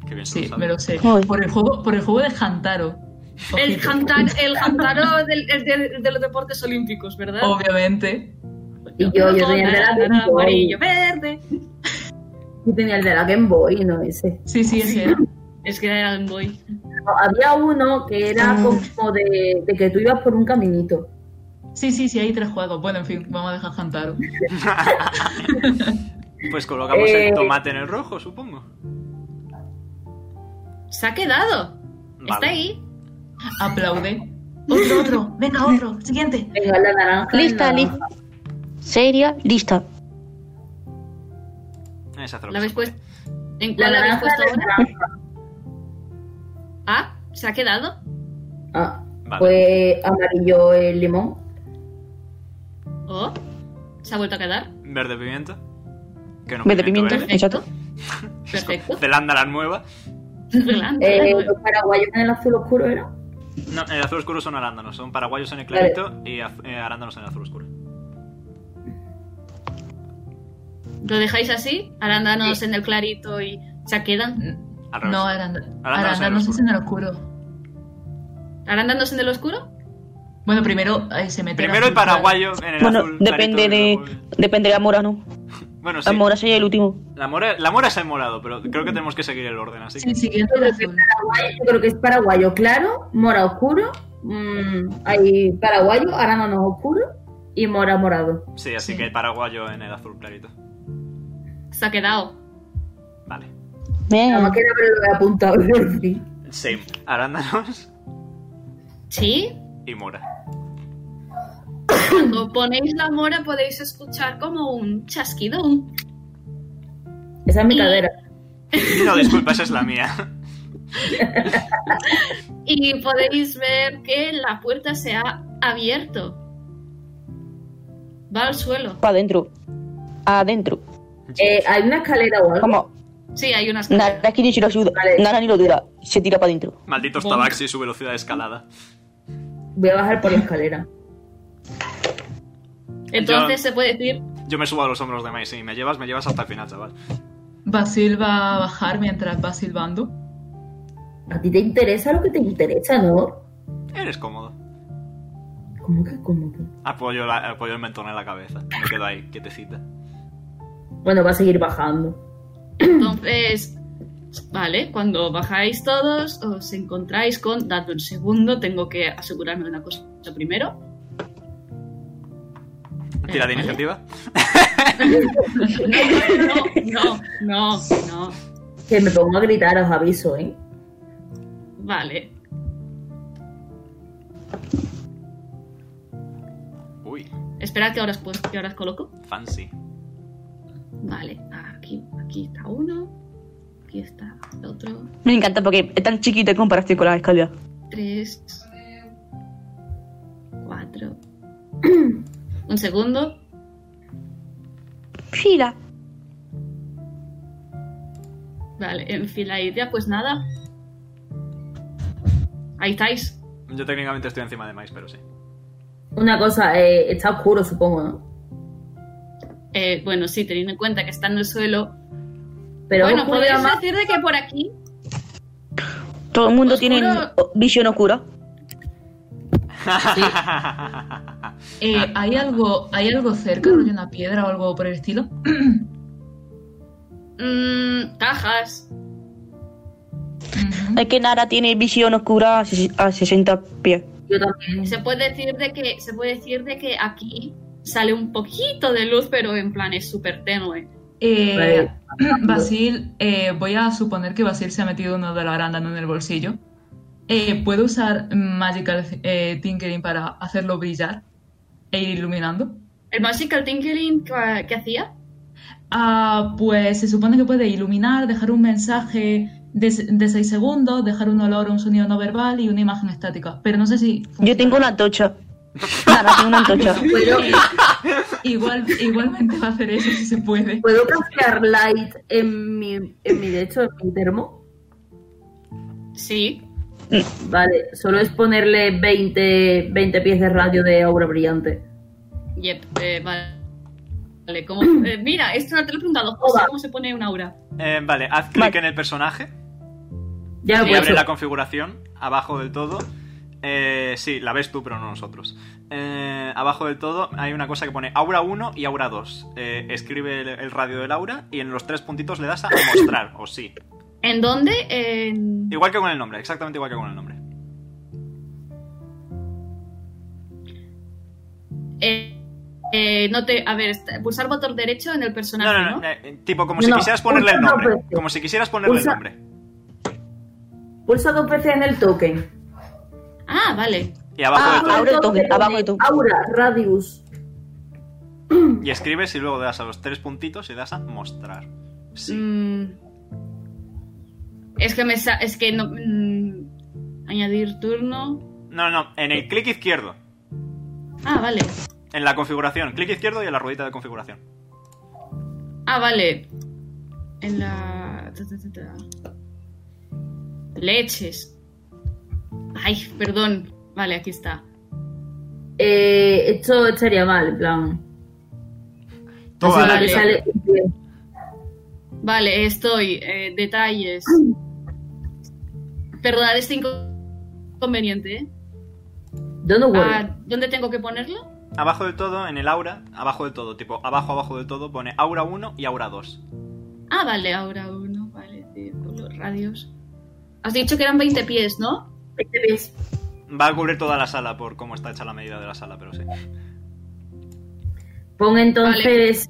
Speaker 1: qué bien se
Speaker 5: Sí,
Speaker 1: lo
Speaker 5: me
Speaker 1: sabe.
Speaker 5: lo sé.
Speaker 6: Uy.
Speaker 5: Por el juego, por el juego de Hantaro.
Speaker 2: El,
Speaker 5: Ojito.
Speaker 2: jantar- el jantaro del- el de, de los deportes olímpicos, ¿verdad?
Speaker 5: Obviamente.
Speaker 3: Y yo, yo
Speaker 2: Rojo,
Speaker 3: tenía el de la
Speaker 2: naranja,
Speaker 3: Game Boy.
Speaker 2: amarillo, verde.
Speaker 3: Yo tenía el de la Game Boy, no ese.
Speaker 5: Sí, sí, ese era.
Speaker 2: Es que era el Boy.
Speaker 3: No, había uno que era como de, de que tú ibas por un caminito.
Speaker 5: Sí, sí, sí, hay tres juegos. Bueno, en fin, vamos a dejar Hantaro.
Speaker 1: Pues colocamos el
Speaker 3: Eh.
Speaker 1: tomate en el rojo, supongo.
Speaker 2: Se ha quedado. Está
Speaker 1: Vale.
Speaker 2: ahí.
Speaker 5: Aplaude. Otro, otro. Venga, otro. Siguiente.
Speaker 3: Venga, la naranja. la-
Speaker 6: Lista, lista. Seria, lista.
Speaker 1: Esa hace lo
Speaker 2: ¿La
Speaker 1: que
Speaker 2: habéis
Speaker 1: se puede.
Speaker 2: puesto? ¿En
Speaker 3: La
Speaker 2: cuál la habéis
Speaker 3: naranja.
Speaker 2: puesto
Speaker 3: la
Speaker 2: ahora?
Speaker 3: naranja.
Speaker 2: Ah, se ha quedado.
Speaker 3: Ah,
Speaker 1: Vale.
Speaker 3: pues amarillo el limón.
Speaker 2: Oh, se ha vuelto a quedar.
Speaker 1: Verde pimienta. Que no
Speaker 6: Verde pimiento,
Speaker 1: verde.
Speaker 6: exacto.
Speaker 2: Perfecto.
Speaker 1: Zelanda la nueva.
Speaker 3: Eh,
Speaker 2: Adelante.
Speaker 3: los paraguayos en el azul oscuro era.
Speaker 1: No, el azul oscuro son arándanos. Son paraguayos en el
Speaker 3: Vale.
Speaker 1: clarito y az- eh, arándanos en el azul oscuro.
Speaker 2: ¿Lo dejáis así? Arándanos en el clarito y se quedan.
Speaker 1: Al revés.
Speaker 5: No, Aranda.
Speaker 1: Arándanos en el
Speaker 5: Arándanos es en el oscuro.
Speaker 2: ¿Arándanos en el oscuro?
Speaker 5: Bueno, primero eh, se mete.
Speaker 1: Primero el
Speaker 5: azul, claro.
Speaker 1: paraguayo en el
Speaker 6: Bueno,
Speaker 1: azul. clarito
Speaker 6: depende
Speaker 1: y
Speaker 6: de,
Speaker 1: luego el-
Speaker 6: depende de la mora, ¿no?
Speaker 1: Bueno, sí.
Speaker 6: La mora sería el último.
Speaker 1: La mora, la mora es el morado, pero creo que tenemos que seguir el orden, así
Speaker 5: Sí,
Speaker 1: que.
Speaker 5: siguiente el azul.
Speaker 3: Paraguayo, yo creo que es paraguayo claro, mora oscuro. mm, hay paraguayo, arándanos oscuro y mora morado.
Speaker 1: Sí, así
Speaker 5: Sí.
Speaker 1: que el paraguayo en el azul clarito.
Speaker 2: Se ha quedado.
Speaker 1: Vale.
Speaker 3: Nada más que no me lo he apuntado. en fin.
Speaker 1: Same. Arándanos
Speaker 2: ¿Sí?
Speaker 1: y mora.
Speaker 2: Cuando ponéis la mora podéis escuchar como un chasquido. un-
Speaker 3: Esa es mi
Speaker 2: Y-
Speaker 3: cadera.
Speaker 1: No, disculpa, esa es la mía.
Speaker 2: Y podéis ver que la puerta se ha abierto. Va al suelo.
Speaker 6: Para adentro. Adentro.
Speaker 3: Eh, hay una escalera o algo.
Speaker 6: Como,
Speaker 2: Sí, hay unas...
Speaker 6: nada es que ni se lo ayuda.
Speaker 3: Vale.
Speaker 6: Nada ni lo dura. Se tira para adentro.
Speaker 1: Malditos
Speaker 2: Bomba.
Speaker 1: tabaxi y su velocidad de escalada.
Speaker 3: Voy a bajar por la escalera.
Speaker 2: Entonces
Speaker 1: Yo-
Speaker 2: se puede decir...
Speaker 1: Yo me subo a los hombros de Mace y me llevas, me llevas hasta el final, chaval.
Speaker 5: Basil va a bajar mientras va silbando.
Speaker 3: A ti te interesa lo que te interesa, ¿no?
Speaker 1: Eres cómodo.
Speaker 3: ¿Cómo que cómodo?
Speaker 1: Apoyo, la- apoyo el mentón en la cabeza. Me quedo ahí, quietecita.
Speaker 3: Bueno, va a seguir bajando.
Speaker 2: Entonces, vale, cuando bajáis todos, os encontráis con. Dadme un segundo, tengo que asegurarme de una cosa primero.
Speaker 1: Tira de
Speaker 2: Eh, vale.
Speaker 1: iniciativa.
Speaker 2: No, no, no.
Speaker 3: Que me pongo a gritar, os aviso, ¿eh?
Speaker 2: Vale.
Speaker 1: Uy,
Speaker 2: Esperad que ahora os, pon- que ahora os coloco.
Speaker 1: fancy.
Speaker 2: Vale, aquí, aquí está uno. Aquí está el otro.
Speaker 6: Me encanta porque es tan chiquita en comparación con las escaleras.
Speaker 2: Tres. Cuatro. Un segundo.
Speaker 6: Fila.
Speaker 2: Vale, en fila idea, pues nada. Ahí estáis.
Speaker 1: Yo técnicamente estoy encima de Mais, pero sí.
Speaker 3: Una cosa, eh, está oscuro, supongo, ¿no?
Speaker 2: Eh, bueno, sí, teniendo en cuenta que está en el suelo.
Speaker 3: Pero
Speaker 2: bueno,
Speaker 3: oscuro
Speaker 2: podríamos
Speaker 3: más-
Speaker 2: decir de que por aquí.
Speaker 6: Todo el mundo
Speaker 2: Oscuro.
Speaker 6: tiene o- visión oscura.
Speaker 5: Eh, ¿hay, algo, ¿Hay algo cerca, rollo una piedra o algo por el estilo?
Speaker 2: mm, cajas.
Speaker 5: Ujú.
Speaker 6: Es que Nara tiene visión oscura a, ses- a 60 pies.
Speaker 3: Yo también.
Speaker 2: Se puede decir de que. Se puede decir de que aquí sale un poquito de luz, pero en plan es súper tenue.
Speaker 5: Eh,
Speaker 3: Vale.
Speaker 5: Basil, eh, voy a suponer que Basil se ha metido uno de los arándanos en el bolsillo. Eh, ¿Puedo usar Magical eh, Tinkering para hacerlo brillar e ir iluminando?
Speaker 2: El Magical Tinkering que, que hacía.
Speaker 5: Ah, pues se supone que puede iluminar, dejar un mensaje de, se- de 6 segundos, dejar un olor, un sonido no verbal y una imagen estática. Pero no sé si...
Speaker 6: Yo tengo una antorcha. Nara tiene una antorcha.
Speaker 3: Puedo,
Speaker 5: Igual, igualmente va a hacer eso si se puede.
Speaker 3: ¿Puedo castear light en mi, en mi, de hecho, en mi termo?
Speaker 2: Sí.
Speaker 3: Vale, solo es ponerle 20, 20 pies de radio de aura brillante.
Speaker 2: Yep, eh, vale. Vale, ¿cómo? eh, mira, esto no te lo he preguntado, José,
Speaker 3: Hola.
Speaker 2: ¿cómo se pone un aura?
Speaker 1: Eh, vale, haz clic
Speaker 6: Vale.
Speaker 1: en el personaje
Speaker 3: Ya pues,
Speaker 1: y
Speaker 3: lo puedo
Speaker 1: abre
Speaker 3: hacer.
Speaker 1: la configuración abajo del todo. Eh, sí, la ves tú, pero no nosotros. Eh, abajo del todo hay una cosa que pone Aura 1 y Aura 2. Eh, escribe el, el radio del aura y en los tres puntitos le das a mostrar, o sí.
Speaker 2: ¿En dónde? En-
Speaker 1: Igual que con el nombre, exactamente igual que con el nombre.
Speaker 2: eh, eh, no te, a ver, está- pulsar botón derecho en el
Speaker 1: No,
Speaker 2: personaje, ¿no?
Speaker 1: no, no. eh, tipo, como si
Speaker 3: No,
Speaker 1: quisieras ponerle el
Speaker 3: usa dos
Speaker 1: nombre.
Speaker 3: veces.
Speaker 1: Como si quisieras ponerle el
Speaker 3: Usa-
Speaker 1: nombre.
Speaker 3: Pulsa dos veces en el token. Ah,
Speaker 2: Ah, vale.
Speaker 1: Y abajo del todo.
Speaker 6: abre el token, abajo del token.
Speaker 3: Aura, radius.
Speaker 1: Y escribes y luego le das a los tres puntitos y le das a mostrar. Sí.
Speaker 2: Mm. es que me sa- es que no mm, añadir turno.
Speaker 1: No, no, en el clic izquierdo.
Speaker 2: Ah, vale.
Speaker 1: En la configuración. Clic izquierdo y en la ruedita de configuración.
Speaker 2: Ah, vale. En la ta, ta, ta, ta. leches. Ay, perdón. Vale, aquí está.
Speaker 3: Eh, esto estaría mal, en plan.
Speaker 1: Todo
Speaker 3: Así
Speaker 1: a la
Speaker 2: vale.
Speaker 3: que
Speaker 1: vista.
Speaker 3: sale un pie.
Speaker 2: Vale, estoy. eh, detalles. Perdonad este inconveniente. ¿eh?
Speaker 3: Don't worry.
Speaker 2: Ah, ¿Dónde tengo que ponerlo?
Speaker 1: Abajo del todo, en el aura, abajo del todo, tipo, abajo, abajo del todo, pone aura 1 y aura 2.
Speaker 2: Ah, vale, ahora uno. Vale, de los radios. Has dicho que eran 20 pies, ¿no?
Speaker 3: 20 pies.
Speaker 1: Va a cubrir toda la sala por cómo está hecha la medida de la sala, pero sí.
Speaker 3: Pon entonces.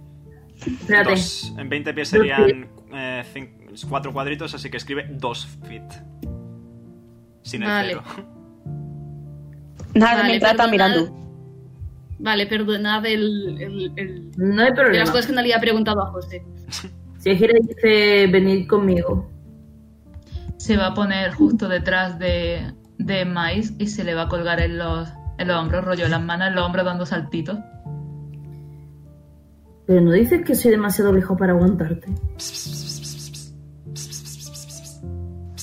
Speaker 3: Espérate.
Speaker 1: Dos. En 20 pies
Speaker 3: Dos
Speaker 1: serían 4 cuadritos, así que escribe 2 feet. Sin el
Speaker 2: Vale.
Speaker 1: cero.
Speaker 6: Nara
Speaker 2: Vale,
Speaker 6: me está
Speaker 2: perdonad.
Speaker 6: mirando.
Speaker 2: Vale, perdonad el, el- el-
Speaker 3: No hay
Speaker 2: de las
Speaker 3: problema.
Speaker 2: cosas que no le había preguntado a José.
Speaker 3: Si gira dice venid conmigo.
Speaker 5: Se va a poner justo detrás de, de Miles y se le va a colgar en los, en los hombros, rollo las manos en los hombros dando saltitos.
Speaker 3: Pero no dices que soy demasiado viejo para aguantarte.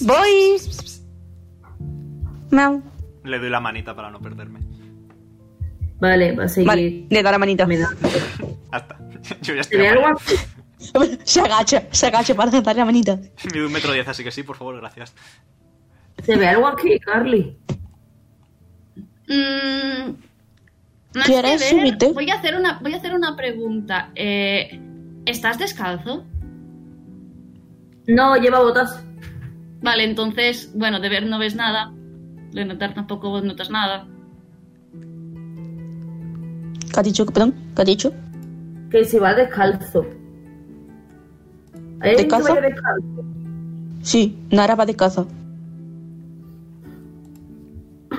Speaker 6: Voy. Mau.
Speaker 1: Le doy la manita para no perderme.
Speaker 3: Vale, va a seguir.
Speaker 6: Vale, le da la manita.
Speaker 3: Me da-
Speaker 1: Hasta. Yo ya
Speaker 3: ¿Se
Speaker 1: estoy.
Speaker 3: ve algo
Speaker 1: amarillo.
Speaker 3: así?
Speaker 6: Se agacha, se agacha para darle la manita.
Speaker 1: Mido un metro diez, así que sí, por favor, gracias.
Speaker 3: ¿Se ve algo aquí, Carly?
Speaker 2: Mm, más
Speaker 4: ¿Quieres
Speaker 2: que ver,
Speaker 4: subirte?
Speaker 2: Voy a hacer una, voy a hacer una pregunta. Eh, ¿Estás descalzo?
Speaker 3: No, lleva botas.
Speaker 2: Vale, entonces, bueno, de ver no ves nada. De notar tampoco notas nada.
Speaker 4: ¿Qué has dicho? Perdón, ¿qué has dicho?
Speaker 3: Que se va descalzo. ¿Hay alguien que
Speaker 4: ¿Descalzo?
Speaker 3: vaya descalzo?
Speaker 4: Sí, Nara va de caza.
Speaker 2: Ah,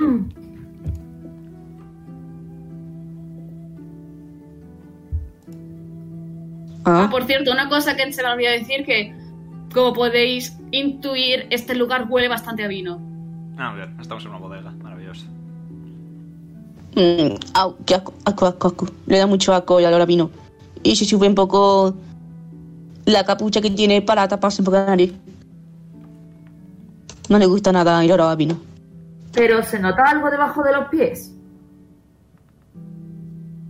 Speaker 4: Ah,
Speaker 2: por cierto, una cosa que se me olvidó decir que, como podéis intuir, este lugar huele bastante a vino.
Speaker 1: Ah, bien, estamos en una bodega, maravilloso.
Speaker 4: mm, au, qué asco, asco, asco, asco. Le da mucho asco y ahora vino. Y se sube un poco la capucha que tiene para taparse un poco la nariz. No le gusta nada el olor a vino.
Speaker 3: Pero se nota algo debajo de los pies.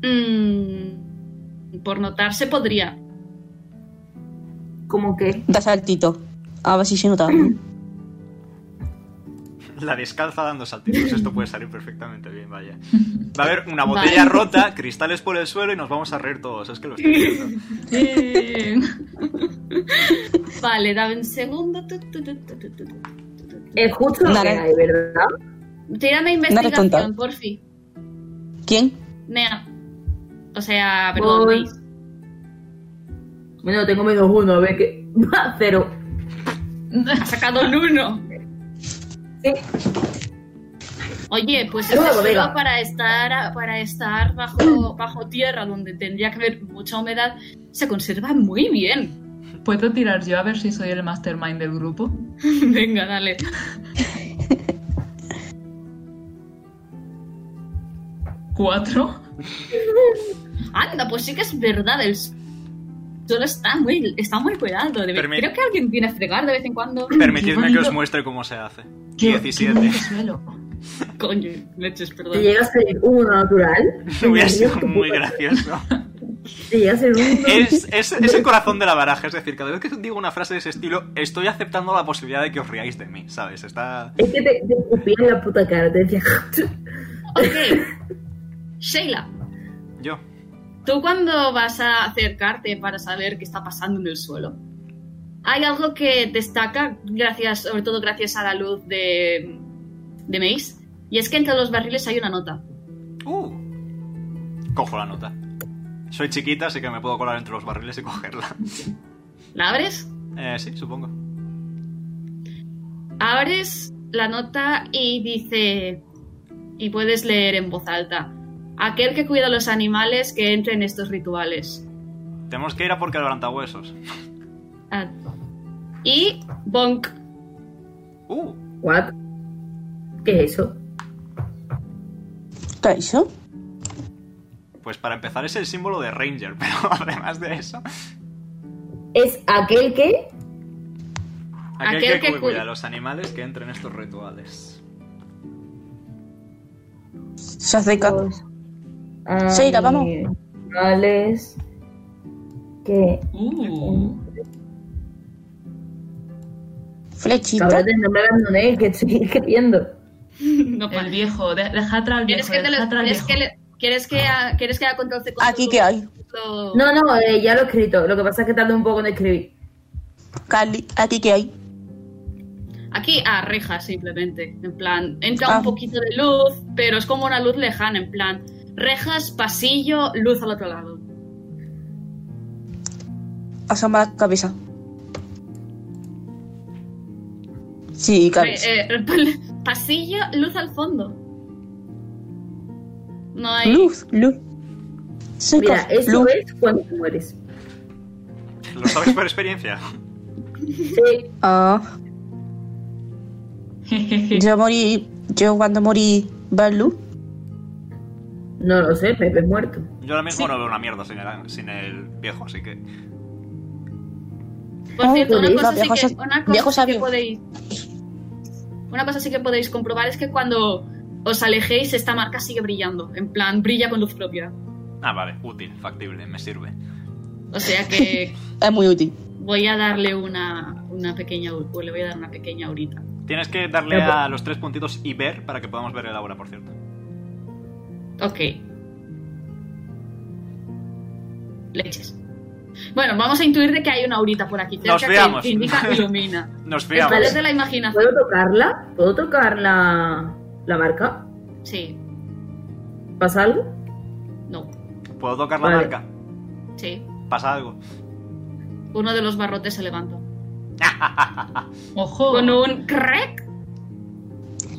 Speaker 2: Mm, por notarse podría.
Speaker 3: Como que.
Speaker 4: Da saltito. A ver si se nota.
Speaker 1: La descalza dando saltitos, esto puede salir perfectamente bien, vaya. Va a haber una botella rota, cristales por el suelo y nos vamos a reír todos, es que lo estoy viendo.
Speaker 2: Vale, dame un segundo. Tu, tu, tu, tu, tu, tu, tu.
Speaker 3: Es justo lo que
Speaker 4: Nada.
Speaker 3: hay, ¿verdad?
Speaker 2: Tírame
Speaker 4: eres tonta.
Speaker 2: investigación, porfi.
Speaker 4: ¿Quién?
Speaker 2: Nea. O sea, perdón,
Speaker 3: Voy.
Speaker 2: Luis.
Speaker 3: Bueno, tengo menos uno, a ver qué. Va, Cero.
Speaker 2: Ha sacado el uno.
Speaker 3: Sí.
Speaker 2: Oye, pues
Speaker 3: Pero
Speaker 2: eso es
Speaker 3: la bodega.
Speaker 2: solo para estar, para estar bajo, bajo tierra, donde tendría que haber mucha humedad, se conserva muy bien.
Speaker 5: ¿Puedo tirar yo a ver si soy el mastermind del grupo?
Speaker 2: Venga, dale.
Speaker 5: ¿Cuatro?
Speaker 2: Anda, pues sí que es verdad, el suelo está muy, está muy cuidado. debe-
Speaker 1: Permi-
Speaker 2: Creo que alguien viene a fregar de vez en cuando.
Speaker 1: Permitidme que os
Speaker 5: bonito.
Speaker 1: muestre cómo se hace.
Speaker 5: Qué- qué
Speaker 1: 17.
Speaker 5: bonito suelo.
Speaker 2: Coño, leches,
Speaker 3: Te
Speaker 2: perdón.
Speaker 3: llega a salir uno natural.
Speaker 1: Hubiera sido
Speaker 3: Dios, qué
Speaker 1: muy
Speaker 3: puta.
Speaker 1: gracioso.
Speaker 3: Te llega a salir uno.
Speaker 1: Es, es- es el corazón de la baraja, es decir, cada vez que digo una frase de ese estilo, estoy aceptando la posibilidad de que os riáis de mí, ¿sabes? Está...
Speaker 3: Es que te, te escupía en la puta cara, te decía.
Speaker 2: Ok. Sheila,
Speaker 1: Yo.
Speaker 2: ¿tú cuándo vas a acercarte para saber qué está pasando en el suelo? ¿Hay algo que destaca, gracias, sobre todo gracias a la luz de, de Mace? Y es que entre los barriles hay una nota.
Speaker 1: Uh. Cojo la nota. Soy chiquita, así que me puedo colar entre los barriles y cogerla.
Speaker 2: ¿La abres?
Speaker 1: Eh, sí, supongo.
Speaker 2: Abres la nota y dice, y puedes leer en voz alta, aquel que cuida a los animales que entre en estos rituales.
Speaker 1: Tenemos que ir a por quebrantahuesos.
Speaker 2: Ah. Y Bonk,
Speaker 1: Uh.
Speaker 3: ¿What? ¿Qué es eso?
Speaker 4: ¿Qué hizo?
Speaker 1: Pues para empezar es el símbolo de Ranger, pero además de eso...
Speaker 3: Es aquel que.
Speaker 1: Aquel,
Speaker 2: Aquel
Speaker 1: que,
Speaker 2: que
Speaker 1: cuida
Speaker 2: cuida.
Speaker 1: a los animales que entren en estos rituales.
Speaker 4: Se acerca.
Speaker 3: Oh. Ah,
Speaker 4: Sheila, vamos.
Speaker 3: Animales. Que.
Speaker 5: Uh,
Speaker 4: Flechita.
Speaker 3: Cabrón, no me abandoné, que estoy escribiendo.
Speaker 2: no
Speaker 5: el
Speaker 2: pares.
Speaker 5: viejo. de- Deja atrás al
Speaker 2: ¿Quieres
Speaker 5: viejo.
Speaker 2: que, te lo-
Speaker 5: Deja atrás al
Speaker 2: quieres
Speaker 5: viejo.
Speaker 2: que le- quieres que a- quieres que haga control C con
Speaker 4: Aquí
Speaker 2: tu-
Speaker 4: que hay.
Speaker 2: lo-
Speaker 3: No, no, eh, ya lo he escrito. Lo que pasa es que tardé un poco en escribir.
Speaker 4: Carly, aquí que hay.
Speaker 2: Aquí a rejas simplemente, en plan, entra
Speaker 4: Ah.
Speaker 2: un poquito de luz, pero es como una luz lejana, en plan, rejas, pasillo, luz al otro lado.
Speaker 4: Asoma la cabeza. Sí, Carly.
Speaker 2: Eh, eh, ponle- pasillo, luz al fondo. No hay.
Speaker 4: Luz, luz. Soy
Speaker 3: Mira,
Speaker 4: Carly.
Speaker 3: eso
Speaker 4: luz.
Speaker 3: es cuando te mueres.
Speaker 1: ¿Lo sabes por experiencia?
Speaker 3: Sí,
Speaker 4: Ah, yo morí. Yo cuando morí, ¿ver luz?
Speaker 3: no lo sé, Pepe es muerto.
Speaker 1: Yo ahora mismo no veo una mierda sin el, sin el viejo, así que...
Speaker 2: Por
Speaker 4: Ay,
Speaker 2: cierto, una
Speaker 4: Luis,
Speaker 2: cosa, sí
Speaker 4: viejo
Speaker 2: que,
Speaker 4: sab-
Speaker 2: una cosa sí
Speaker 4: viejo
Speaker 2: que
Speaker 4: sabio.
Speaker 2: podéis. Una cosa sí que podéis comprobar es que cuando os alejéis, esta marca sigue brillando. En plan, brilla con luz propia.
Speaker 1: Ah, vale, útil, factible, me sirve.
Speaker 2: O sea que
Speaker 4: Es muy útil.
Speaker 2: voy a darle una, una pequeña. o Le voy a dar una pequeña horita.
Speaker 1: Tienes que darle
Speaker 3: Pero-
Speaker 1: a los tres puntitos y ver para que podamos ver el aura, por cierto.
Speaker 2: Ok. Leches. Bueno, vamos a intuir de que hay una aurita por aquí cerca
Speaker 1: Nos
Speaker 2: que,
Speaker 1: fiamos.
Speaker 2: que indica ilumina.
Speaker 1: Nos
Speaker 2: El
Speaker 1: fiamos.
Speaker 2: poder de la imaginación.
Speaker 3: ¿Puedo tocarla? ¿Puedo tocar la, la marca?
Speaker 2: Sí,
Speaker 3: ¿Pasa algo?
Speaker 2: no,
Speaker 1: ¿Puedo tocar la
Speaker 3: Vale.
Speaker 1: marca?
Speaker 2: sí.
Speaker 1: ¿Pasa algo?
Speaker 2: Uno de los barrotes se levantó.
Speaker 5: Ojo.
Speaker 2: Con un crack.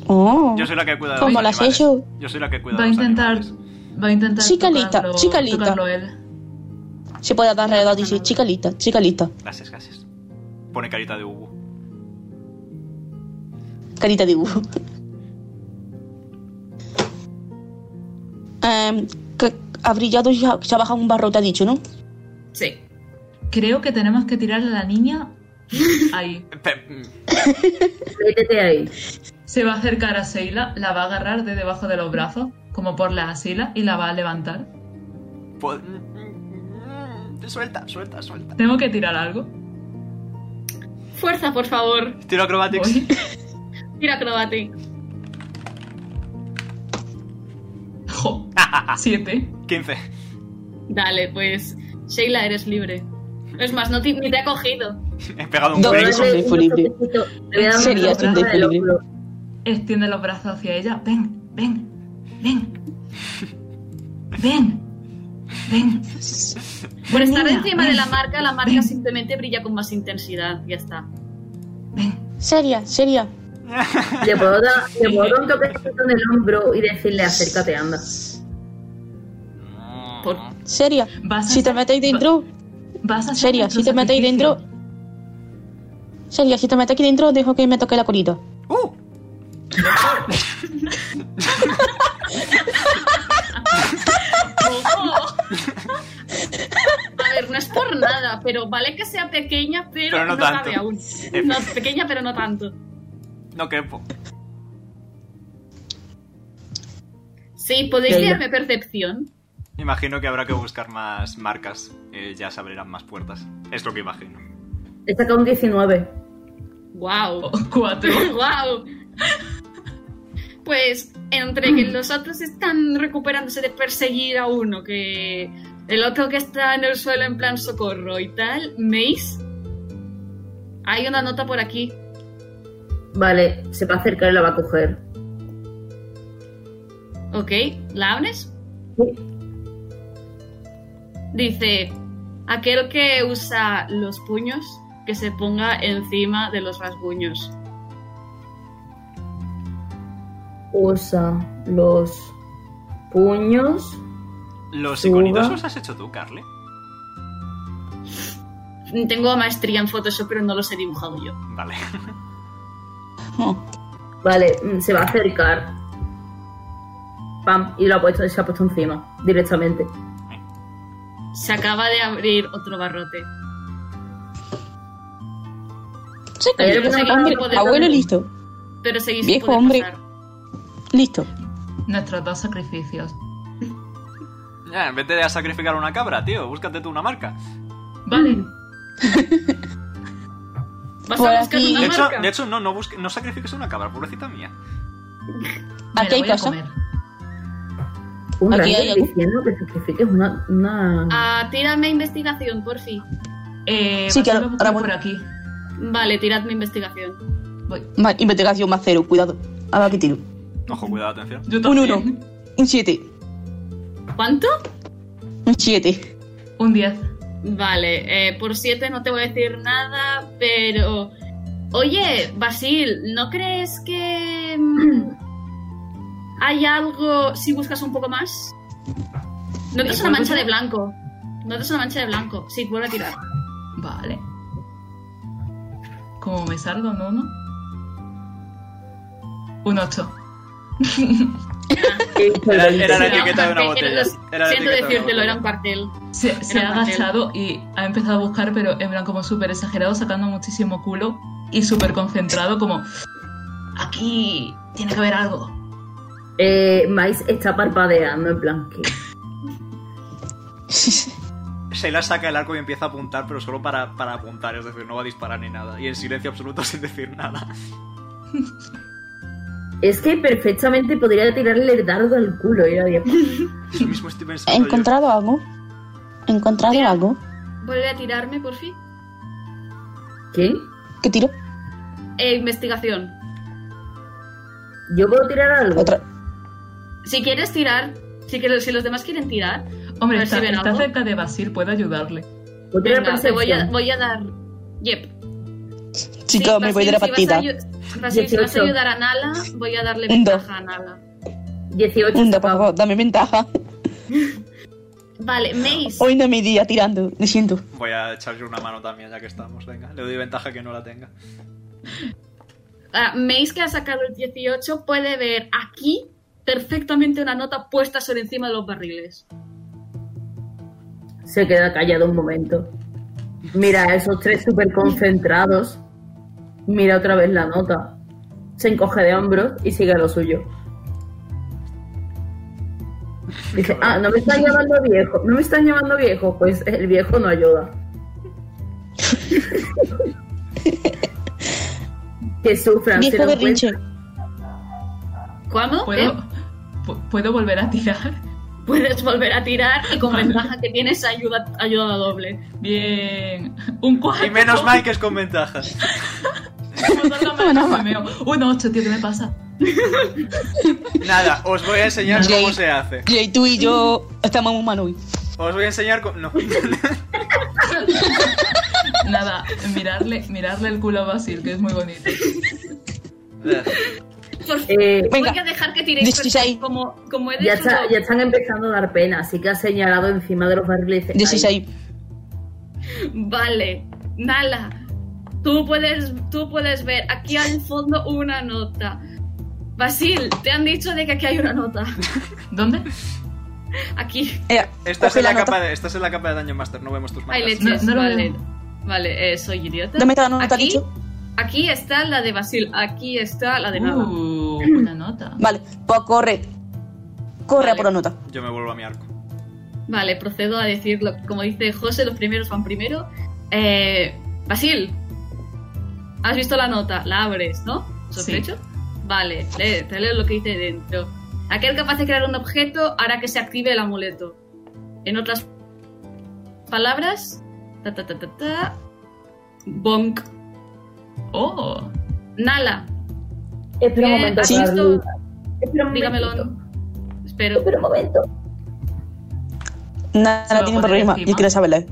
Speaker 4: Oh.
Speaker 1: Yo soy la que cuida de
Speaker 4: ¿Cómo
Speaker 1: los
Speaker 4: lo has
Speaker 1: animales.
Speaker 4: hecho?
Speaker 1: Yo soy la que cuida
Speaker 5: Va a
Speaker 1: de los
Speaker 5: intentar.
Speaker 1: animales.
Speaker 5: Va a intentar.
Speaker 4: Chica lista,
Speaker 5: tocarlo-
Speaker 4: chica lista.
Speaker 5: tocarlo él.
Speaker 4: Se puede dar alrededor y dice, chica lista, chica lista.
Speaker 1: Gracias, gracias. Pone carita de Hugo.
Speaker 4: Carita de dibujo. Em, que ha brillado y ha- se ha bajado un barrote, ha dicho, ¿no?
Speaker 2: Sí.
Speaker 5: Creo que tenemos que tirarle a la niña. Ahí.
Speaker 1: Pe-
Speaker 3: Métete ahí.
Speaker 5: Se va a acercar a Sheila, la va a agarrar de debajo de los brazos, como por la asila, y la va a levantar.
Speaker 1: po- Suelta, suelta, suelta.
Speaker 5: Tengo que tirar algo.
Speaker 2: Fuerza, por favor.
Speaker 1: Tiro acrobatics.
Speaker 5: Voy.
Speaker 2: Tira acrobatic.
Speaker 5: Jo. Siete.
Speaker 1: 15.
Speaker 2: Dale, pues. Sheila, eres libre. Es más, no te, ni te ha cogido.
Speaker 1: He pegado un
Speaker 4: Doble.
Speaker 1: break.
Speaker 4: un disponible.
Speaker 5: Sería
Speaker 3: Sería
Speaker 5: un
Speaker 4: disponible.
Speaker 5: Extiende los brazos hacia ella. Ven, ven, ven. Ven. Ven.
Speaker 2: Por estar
Speaker 5: Niña,
Speaker 2: encima de
Speaker 5: ven,
Speaker 2: la marca, la marca
Speaker 5: ven.
Speaker 2: simplemente brilla con más intensidad. Ya está.
Speaker 5: Ven.
Speaker 4: Seria, seria.
Speaker 3: Le puedo dar le puedo dar un toquecito en el hombro y decirle acércate, anda.
Speaker 2: Por-
Speaker 4: Seria.
Speaker 5: Vas a
Speaker 4: Si te
Speaker 5: hacer-
Speaker 4: metéis
Speaker 5: va-
Speaker 4: dentro,
Speaker 5: Vas a hacer
Speaker 4: seria.
Speaker 5: nuestro
Speaker 4: Si te metéis
Speaker 5: sacrificio.
Speaker 4: dentro. Seria, si te metes aquí dentro, dejo que me toque la colita.
Speaker 1: ¡Uh!
Speaker 2: A ver, no es por nada, pero vale que sea pequeña, pero,
Speaker 1: Pero no
Speaker 2: no,
Speaker 1: tanto.
Speaker 2: cabe aún. No, pequeña, pero no tanto.
Speaker 1: No quepo.
Speaker 2: Sí, podéis
Speaker 3: Sheila.
Speaker 2: tirarme percepción.
Speaker 1: Imagino que habrá que buscar más marcas. eh, ya se abrirán más puertas. Es lo que imagino.
Speaker 3: He sacado un 19.
Speaker 2: Wow.
Speaker 5: Oh. Cuatro.
Speaker 2: wow. Pues entre que los otros están recuperándose de perseguir a uno, que el otro que está en el suelo en plan socorro y tal, ¿meis? Hay una nota por aquí.
Speaker 3: Vale, se va a acercar y la va a coger.
Speaker 2: ¿Ok? ¿La abres? Dice, aquel que usa los puños, que se ponga encima de los rasguños.
Speaker 3: Usa los puños.
Speaker 1: Los
Speaker 3: Suba.
Speaker 1: iconitos los has hecho tú, Carly.
Speaker 2: Tengo maestría en Photoshop, pero no los he dibujado yo.
Speaker 1: Vale.
Speaker 4: Oh,
Speaker 3: Vale, mm, se va a acercar. Pam, y lo ha puesto, se ha puesto encima, directamente.
Speaker 2: Se acaba de abrir otro barrote.
Speaker 4: chica
Speaker 3: Hay
Speaker 4: lista.
Speaker 2: algo que no
Speaker 4: Hombre,
Speaker 2: podemos-
Speaker 4: abuelo listo.
Speaker 2: Pero seguís
Speaker 4: Viejo hombre. Listo.
Speaker 5: Nuestros dos sacrificios.
Speaker 1: Ya, en vez de sacrificar una cabra, tío, búscate tú una marca.
Speaker 4: Mm.
Speaker 5: Vale.
Speaker 2: Vas
Speaker 4: Por
Speaker 2: a buscar
Speaker 4: aquí.
Speaker 2: una
Speaker 1: De hecho,
Speaker 2: marca.
Speaker 1: de hecho, no, no, busque- no sacrifiques una cabra, pobrecita mía.
Speaker 5: me
Speaker 4: Aquí
Speaker 5: la
Speaker 4: hay
Speaker 5: voy a
Speaker 4: cosa.
Speaker 5: comer.
Speaker 3: Un
Speaker 4: Aquí
Speaker 3: rayo
Speaker 4: hay algo.
Speaker 3: diciendo que sacrifiques una. una...
Speaker 2: Ah, tírame investigación, por fin.
Speaker 5: Eh,
Speaker 4: Sí,
Speaker 5: vas a
Speaker 4: claro,
Speaker 5: buscar
Speaker 4: ahora voy.
Speaker 5: por aquí.
Speaker 2: Vale, tiradme investigación.
Speaker 5: Voy.
Speaker 4: Vale, investigación más cero, cuidado. A ver qué tiro.
Speaker 1: Ojo, cuidado, atención.
Speaker 5: Yo
Speaker 4: Un
Speaker 5: también.
Speaker 4: uno. Un 7.
Speaker 2: ¿Cuánto?
Speaker 4: Un 7.
Speaker 5: Un 10.
Speaker 2: Vale, eh, por siete no te voy a decir nada, pero... Oye, Basil, ¿no crees que... mm, hay algo si buscas un poco más? Notas una mancha de blanco. Notas una mancha de blanco. Sí, vuelve a tirar.
Speaker 5: Vale. ¿Cómo me salgo, mono? Un 8.
Speaker 1: Era, era la
Speaker 2: Sí,
Speaker 1: etiqueta de una
Speaker 2: era
Speaker 1: botella.
Speaker 2: los-
Speaker 1: Era la
Speaker 2: Siento
Speaker 1: etiqueta de una
Speaker 2: decírtelo,
Speaker 1: botella.
Speaker 2: era un cartel.
Speaker 5: Se, se
Speaker 2: Era
Speaker 5: ha
Speaker 2: un cartel.
Speaker 5: agachado y ha empezado a buscar, pero en plan como súper exagerado, sacando muchísimo culo y súper concentrado, como... Aquí tiene que haber algo.
Speaker 3: Eh, Mais está parpadeando, en plan. que-
Speaker 1: Sheila saca el arco y empieza a apuntar, pero solo para, para apuntar, es decir, no va a disparar ni nada. Y en silencio absoluto sin decir nada.
Speaker 3: Es que perfectamente podría tirarle el dardo al culo. y nadie-
Speaker 1: Eso mismo estoy pensando
Speaker 4: ¿He
Speaker 1: yo.
Speaker 4: encontrado algo? ¿He encontrado
Speaker 2: Mira.
Speaker 4: algo?
Speaker 2: Vuelve a tirarme, por fin.
Speaker 3: ¿Qué?
Speaker 4: ¿Qué tiro?
Speaker 2: Eh, investigación.
Speaker 3: ¿Yo puedo tirar algo?
Speaker 4: Otra.
Speaker 2: Si quieres tirar, si, que, si los demás quieren tirar, A
Speaker 5: Hombre,
Speaker 2: ver
Speaker 5: está,
Speaker 2: si ven
Speaker 5: está
Speaker 2: algo.
Speaker 5: cerca de Basir, puede ayudarle.
Speaker 3: ¿Puedo tirar
Speaker 2: venga, te voy a,
Speaker 3: percepción?
Speaker 2: voy a dar. Yep.
Speaker 4: Chicos,
Speaker 2: Sí,
Speaker 4: me voy de la
Speaker 2: Basil, si vas
Speaker 4: partida.
Speaker 2: a ayu- Basil, si vas a
Speaker 3: 18.
Speaker 2: ayudar a Nala, voy a darle
Speaker 4: Un dos.
Speaker 2: ventaja a Nala.
Speaker 3: 18.
Speaker 4: Anda, por favor, dame ventaja.
Speaker 2: Vale, Mace.
Speaker 4: Hoy no es mi día tirando, lo siento.
Speaker 1: Voy a echarle una mano también, ya que estamos. Venga, le doy ventaja que no la tenga.
Speaker 2: Ah, Mace, que ha sacado el 18, puede ver aquí perfectamente una nota puesta sobre encima de los barriles.
Speaker 3: Se queda callado un momento. Mira a esos tres súper concentrados. Mira otra vez la nota. Se encoge de hombros y sigue a lo suyo. Dice, ah, no me están llamando viejo. No me están llamando viejo. Pues el viejo no ayuda. que sufran. Ah, pues, se
Speaker 4: Viejo
Speaker 3: dan
Speaker 4: berrinche.
Speaker 2: ¿Cuándo?
Speaker 5: ¿Puedo,
Speaker 2: ¿Eh?
Speaker 5: pu- ¿Puedo volver a tirar?
Speaker 2: Puedes volver a tirar y con ventaja que tienes ayuda, ayuda doble.
Speaker 5: Bien. Un cuatro.
Speaker 1: Y menos mal que es con ventaja.
Speaker 5: Como dos la mano, me meo. Un ocho, tío, ¿qué me pasa?
Speaker 1: Nada, os voy a enseñar
Speaker 4: Jay.
Speaker 1: cómo se hace.
Speaker 4: Y tú y yo estamos muy mal hoy.
Speaker 1: Os voy a enseñar cómo. No.
Speaker 5: Nada, mirarle, mirarle el culo a Basil, que es muy bonito.
Speaker 2: Por
Speaker 3: Eh,
Speaker 4: Venga.
Speaker 2: Voy a dejar que tiréis
Speaker 4: 16.
Speaker 2: como, como he
Speaker 3: ya,
Speaker 2: dicho.
Speaker 3: está- ya están empezando a dar pena. Así que ha señalado encima de los barriles. y dice, "Ay,
Speaker 4: 16.
Speaker 2: Vale, Nala, tú puedes, tú puedes ver aquí al fondo una nota. Basil, te han dicho de que aquí hay una nota.
Speaker 5: ¿Dónde?
Speaker 2: Aquí.
Speaker 4: Eh,
Speaker 1: Esta es,
Speaker 4: coge
Speaker 1: en la
Speaker 4: nota.
Speaker 1: capa de, esta es en la capa de Dungeon Master, no vemos tus
Speaker 2: Hay
Speaker 1: marcas.
Speaker 2: leches.
Speaker 5: No, no lo
Speaker 2: vale,
Speaker 5: veo.
Speaker 2: vale eh, soy idiota.
Speaker 4: Dame esta nota,
Speaker 2: aquí,
Speaker 4: dicho.
Speaker 2: aquí está la de Basil, aquí está la de Nala.
Speaker 5: Uh, una nota.
Speaker 4: Vale, pues corre. Corre
Speaker 2: Vale.
Speaker 4: a por la nota.
Speaker 1: Yo me vuelvo a mi arco.
Speaker 2: Vale, procedo a decirlo. Como dice José, los primeros van primero. Eh, Basil, has visto la nota, la abres, ¿no? ¿Sospecho? Vale, lee, te leo lo que dice dentro. Aquel capaz de crear un objeto hará que se active el amuleto. En otras palabras, ta ta ta ta ta. Bonk.
Speaker 5: Oh,
Speaker 2: Nala,
Speaker 3: Espera un
Speaker 2: ¿qué
Speaker 3: momento,
Speaker 2: has
Speaker 3: Carlita.
Speaker 2: visto?
Speaker 3: Espera un
Speaker 2: Dígamelo.
Speaker 3: momentito.
Speaker 2: Espero.
Speaker 3: Espera un momento.
Speaker 4: Nada,
Speaker 5: Se lo
Speaker 4: no tiene
Speaker 5: pone
Speaker 4: problema.
Speaker 5: encima.
Speaker 4: Yo quiero saberla. eh.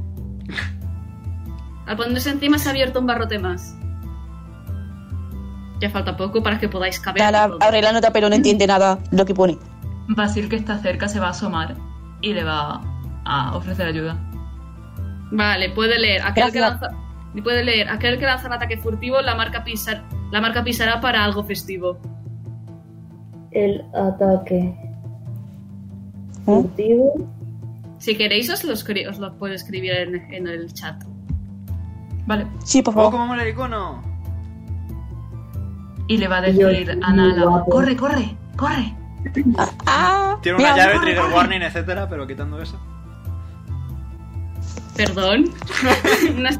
Speaker 2: Al ponerse encima se ha abierto un barrote más. Ya falta poco para que podáis caber.
Speaker 4: Nada,
Speaker 2: todos.
Speaker 4: abre la nota, pero no entiende nada lo que pone.
Speaker 5: Basil, que está cerca, se va a asomar y le va a ofrecer ayuda.
Speaker 2: Vale, puede leer. Aquel que
Speaker 4: Gracias.
Speaker 2: lanza, puede leer. Aquel que lanza un ataque furtivo, la marca, pisar, la marca pisará para algo festivo.
Speaker 3: El ataque
Speaker 4: ¿Eh?
Speaker 3: furtivo.
Speaker 2: Si queréis, os lo, escri- os lo puedo escribir en, en el chat.
Speaker 5: Vale.
Speaker 4: Sí, por
Speaker 1: ¡Oh,
Speaker 4: favor.
Speaker 1: cómo mola el icono!
Speaker 5: Y le va a
Speaker 3: Yo
Speaker 5: decir
Speaker 3: estoy
Speaker 5: a Nala,
Speaker 3: guapo.
Speaker 5: corre, corre, corre.
Speaker 4: Ah,
Speaker 1: Tiene
Speaker 4: mira,
Speaker 1: una llave,
Speaker 4: corre,
Speaker 1: trigger
Speaker 4: corre.
Speaker 1: warning, etcétera, pero quitando eso.
Speaker 2: Perdón. No es-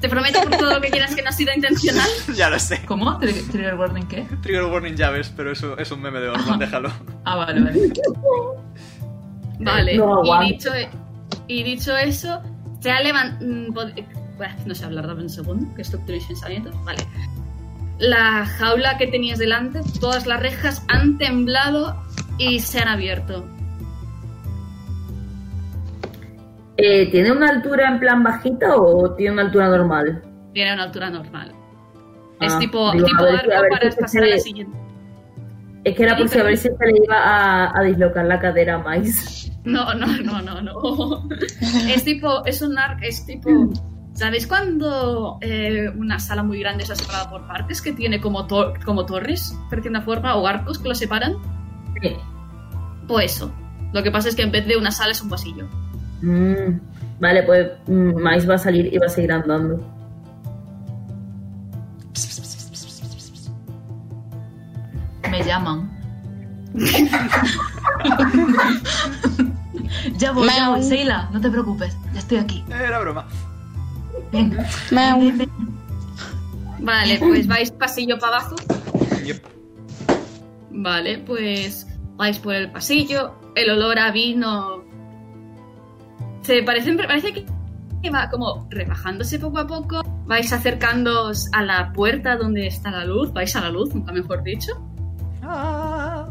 Speaker 2: Te prometo por todo lo que quieras que no ha sido intencional.
Speaker 1: ya lo sé.
Speaker 5: ¿Cómo? ¿Tri- ¿Trigger warning qué?
Speaker 1: Trigger warning llaves, pero eso es un meme de Orban, déjalo.
Speaker 5: Ah, vale, vale.
Speaker 2: Vale.
Speaker 3: No aguanto.
Speaker 2: y, dicho, e- y dicho eso, se ha levantado. No sé hablar, dame un segundo, que estructuréis pensamientos. Vale. La jaula que tenías delante, todas las rejas han temblado y se han abierto.
Speaker 3: Eh, ¿Tiene una altura en plan bajita o tiene una altura normal?
Speaker 2: Viene a una altura normal. es
Speaker 3: Ah,
Speaker 2: tipo,
Speaker 3: digo,
Speaker 2: tipo
Speaker 3: a ver si- a
Speaker 2: arco
Speaker 3: ver
Speaker 2: para
Speaker 3: si se
Speaker 2: pasar a la
Speaker 3: ve.
Speaker 2: siguiente.
Speaker 3: Es que era por
Speaker 2: Sí,
Speaker 3: si a
Speaker 2: pero-
Speaker 3: ver si se le iba a, a dislocar la cadera a Mais.
Speaker 2: No, no, no, no, no. es tipo, es un arco, es tipo. ¿Sabéis cuando eh, una sala muy grande está separada por partes que tiene como, to- como torres, por cierta forma, o arcos que lo separan?
Speaker 3: Sí.
Speaker 2: Pues eso. Lo que pasa es que en vez de una sala es un pasillo.
Speaker 3: Mm, vale, pues mm, Mais va a salir y va a seguir andando.
Speaker 5: Me llaman. ya voy, ya voy,
Speaker 4: Mau.
Speaker 5: Seila, no te preocupes, ya estoy aquí.
Speaker 1: Era broma.
Speaker 5: Venga.
Speaker 4: Mau.
Speaker 5: Ven, ven, ven.
Speaker 2: Vale, pues vais pasillo para abajo.
Speaker 7: Yep.
Speaker 2: Vale, pues vais por el pasillo, el olor a vino. Se parece, parece que va como rebajándose poco a poco. Vais acercándoos a la puerta donde está la luz, vais a la luz, nunca mejor dicho.
Speaker 1: Ah.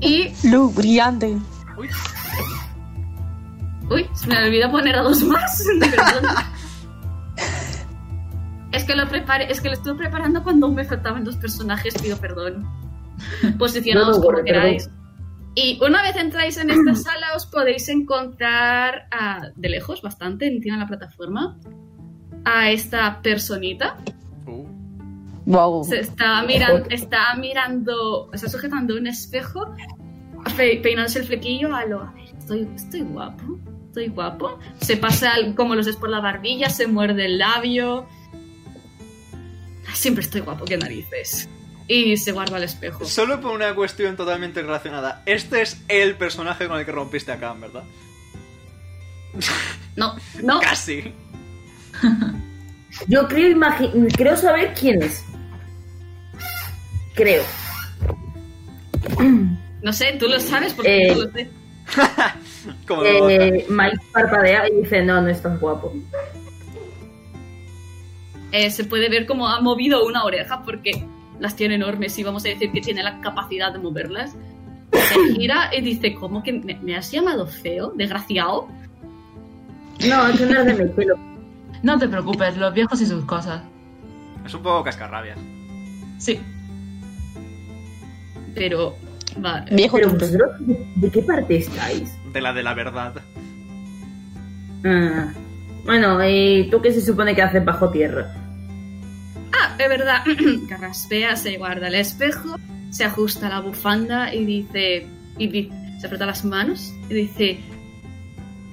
Speaker 2: Y.
Speaker 4: Luz brillante.
Speaker 1: Uy,
Speaker 2: Uy, se me olvidó poner a dos más. de verdad. es que lo prepare, es que lo estuve preparando cuando aún me faltaban dos personajes, pido perdón. Posicionados
Speaker 3: No, no,
Speaker 2: como
Speaker 3: perdón.
Speaker 2: queráis. Y una vez entráis en esta sala os podéis encontrar a- de lejos, bastante, encima de la plataforma, a esta personita.
Speaker 1: uh,
Speaker 4: Wow.
Speaker 2: Se está, mirando está mirando, está sujetando un espejo, pe- peinándose el flequillo a lo... A ver, estoy, estoy guapo, estoy guapo. Se pasa al- como los es por la barbilla, se muerde el labio. Ay, Siempre estoy guapo, qué narices. Y se guarda el espejo.
Speaker 7: Solo por una cuestión totalmente relacionada. Este es el personaje con el que rompiste a Khan, ¿verdad?
Speaker 2: No, no,
Speaker 7: Casi.
Speaker 3: Yo creo, imagi- creo saber quién es. Creo.
Speaker 2: no sé, tú lo sabes porque
Speaker 3: Eh.
Speaker 2: yo lo sé.
Speaker 7: Como lo botas.
Speaker 3: Eh, Mike parpadea y dice, no, no es tan guapo.
Speaker 2: Eh, se puede ver como ha movido una oreja porque las tiene enormes y vamos a decir que tiene la capacidad de moverlas. Se gira y dice, ¿cómo que me, me has llamado feo? Desgraciado.
Speaker 3: No, es que no es de mi pelo.
Speaker 5: No te preocupes, los viejos y sus cosas.
Speaker 1: es un poco cascarrabias.
Speaker 5: Sí.
Speaker 2: Pero, vale.
Speaker 4: Viejo
Speaker 3: Pero pues,
Speaker 4: luz.
Speaker 3: vosotros, ¿de, de qué parte estáis?
Speaker 7: De la de la verdad.
Speaker 3: Ah, bueno, ¿y tú qué se supone que haces bajo tierra?
Speaker 2: Ah, es verdad. Carraspea, se guarda el espejo, se ajusta la bufanda y dice, y di- se frota las manos y dice,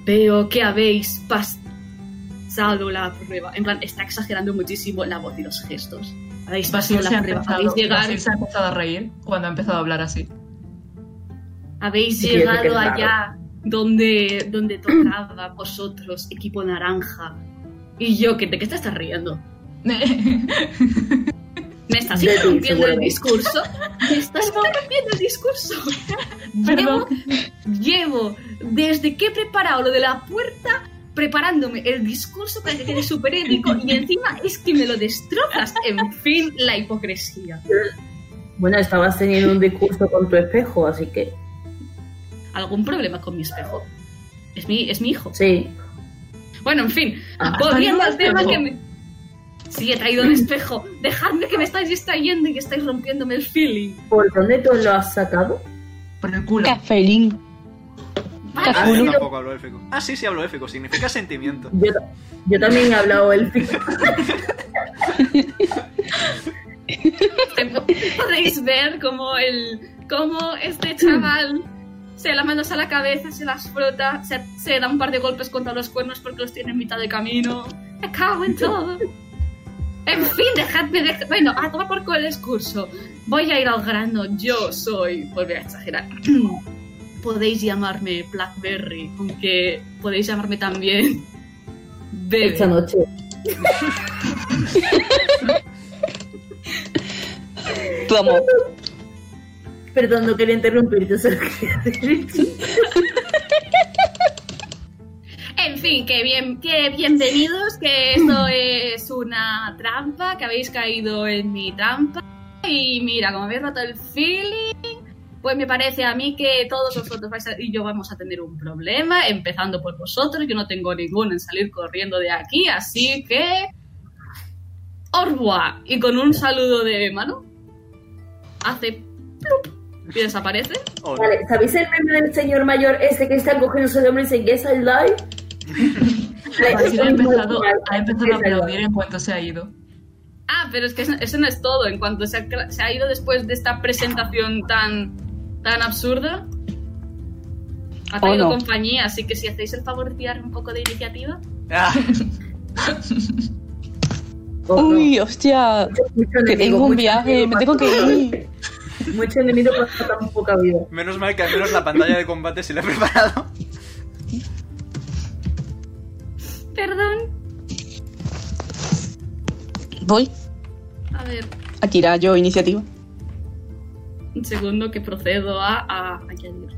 Speaker 2: veo que habéis pasado la prueba. En plan, está exagerando muchísimo la voz y los gestos. Habéis pasado
Speaker 5: Basil se,
Speaker 2: la
Speaker 5: ha
Speaker 2: prueba,
Speaker 5: empezado,
Speaker 2: habéis llegado...
Speaker 5: Basil se ha empezado a reír cuando ha empezado a hablar así.
Speaker 2: Habéis
Speaker 3: Sí, es que es
Speaker 2: llegado
Speaker 3: raro.
Speaker 2: allá donde, donde tocaba vosotros, equipo naranja. Y yo, ¿que- ¿de qué te estás riendo? ¿Me estás
Speaker 3: De ti,
Speaker 2: interrumpiendo el
Speaker 3: seguramente.
Speaker 2: discurso? ¿Me estás interrumpiendo el discurso?
Speaker 5: Perdón.
Speaker 2: Llevo, desde que he preparado lo de la puerta, preparándome el discurso para que quede súper épico y encima es que me lo destrozas. En fin, la hipocresía.
Speaker 3: Bueno, estabas teniendo un discurso con tu espejo, así que
Speaker 2: ¿Algún problema con mi espejo? Es mi, es mi hijo.
Speaker 3: sí.
Speaker 2: Bueno, en fin,
Speaker 3: Ah,
Speaker 2: volviendo
Speaker 5: ¿has
Speaker 2: al
Speaker 5: traído un
Speaker 2: tema que
Speaker 5: espejo?
Speaker 2: me... Sí, he traído un espejo. Dejadme que me estáis distrayendo y que estáis rompiéndome el feeling.
Speaker 3: ¿Por dónde tú lo has sacado?
Speaker 5: Por el culo.
Speaker 4: Cafelín.
Speaker 2: Vale,
Speaker 7: Ah, yo
Speaker 4: Julio.
Speaker 7: tampoco hablo élfico. Ah, sí, sí hablo élfico. Significa sentimiento.
Speaker 3: Yo, yo también he hablado el
Speaker 2: podéis ver cómo el... cómo este chaval se la manos a la cabeza, se las frota, se, se da un par de golpes contra los cuernos porque los tiene en mitad de camino. Me cago en todo. En fin, dejadme de... Bueno, a tomar por culo el discurso. Voy a ir al grano. Yo soy... Volver a exagerar. podéis llamarme Blackberry, aunque podéis llamarme también Bebe.
Speaker 3: esta noche.
Speaker 4: Tu amor.
Speaker 3: Perdón, no quería interrumpirte, solo quería decir-
Speaker 2: En fin, que, bien, que bienvenidos, que esto es una trampa, que habéis caído en mi trampa. Y mira, como habéis roto el feeling, pues me parece a mí que todos vosotros vais a- y yo vamos a tener un problema, empezando por vosotros. Yo no tengo ninguno en salir corriendo de aquí, así que... Au revoir. Y con un saludo de mano, hace... plup y desaparece.
Speaker 7: Oh, no.
Speaker 3: Vale, ¿sabéis el meme del señor mayor ese que está cogiendo el hombre y dice, Guess I live?
Speaker 5: Basil ha empezado, ha empezado a aplaudir en cuanto se ha ido.
Speaker 2: Ah, pero es que eso, eso no es todo. En cuanto se ha, cla- se ha ido después de esta presentación tan, tan absurda, ha traído
Speaker 4: no.
Speaker 2: compañía, así que si hacéis el favor de tirar un poco de iniciativa.
Speaker 7: Ah,
Speaker 4: Uy, hostia. Que tengo un viaje. Me tengo que ir.
Speaker 3: Mucho enemigo para tan poca vida.
Speaker 7: menos mal que al menos la pantalla de combate se la he preparado.
Speaker 2: Perdón.
Speaker 4: Voy
Speaker 2: A ver,
Speaker 4: a tirar yo iniciativa.
Speaker 2: Un segundo que procedo a, a añadir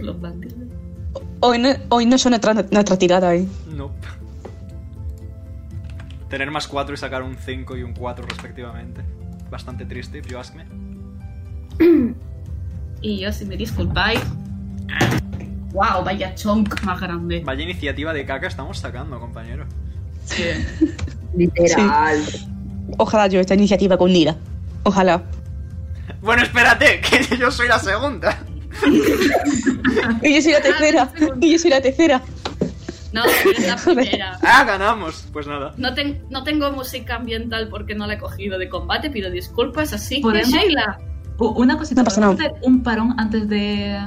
Speaker 2: los bandidos.
Speaker 4: Hoy no, hoy no son nuestra, nuestra tirada, ¿eh?
Speaker 7: No. Tener más 4 y sacar un 5 y un 4 respectivamente. Bastante triste, if you ask me.
Speaker 2: Y yo, si me disculpáis. ¡Wow! Vaya chonk más grande.
Speaker 7: Vaya iniciativa de caca estamos sacando, compañero.
Speaker 2: Sí.
Speaker 3: Literal.
Speaker 4: Ojalá yo esta iniciativa con Nira. Ojalá.
Speaker 7: Bueno, espérate, que yo soy la segunda.
Speaker 4: Y yo soy la tercera. Y yo soy la tercera.
Speaker 2: No, es la primera.
Speaker 7: Ah, ganamos. Pues nada.
Speaker 2: No, ten- no tengo música ambiental porque no la he cogido de combate, pido disculpas, así que
Speaker 5: ¿Podemos?
Speaker 2: Sheila,
Speaker 5: U- Una cosita,
Speaker 4: No pasa
Speaker 5: ¿podemos
Speaker 4: nada.
Speaker 5: hacer un parón antes de...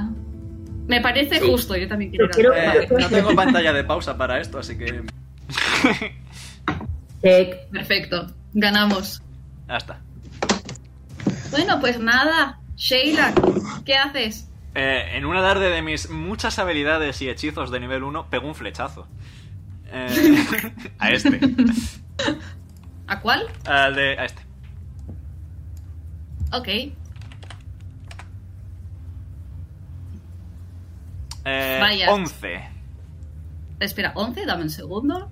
Speaker 2: me parece justo, yo también quiero,
Speaker 3: Yo quiero-
Speaker 2: ir a-
Speaker 7: Eh,
Speaker 2: Vale,
Speaker 7: no tengo pantalla de pausa para esto, así que.
Speaker 3: Check.
Speaker 2: perfecto, ganamos.
Speaker 1: Ya está.
Speaker 2: Bueno, pues nada, Sheila, ¿qué haces?
Speaker 1: Eh, en un alarde de mis muchas habilidades y hechizos de nivel 1, pegó un flechazo. Eh, a este.
Speaker 2: ¿A cuál?
Speaker 1: Al de, a este.
Speaker 2: Ok,
Speaker 1: Eh,
Speaker 2: Vaya.
Speaker 1: 11.
Speaker 2: espera, 11, dame un segundo.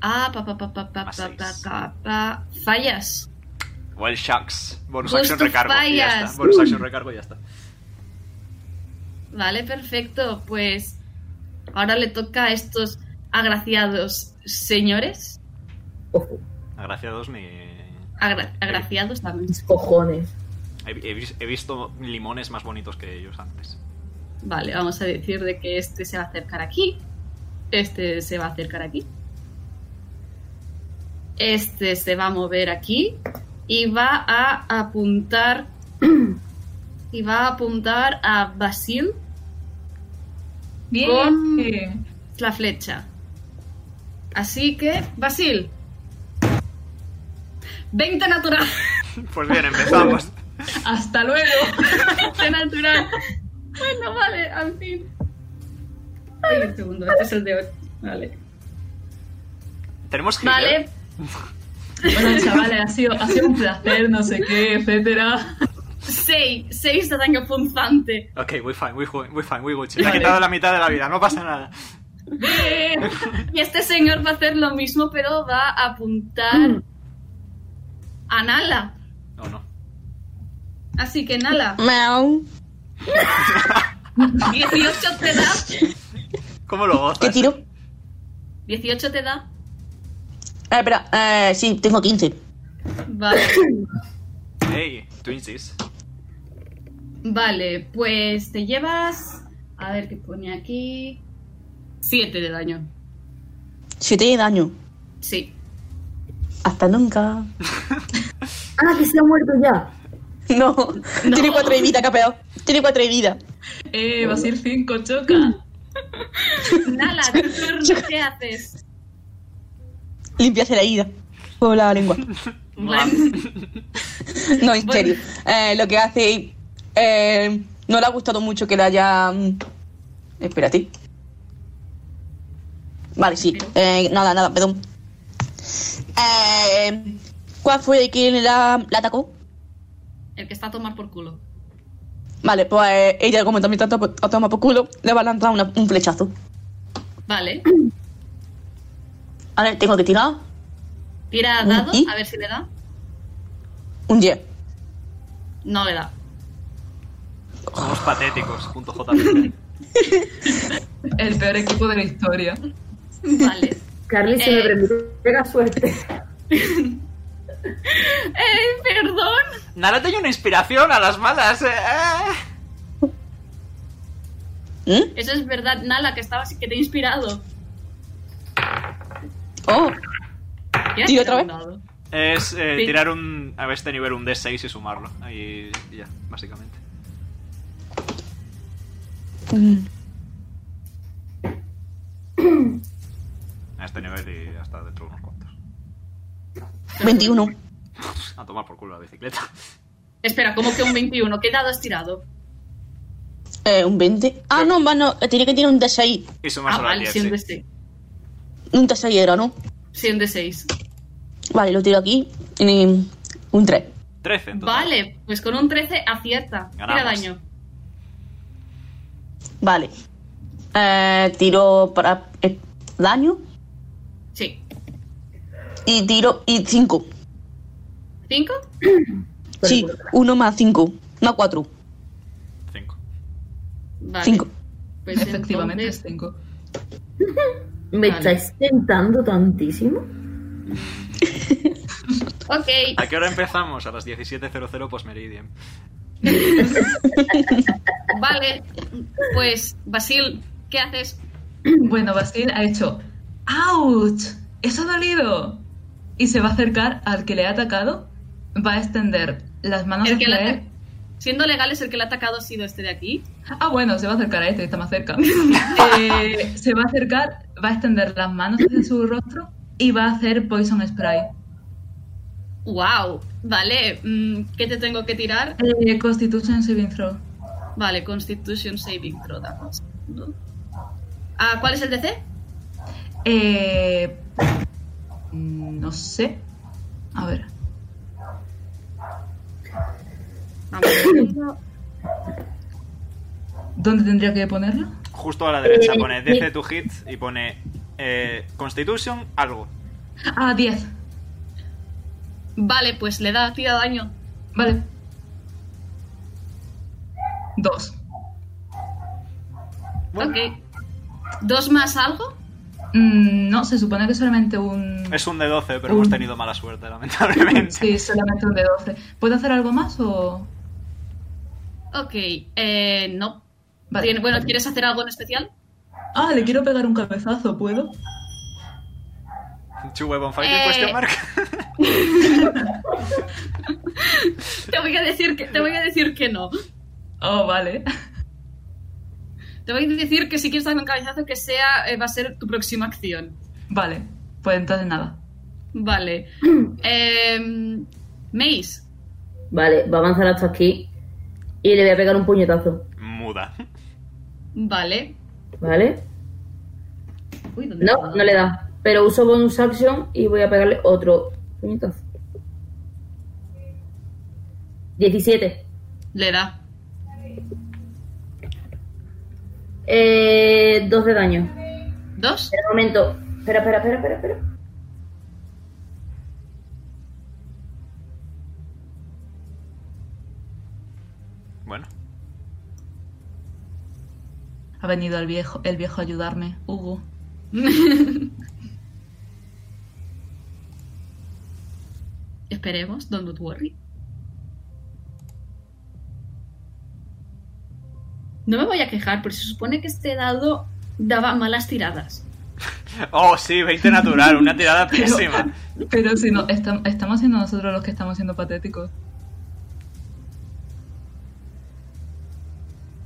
Speaker 2: Ah, pa, pa, pa, pa, pa,
Speaker 1: Más
Speaker 2: pa,
Speaker 1: seis.
Speaker 2: pa, pa, pa. Fallas.
Speaker 1: Well, shucks. Bonus
Speaker 2: Justo
Speaker 1: action recargo. y ya
Speaker 2: Pues fallas. Uh.
Speaker 1: está. Bonus action recargo y ya está.
Speaker 2: Vale, perfecto. Pues ahora le toca a estos agraciados señores.
Speaker 3: Ojo,
Speaker 1: Agraciados ni.
Speaker 2: Agra- agraciados también.
Speaker 3: cojones.
Speaker 1: He, he vis- he visto limones más bonitos que ellos antes.
Speaker 2: Vale, vamos a decir de que este se va a acercar aquí. Este se va a acercar aquí. Este se va a mover aquí. Y va a apuntar. y va a apuntar a Basil
Speaker 5: Bien.
Speaker 2: Con- la flecha. Así que, Basil. 20 natural.
Speaker 1: Pues bien, empezamos.
Speaker 5: Hasta luego.
Speaker 2: de natural. Bueno, vale, al fin. Ay, un segundo, este es el de hoy. Vale.
Speaker 1: Tenemos que.
Speaker 2: Vale,
Speaker 5: Bueno, chavales, ha sido, ha sido un placer, no sé qué, etcétera.
Speaker 2: 6, 6 de daño punzante.
Speaker 1: Ok, we fine, we, ju- we fine, we Gucci. Le he quitado la mitad de la vida, no pasa nada.
Speaker 2: Bien. Y este señor va a hacer lo mismo, pero va a apuntar a Nala.
Speaker 1: No, no.
Speaker 2: Así que Nala,
Speaker 4: Meow.
Speaker 2: 18 te da.
Speaker 1: ¿Cómo lo gozas?
Speaker 4: ¿Qué tiro?
Speaker 2: 18 te da.
Speaker 4: Ah, espera. Eh, sí, tengo 15.
Speaker 2: Vale.
Speaker 1: Hey, Twinsies.
Speaker 2: Vale, pues te llevas. A ver qué pone aquí. 7 de daño.
Speaker 4: 7 de daño.
Speaker 2: Sí.
Speaker 4: Hasta nunca.
Speaker 3: Ah, que se ha muerto ya.
Speaker 4: No. Tiene 4 de vida, capeado. Tiene 4 de vida.
Speaker 5: Eh, va a ser 5, choca.
Speaker 2: Nala, tu turno, ¿qué haces?
Speaker 4: Limpiarse la ida. Con la lengua.
Speaker 2: Vale,
Speaker 4: No, en
Speaker 2: Bueno.
Speaker 4: serio. Eh, lo que hace. eh, no le ha gustado mucho que la haya. mm, Espérate. Vale, sí. Eh, nada, nada, perdón. Eh, ¿Cuál fue quien la, la atacó?
Speaker 2: el que está a tomar por culo.
Speaker 4: Vale, pues eh, ella, como también tanto a tomar por culo, le va a lanzar una- un flechazo.
Speaker 2: Vale.
Speaker 4: Ahora tengo que tirar
Speaker 2: Tira dados,
Speaker 4: ¿Y?
Speaker 2: a ver si le da.
Speaker 4: un 10.
Speaker 2: No le da.
Speaker 1: Somos patéticos, junto JP.
Speaker 5: El peor equipo de la historia.
Speaker 2: Vale.
Speaker 3: Carly, si
Speaker 2: Eh.
Speaker 3: me permite, pega suerte.
Speaker 2: ¡Eh, perdón!
Speaker 1: Nada, tengo una inspiración a las malas. eh, eh.
Speaker 4: ¿Mm?
Speaker 2: Eso es verdad, Nala, que estaba así que te he inspirado.
Speaker 4: Oh,
Speaker 2: ¿Quieres
Speaker 4: Tira
Speaker 2: tirar
Speaker 4: otra
Speaker 2: un
Speaker 4: vez.
Speaker 2: dado?
Speaker 1: Es eh,
Speaker 2: Sí.
Speaker 1: tirar un. A este nivel un D6 y sumarlo. Ahí y ya, básicamente. A este nivel y hasta dentro de unos cuantos.
Speaker 4: 21.
Speaker 1: A tomar por culo la bicicleta.
Speaker 2: Espera, ¿cómo que un 21? ¿Qué dado has tirado?
Speaker 4: Eh, un 20. Ah, no, va, no, tenía que tirar un D6.
Speaker 1: Y sumas
Speaker 2: ah,
Speaker 1: solo al
Speaker 2: vale,
Speaker 1: 10.
Speaker 2: 100 de
Speaker 1: sí.
Speaker 2: 6.
Speaker 4: Un D6 era, ¿no?
Speaker 2: 100 de 6.
Speaker 4: Vale, lo tiro aquí. Y un 3.
Speaker 1: 13 en total.
Speaker 2: Vale, pues con un 13 acierta. Tira
Speaker 1: Ganamos.
Speaker 2: daño.
Speaker 6: Vale. Eh, tiro para eh, daño
Speaker 2: Sí.
Speaker 6: y tiro y 5.
Speaker 2: ¿Cinco?
Speaker 6: Sí,
Speaker 3: Pero-
Speaker 6: 1 más 5. No, 4.
Speaker 1: 5.
Speaker 2: Vale.
Speaker 6: 5.
Speaker 2: Pues
Speaker 5: Efectivamente es
Speaker 2: entonces-
Speaker 5: 5.
Speaker 3: ¿Me
Speaker 2: Vale.
Speaker 3: estáis tentando tantísimo?
Speaker 2: Ok.
Speaker 1: ¿A qué hora empezamos? A las 17.00 post pues, Meridian.
Speaker 2: Vale, pues Basil, ¿qué haces?
Speaker 5: Bueno, Basil ha hecho ¡Auch! ¡Eso ha dolido! Y se va a acercar al que le ha atacado. Va a extender las manos
Speaker 2: El que le
Speaker 5: hacia
Speaker 2: ha
Speaker 5: él.
Speaker 2: ata- Siendo legales, el que le ha atacado ha sido este de aquí.
Speaker 5: Ah, bueno, se va a acercar a este, que está más cerca. Eh, se va a acercar, va a extender las manos hacia su rostro y va a hacer Poison Spray.
Speaker 2: ¡Wow! Vale, mm, ¿qué te tengo que tirar?
Speaker 5: Eh, Constitution Saving Throw.
Speaker 2: Vale, Constitution Saving Throw. dame un segundo. Ah, ¿Cuál es el DC?
Speaker 5: Eh, mm, no sé. A ver.
Speaker 2: Vamos a verlo.
Speaker 5: ¿Dónde tendría que ponerlo?
Speaker 1: Justo a la derecha
Speaker 3: Eh,
Speaker 1: pone DC to hit y pone eh, Constitution algo.
Speaker 5: Ah, 10.
Speaker 2: Vale, pues le da, tira daño.
Speaker 5: Vale. 2.
Speaker 2: Ok. ¿Dos más algo?
Speaker 5: Mm, no, se supone que solamente un...
Speaker 1: Es un de 12, pero
Speaker 5: Un-
Speaker 2: Uh.
Speaker 1: hemos tenido mala suerte, lamentablemente.
Speaker 5: Sí, solamente un de 12. ¿Puedo hacer algo más o...?
Speaker 2: Ok, eh, no.
Speaker 5: Vale.
Speaker 2: Tiene- bueno, ¿quieres hacer algo en especial?
Speaker 5: Ah, le quiero pegar un cabezazo, ¿puedo?
Speaker 1: Two weapon fighting
Speaker 2: Eh.
Speaker 1: question mark.
Speaker 2: Te voy a decir que, te voy a decir que no.
Speaker 5: Oh, vale.
Speaker 2: Te voy a decir que si quieres darme un cabezazo, que sea, eh, va a ser tu próxima acción.
Speaker 5: Vale. Pues entonces nada.
Speaker 2: Vale. eh, Mace.
Speaker 3: Vale, va a avanzar hasta aquí y le voy a pegar un puñetazo,
Speaker 1: Muda.
Speaker 2: Vale.
Speaker 3: ¿vale?
Speaker 2: Uy, ¿dónde
Speaker 3: No,
Speaker 2: está?
Speaker 3: no le da. Pero uso bonus action y voy a pegarle otro puñetazo. 17.
Speaker 2: Le da.
Speaker 3: Eh, 2 de daño.
Speaker 2: ¿Dos?
Speaker 3: Espera un momento. Espera, espera, espera, espera, espera.
Speaker 1: Bueno,
Speaker 5: Ha venido el viejo, el viejo a ayudarme, Hugo.
Speaker 2: Esperemos, don't worry. No me voy a quejar, pero se supone que este dado daba malas tiradas.
Speaker 1: Oh, sí, 20 natural, una tirada pésima.
Speaker 5: Pero si no, estam- estamos siendo nosotros los que estamos siendo patéticos.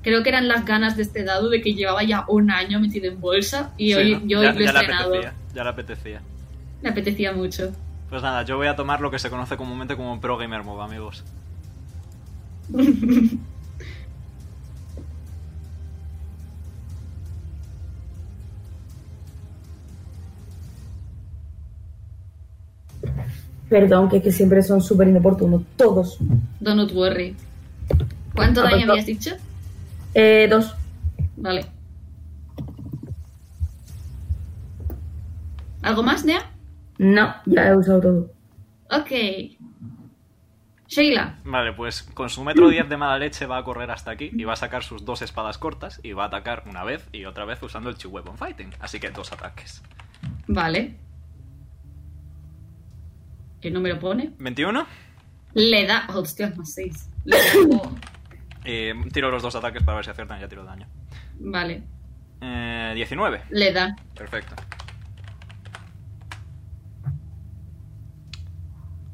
Speaker 2: Creo que eran las ganas de este dado de que llevaba ya un año metido en bolsa y hoy,
Speaker 1: Sí, ¿no?
Speaker 2: y hoy
Speaker 1: ya,
Speaker 2: lo he
Speaker 1: ya le
Speaker 2: estrenado.
Speaker 1: apetecía, ya le apetecía.
Speaker 2: Me apetecía mucho.
Speaker 1: Pues nada, yo voy a tomar lo que se conoce comúnmente como un pro gamer move, amigos.
Speaker 3: Perdón, que es que siempre son súper inoportunos. Todos.
Speaker 2: Don't worry. ¿Cuánto daño
Speaker 3: Apretó.
Speaker 2: habías dicho?
Speaker 3: Eh, dos.
Speaker 2: Vale. ¿Algo más, Nea?
Speaker 3: No, ya he usado todo.
Speaker 2: Ok. Sheila.
Speaker 1: Vale, pues con su metro 10 de mala leche va a correr hasta aquí y va a sacar sus dos espadas cortas y va a atacar una vez y otra vez usando el Chi Weapon Fighting. Así que dos ataques.
Speaker 2: Vale. ¿Qué número pone?
Speaker 1: 21.
Speaker 2: Le da. Hostia, más 6.
Speaker 1: Eh, tiro los dos ataques para ver si aciertan, ya tiro daño.
Speaker 2: Vale.
Speaker 1: Eh, 19.
Speaker 2: Le da.
Speaker 1: Perfecto.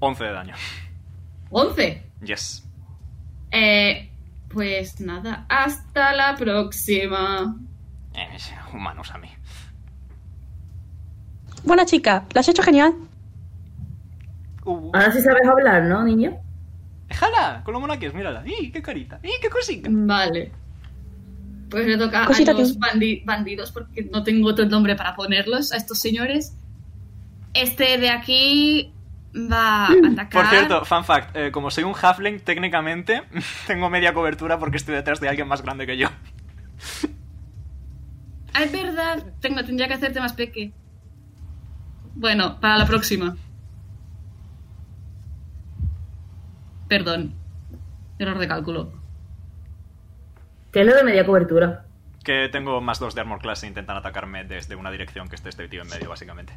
Speaker 1: 11 de daño.
Speaker 2: 11.
Speaker 1: Yes.
Speaker 2: Eh, pues nada. Hasta la próxima.
Speaker 1: Eh, humanos a mí.
Speaker 6: Buena chica, la has hecho genial.
Speaker 1: Uh,
Speaker 3: Ahora sí sabes hablar, ¿no, niño?
Speaker 1: ¡Jala! Con los monaquios, mírala. ¡Y qué carita! ¡Y qué cosita!
Speaker 2: Vale. Pues le toca
Speaker 6: Cosita
Speaker 2: a los bandi- bandidos, porque no tengo otro nombre para ponerlos, a estos señores. Este de aquí va a atacar.
Speaker 1: Por cierto, fun fact, eh, como soy un halfling, técnicamente tengo media cobertura porque estoy detrás de alguien más grande que yo.
Speaker 2: Ah, es verdad. Tengo, tendría que hacerte más peque. Bueno, para la próxima. Perdón. Error de cálculo.
Speaker 3: ¿Qué es lo de media cobertura?
Speaker 1: Que tengo más dos de armor class e intentan atacarme desde una dirección que esté este tío en medio, básicamente.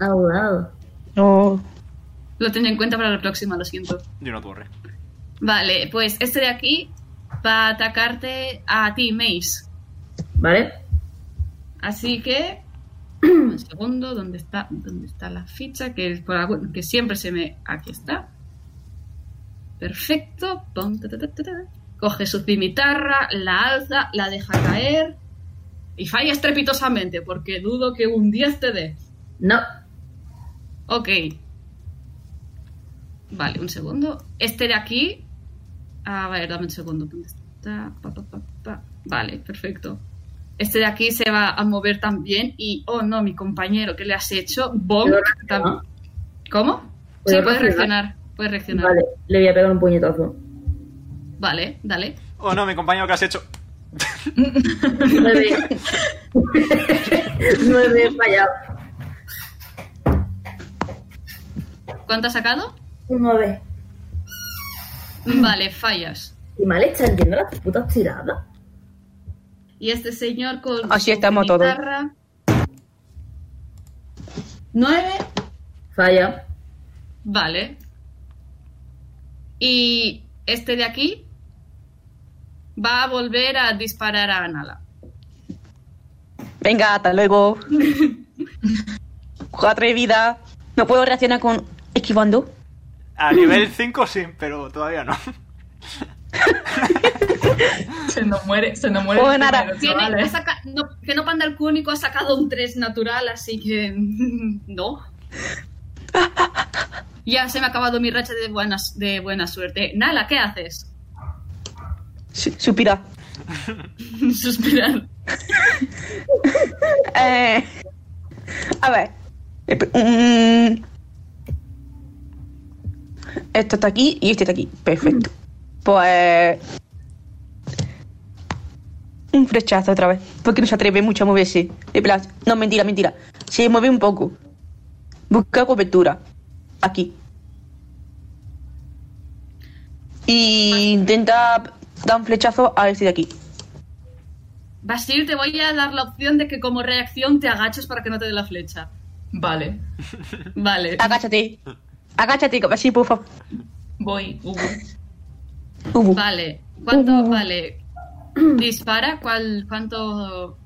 Speaker 3: Ah, wow.
Speaker 6: No.
Speaker 2: Lo tendré en cuenta para la próxima, lo siento.
Speaker 1: Yo no te borré.
Speaker 2: Vale, pues este de aquí va a atacarte a ti, Mace.
Speaker 3: ¿Vale?
Speaker 2: Así que. Un segundo, ¿dónde está, dónde está la ficha? Que, es por algún- que siempre se me. Aquí está. Perfecto. Pum, ta, ta, ta, ta, ta. Coge su cimitarra, la alza, la deja caer. Y falla estrepitosamente, porque dudo que un 10 te dé.
Speaker 3: No.
Speaker 2: Ok. Vale, un segundo. Este de aquí. A ver, dame un segundo. ¿Dónde está? Pa, pa, pa, pa. Vale, perfecto. Este de aquí se va a mover también. Y, oh no, mi compañero, ¿qué le has hecho? Bonk.
Speaker 3: ¿Puedo reaccionar?
Speaker 2: tam- ¿Cómo? Sí,
Speaker 3: ¿Puedo
Speaker 2: puedes
Speaker 3: reaccionar?
Speaker 2: reaccionar. Puedes reaccionar.
Speaker 3: Vale,
Speaker 2: Vale,
Speaker 3: le voy a pegar un puñetazo.
Speaker 2: dale.
Speaker 1: Oh no, mi compañero, ¿qué has hecho?
Speaker 3: Nueve. Nueve fallado.
Speaker 2: ¿Cuánto has sacado?
Speaker 3: Un nueve.
Speaker 2: Vale, fallas.
Speaker 3: Y mal está entiendo las putas tiradas.
Speaker 2: Y este señor con
Speaker 4: Así
Speaker 2: su
Speaker 4: estamos todos.
Speaker 2: guitarra. Nueve.
Speaker 3: Falla.
Speaker 2: Vale. Y este de aquí va a volver a disparar a Anala.
Speaker 4: Venga, hasta luego. Atrevida. No puedo reaccionar con esquivando.
Speaker 1: A nivel 5 sí, pero todavía no.
Speaker 5: Se nos muere, se nos muere. el
Speaker 4: Pues nada,
Speaker 5: primero,
Speaker 2: Tiene- ha
Speaker 5: chavales.
Speaker 2: saca- no, que no Panda el Cúnico ha sacado un 3 natural, así que no. Ya se me ha acabado mi racha de, buenas, de buena suerte. Nala, ¿qué haces?
Speaker 4: Su- Suspira.
Speaker 2: Suspirar.
Speaker 4: Eh, a ver. Espe- mm. Esto está aquí y este está aquí. Perfecto. Pues. Un flechazo otra vez. Porque no se atreve mucho a moverse. En plan, No, mentira, mentira. Se mueve un poco. Busca cobertura. Aquí. Y intenta dar un flechazo a este de aquí.
Speaker 2: Basil, te voy a dar la opción de que como reacción te agaches para que no te dé la flecha.
Speaker 5: Vale,
Speaker 2: Vale.
Speaker 4: Agáchate. Agáchate, así, por favor.
Speaker 5: voy. Hugo.
Speaker 4: Ubu.
Speaker 2: Vale, ¿cuánto vale? Dispara, ¿cuál, cuánto,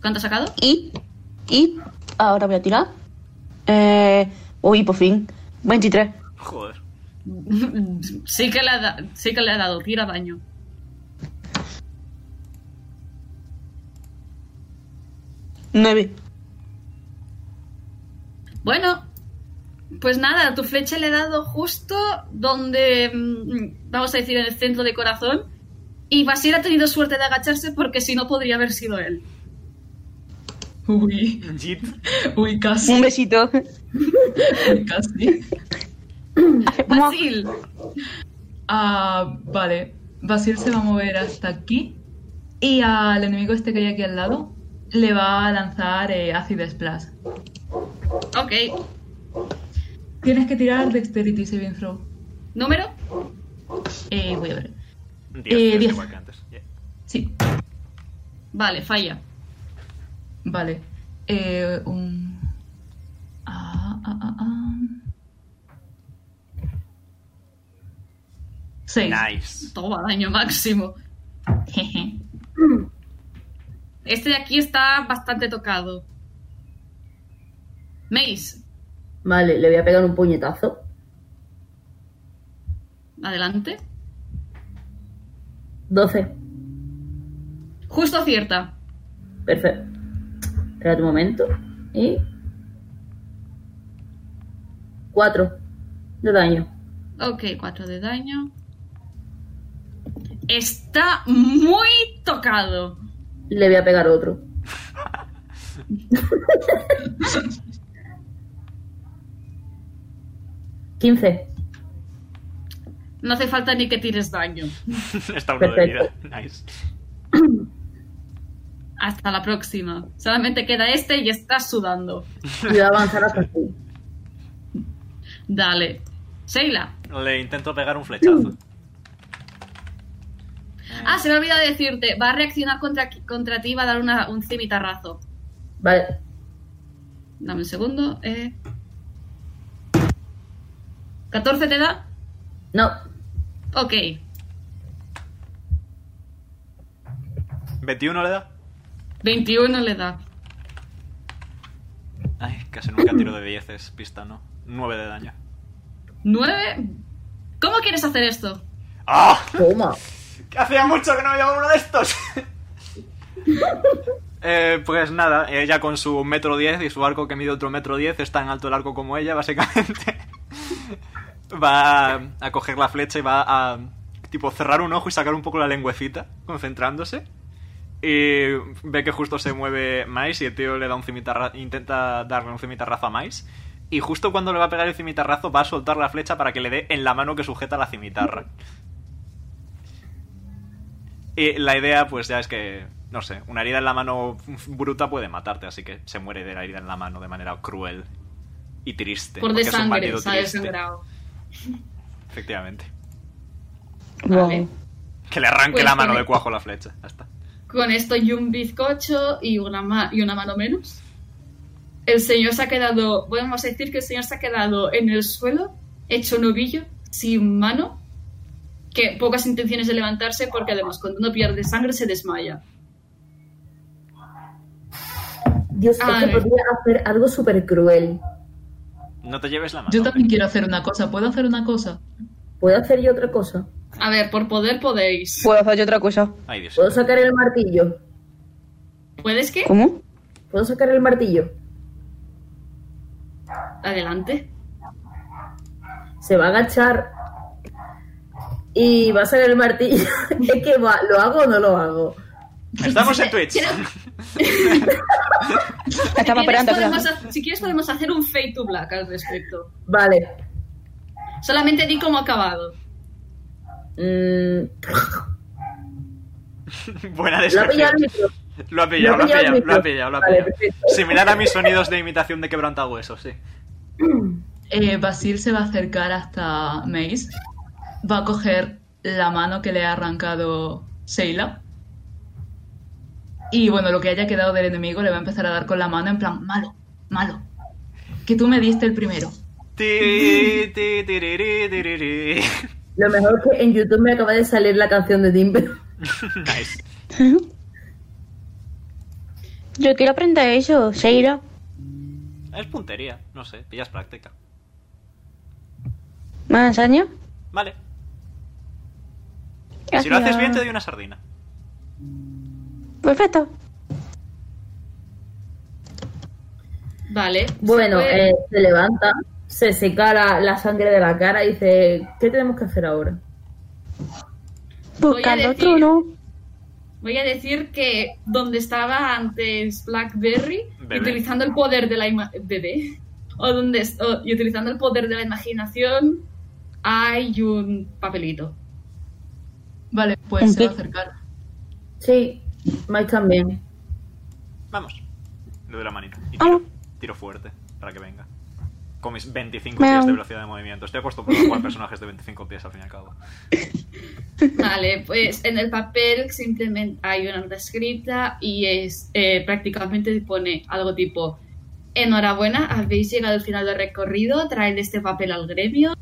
Speaker 2: cuánto ha sacado?
Speaker 4: Y, y ahora voy a tirar. Eh, uy, por fin. 23.
Speaker 1: Joder.
Speaker 2: Sí que le ha, da- sí que le ha dado, tira daño.
Speaker 4: nueve
Speaker 2: Bueno, pues nada, tu flecha le ha dado justo donde, mm, vamos a decir, en el centro de corazón. Y Basir ha tenido suerte de agacharse porque si no podría haber sido él.
Speaker 5: Uy,
Speaker 1: Jit.
Speaker 5: uy,
Speaker 4: Un
Speaker 5: casi,
Speaker 4: besito.
Speaker 5: casi.
Speaker 2: Basil,
Speaker 5: Ah, vale. Basil se va a mover hasta aquí. Y al enemigo este que hay aquí al lado le va a lanzar eh, Acid Splash.
Speaker 2: ok,
Speaker 5: Tienes que tirar Dexterity Saving Throw.
Speaker 2: número.
Speaker 5: Eh, voy a ver.
Speaker 1: Diez,
Speaker 5: Eh,
Speaker 1: es
Speaker 5: diez.
Speaker 1: igual que antes. Yeah.
Speaker 5: Sí,
Speaker 2: Vale, falla.
Speaker 5: vale. Eh, un... Ah, ah, ah, ah. Seis.
Speaker 1: Nice.
Speaker 2: Toma, daño máximo.
Speaker 5: Jeje.
Speaker 2: Este de aquí está bastante tocado. Mace,
Speaker 3: Vale, le voy a pegar un puñetazo.
Speaker 2: adelante.
Speaker 3: 12.
Speaker 2: Justo acierta.
Speaker 3: Perfecto. Espérate un momento. Y. 4 de daño.
Speaker 2: Ok, 4 de daño. Está muy tocado.
Speaker 3: Le voy a pegar otro. 15.
Speaker 2: No hace falta ni que tires daño.
Speaker 1: Está uno de vida. Nice.
Speaker 2: Hasta la próxima. Solamente queda este y estás sudando.
Speaker 3: Y va a avanzar hasta aquí.
Speaker 2: Dale. Sheila.
Speaker 1: Le intento pegar un flechazo.
Speaker 2: Ah, se me ha olvidado decirte. Va a reaccionar contra, contra ti y va a dar una- un cimitarrazo.
Speaker 3: Vale.
Speaker 2: Dame un segundo. eh. 14 te da.
Speaker 3: No.
Speaker 2: Ok.
Speaker 1: 21 le da.
Speaker 2: 21 le da.
Speaker 1: Ay, casi nunca tiro de 10 es pista, ¿no? 9 de daño.
Speaker 2: 9. ¿Cómo quieres hacer esto?
Speaker 1: ¡Ah!
Speaker 3: Toma.
Speaker 1: Que hacía mucho que no había uno de estos. Eh, pues nada, ella con su metro diez y su arco que mide otro metro diez, es tan alto el arco como ella, básicamente. va a- a coger la flecha y va a tipo cerrar un ojo y sacar un poco la lengüecita, concentrándose. Y ve que justo se mueve Mais y el tío le da un cimitarra intenta darle un cimitarrazo a Mais. Y justo cuando le va a pegar el cimitarrazo va a soltar la flecha para que le dé en la mano que sujeta la cimitarra. Y la idea, pues ya es que, no sé, una herida en la mano bruta puede matarte, así que se muere de la herida en la mano de manera cruel y triste.
Speaker 2: Por
Speaker 1: porque es un
Speaker 2: desangre,
Speaker 1: bandido
Speaker 2: se ha
Speaker 1: triste.
Speaker 2: desangrado.
Speaker 1: Efectivamente.
Speaker 2: Vale.
Speaker 1: Que le arranque
Speaker 2: Pues
Speaker 1: la mano
Speaker 2: tiene-
Speaker 1: de cuajo la flecha. Ya está.
Speaker 2: Con esto y un bizcocho y una, ma- y una mano menos. El señor se ha quedado, podemos decir que el señor se ha quedado en el suelo, hecho un ovillo, sin mano, que pocas intenciones de levantarse porque además cuando uno pierde sangre se desmaya.
Speaker 3: Dios,
Speaker 2: Ay.
Speaker 3: es que podría hacer algo súper cruel.
Speaker 1: No te lleves la mano.
Speaker 5: Yo también
Speaker 1: hombre.
Speaker 5: quiero hacer una cosa. ¿Puedo hacer una cosa?
Speaker 3: ¿Puedo hacer yo otra cosa?
Speaker 2: A ver, por poder podéis.
Speaker 4: Puedo hacer yo otra cosa.
Speaker 1: Ay, Dios.
Speaker 3: ¿Puedo sacar el martillo?
Speaker 2: ¿Puedes qué?
Speaker 4: ¿Cómo?
Speaker 3: ¿Puedo sacar el martillo?
Speaker 2: Adelante.
Speaker 3: Se va a agachar y va a sacar el martillo. es que va, ¿lo hago o no lo hago?
Speaker 1: Estamos en Twitch.
Speaker 4: La Estaba
Speaker 2: Si quieres,
Speaker 4: esperando.
Speaker 2: podemos
Speaker 4: claro.
Speaker 2: ha- si quieres podemos hacer un fade to black al respecto.
Speaker 3: Vale.
Speaker 2: Solamente di cómo ha acabado.
Speaker 3: Mm,
Speaker 1: Buena
Speaker 3: lo ha pillado
Speaker 1: descripción.
Speaker 3: el micro.
Speaker 1: Lo ha pillado, lo ha pillado, lo ha pillado, lo ha
Speaker 3: Vale,
Speaker 1: pillado.
Speaker 3: perfecto.
Speaker 1: Similar a mis sonidos de imitación de quebrantahuesos, sí.
Speaker 5: Eh, Basil se va a acercar hasta Mace. Va a coger la mano que le ha arrancado Sheila. Y bueno, lo que haya quedado del enemigo le va a empezar a dar con la mano en plan, malo, malo. Que tú me diste el primero.
Speaker 1: Ti, ti, tiriri, tiriri.
Speaker 3: Lo mejor es que en YouTube me acaba de salir la canción de Timber.
Speaker 1: Nice.
Speaker 6: Yo quiero aprender eso, Seira.
Speaker 1: Es puntería, no sé, pillas práctica.
Speaker 6: ¿Más años?
Speaker 1: Vale. Si lo haces bien, te doy una sardina.
Speaker 6: Perfecto.
Speaker 2: Vale.
Speaker 3: Bueno,
Speaker 2: Pues-
Speaker 3: eh, se levanta, se seca la, la sangre de la cara y dice, ¿qué tenemos que hacer ahora?
Speaker 2: Voy a
Speaker 6: Buscando
Speaker 2: decir-
Speaker 6: otro, ¿no?
Speaker 2: Voy a decir que donde estaba antes Blackberry,
Speaker 1: Bebé.
Speaker 2: utilizando el poder de la ima- bebé, o donde es- o- y utilizando el poder de la imaginación, hay un papelito.
Speaker 5: Vale, pues se va a
Speaker 6: Ente-
Speaker 5: acercar.
Speaker 3: Sí, Mike también.
Speaker 1: Vamos. Le doy la manita. Y
Speaker 6: Ah.
Speaker 1: tiro, tiro fuerte para que venga. Con mis 25 pies de velocidad de movimiento. Estoy acostumbrado a jugar personajes de 25 pies al fin y al cabo.
Speaker 2: Vale, pues en el papel simplemente hay una nota escrita y es eh, prácticamente pone algo tipo enhorabuena, habéis llegado al final del recorrido, traed este papel al gremio,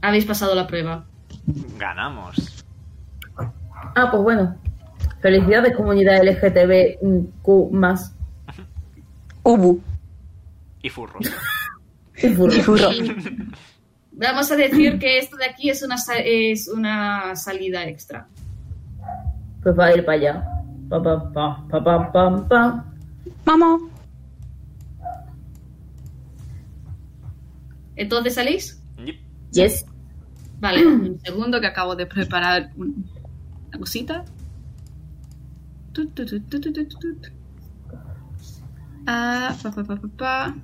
Speaker 2: habéis pasado la prueba.
Speaker 1: Ganamos.
Speaker 3: Ah, pues bueno. Felicidades comunidad LGTBQ más.
Speaker 4: Ubu.
Speaker 1: Y furros.
Speaker 3: Y furro.
Speaker 4: Furro.
Speaker 2: Vamos a decir que esto de aquí es una, sa- es una salida extra.
Speaker 3: Pues va a ir para allá. Pa, pa, pa, pa, pa, pa, pa.
Speaker 6: Vamos.
Speaker 2: ¿Entonces salís?
Speaker 1: Yip.
Speaker 3: Yes.
Speaker 2: Vale, un segundo que acabo de preparar un- una cosita. Tut, tut, tut, tut, tut, tut, tut. Ah, pa, pa, pa, pa, pa.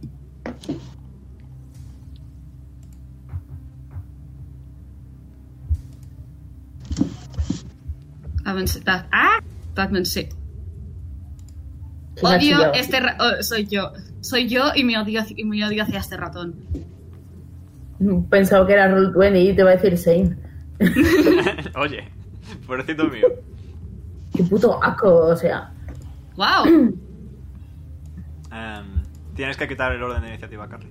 Speaker 2: Batman se- Bat- ¡Ah! Batman se-
Speaker 3: ¿Quién ha
Speaker 2: Odio
Speaker 3: chillado?
Speaker 2: este ra- oh, soy yo. Soy yo y me odio, y me odio hacia este ratón.
Speaker 3: Pensaba que era Roll 20 y te va a decir Shane.
Speaker 1: Oye, pobrecito mío.
Speaker 3: Qué puto asco, o sea.
Speaker 2: ¡Wow!
Speaker 1: Em, tienes que quitar el orden de iniciativa, Carly.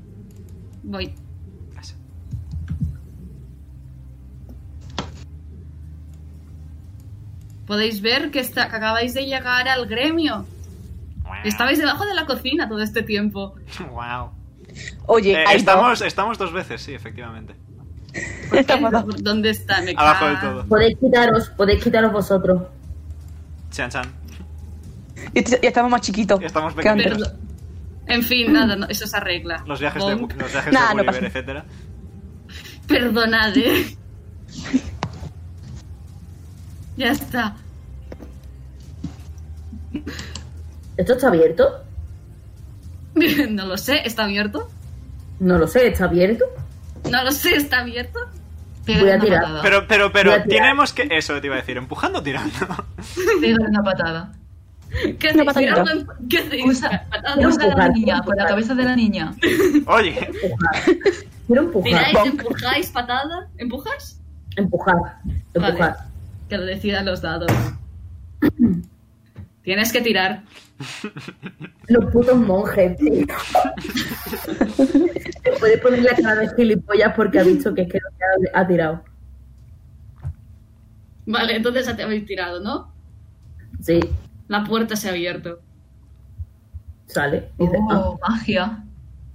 Speaker 2: Voy.
Speaker 1: Gracias.
Speaker 2: Podéis ver que, está, que acabáis de llegar al gremio. Estabais debajo de la cocina todo este tiempo.
Speaker 1: Wow.
Speaker 4: Oye, ahí
Speaker 1: Eh, estamos, estamos dos veces, sí, efectivamente.
Speaker 4: va. Estamos dos.
Speaker 2: ¿Dónde está? Me
Speaker 1: Abajo
Speaker 4: Ah.
Speaker 1: del
Speaker 2: cago.
Speaker 1: todo.
Speaker 3: Podéis quitaros, podéis quitaros vosotros.
Speaker 1: Chan Chan.
Speaker 4: Y est- y estamos más chiquitos.
Speaker 1: Estamos
Speaker 4: que antes.
Speaker 1: pequeños.
Speaker 2: Perdón. En fin, nada, no, eso se arregla.
Speaker 1: Los viajes de,
Speaker 2: Bonk.
Speaker 1: los viajes
Speaker 4: Nah,
Speaker 1: de
Speaker 4: no
Speaker 1: Gulliver,
Speaker 4: pasa.
Speaker 1: etcétera.
Speaker 2: Perdonad, eh. ya está.
Speaker 3: ¿Esto está abierto?
Speaker 2: no lo sé, ¿está abierto?
Speaker 3: No lo sé, ¿está abierto?
Speaker 2: No lo sé, ¿está abierto?
Speaker 5: Pega
Speaker 3: Voy a
Speaker 5: una
Speaker 3: tirar.
Speaker 5: patada.
Speaker 1: Pero, pero,
Speaker 3: Voy
Speaker 1: pero,
Speaker 3: a tirar.
Speaker 1: tenemos que. Eso te iba a decir, empujando o tirando.
Speaker 5: Pega una patada.
Speaker 2: ¿Qué
Speaker 4: Una
Speaker 2: hacéis?
Speaker 4: patadita.
Speaker 2: Tirando en- ¿Qué hacéis?
Speaker 5: Usa,
Speaker 2: Patadita.
Speaker 5: usa la
Speaker 3: empujar,
Speaker 5: niña, con la
Speaker 3: empujar.
Speaker 5: cabeza de la niña.
Speaker 1: Oye,
Speaker 3: Quiero empujar,
Speaker 2: ¿Tiráis, empujáis, patada? ¿Empujas?
Speaker 3: empujar, empujar.
Speaker 2: Que lo decidan los dados. Tienes que tirar.
Speaker 3: Los putos monjes, tío. Puedes poner la cara de gilipollas porque ha dicho que es que no te ha, ha tirado.
Speaker 2: Vale, entonces ya te habéis tirado, ¿no?
Speaker 3: Sí,
Speaker 2: La puerta se ha abierto.
Speaker 3: sale. Dice, ah.
Speaker 5: Oh, magia.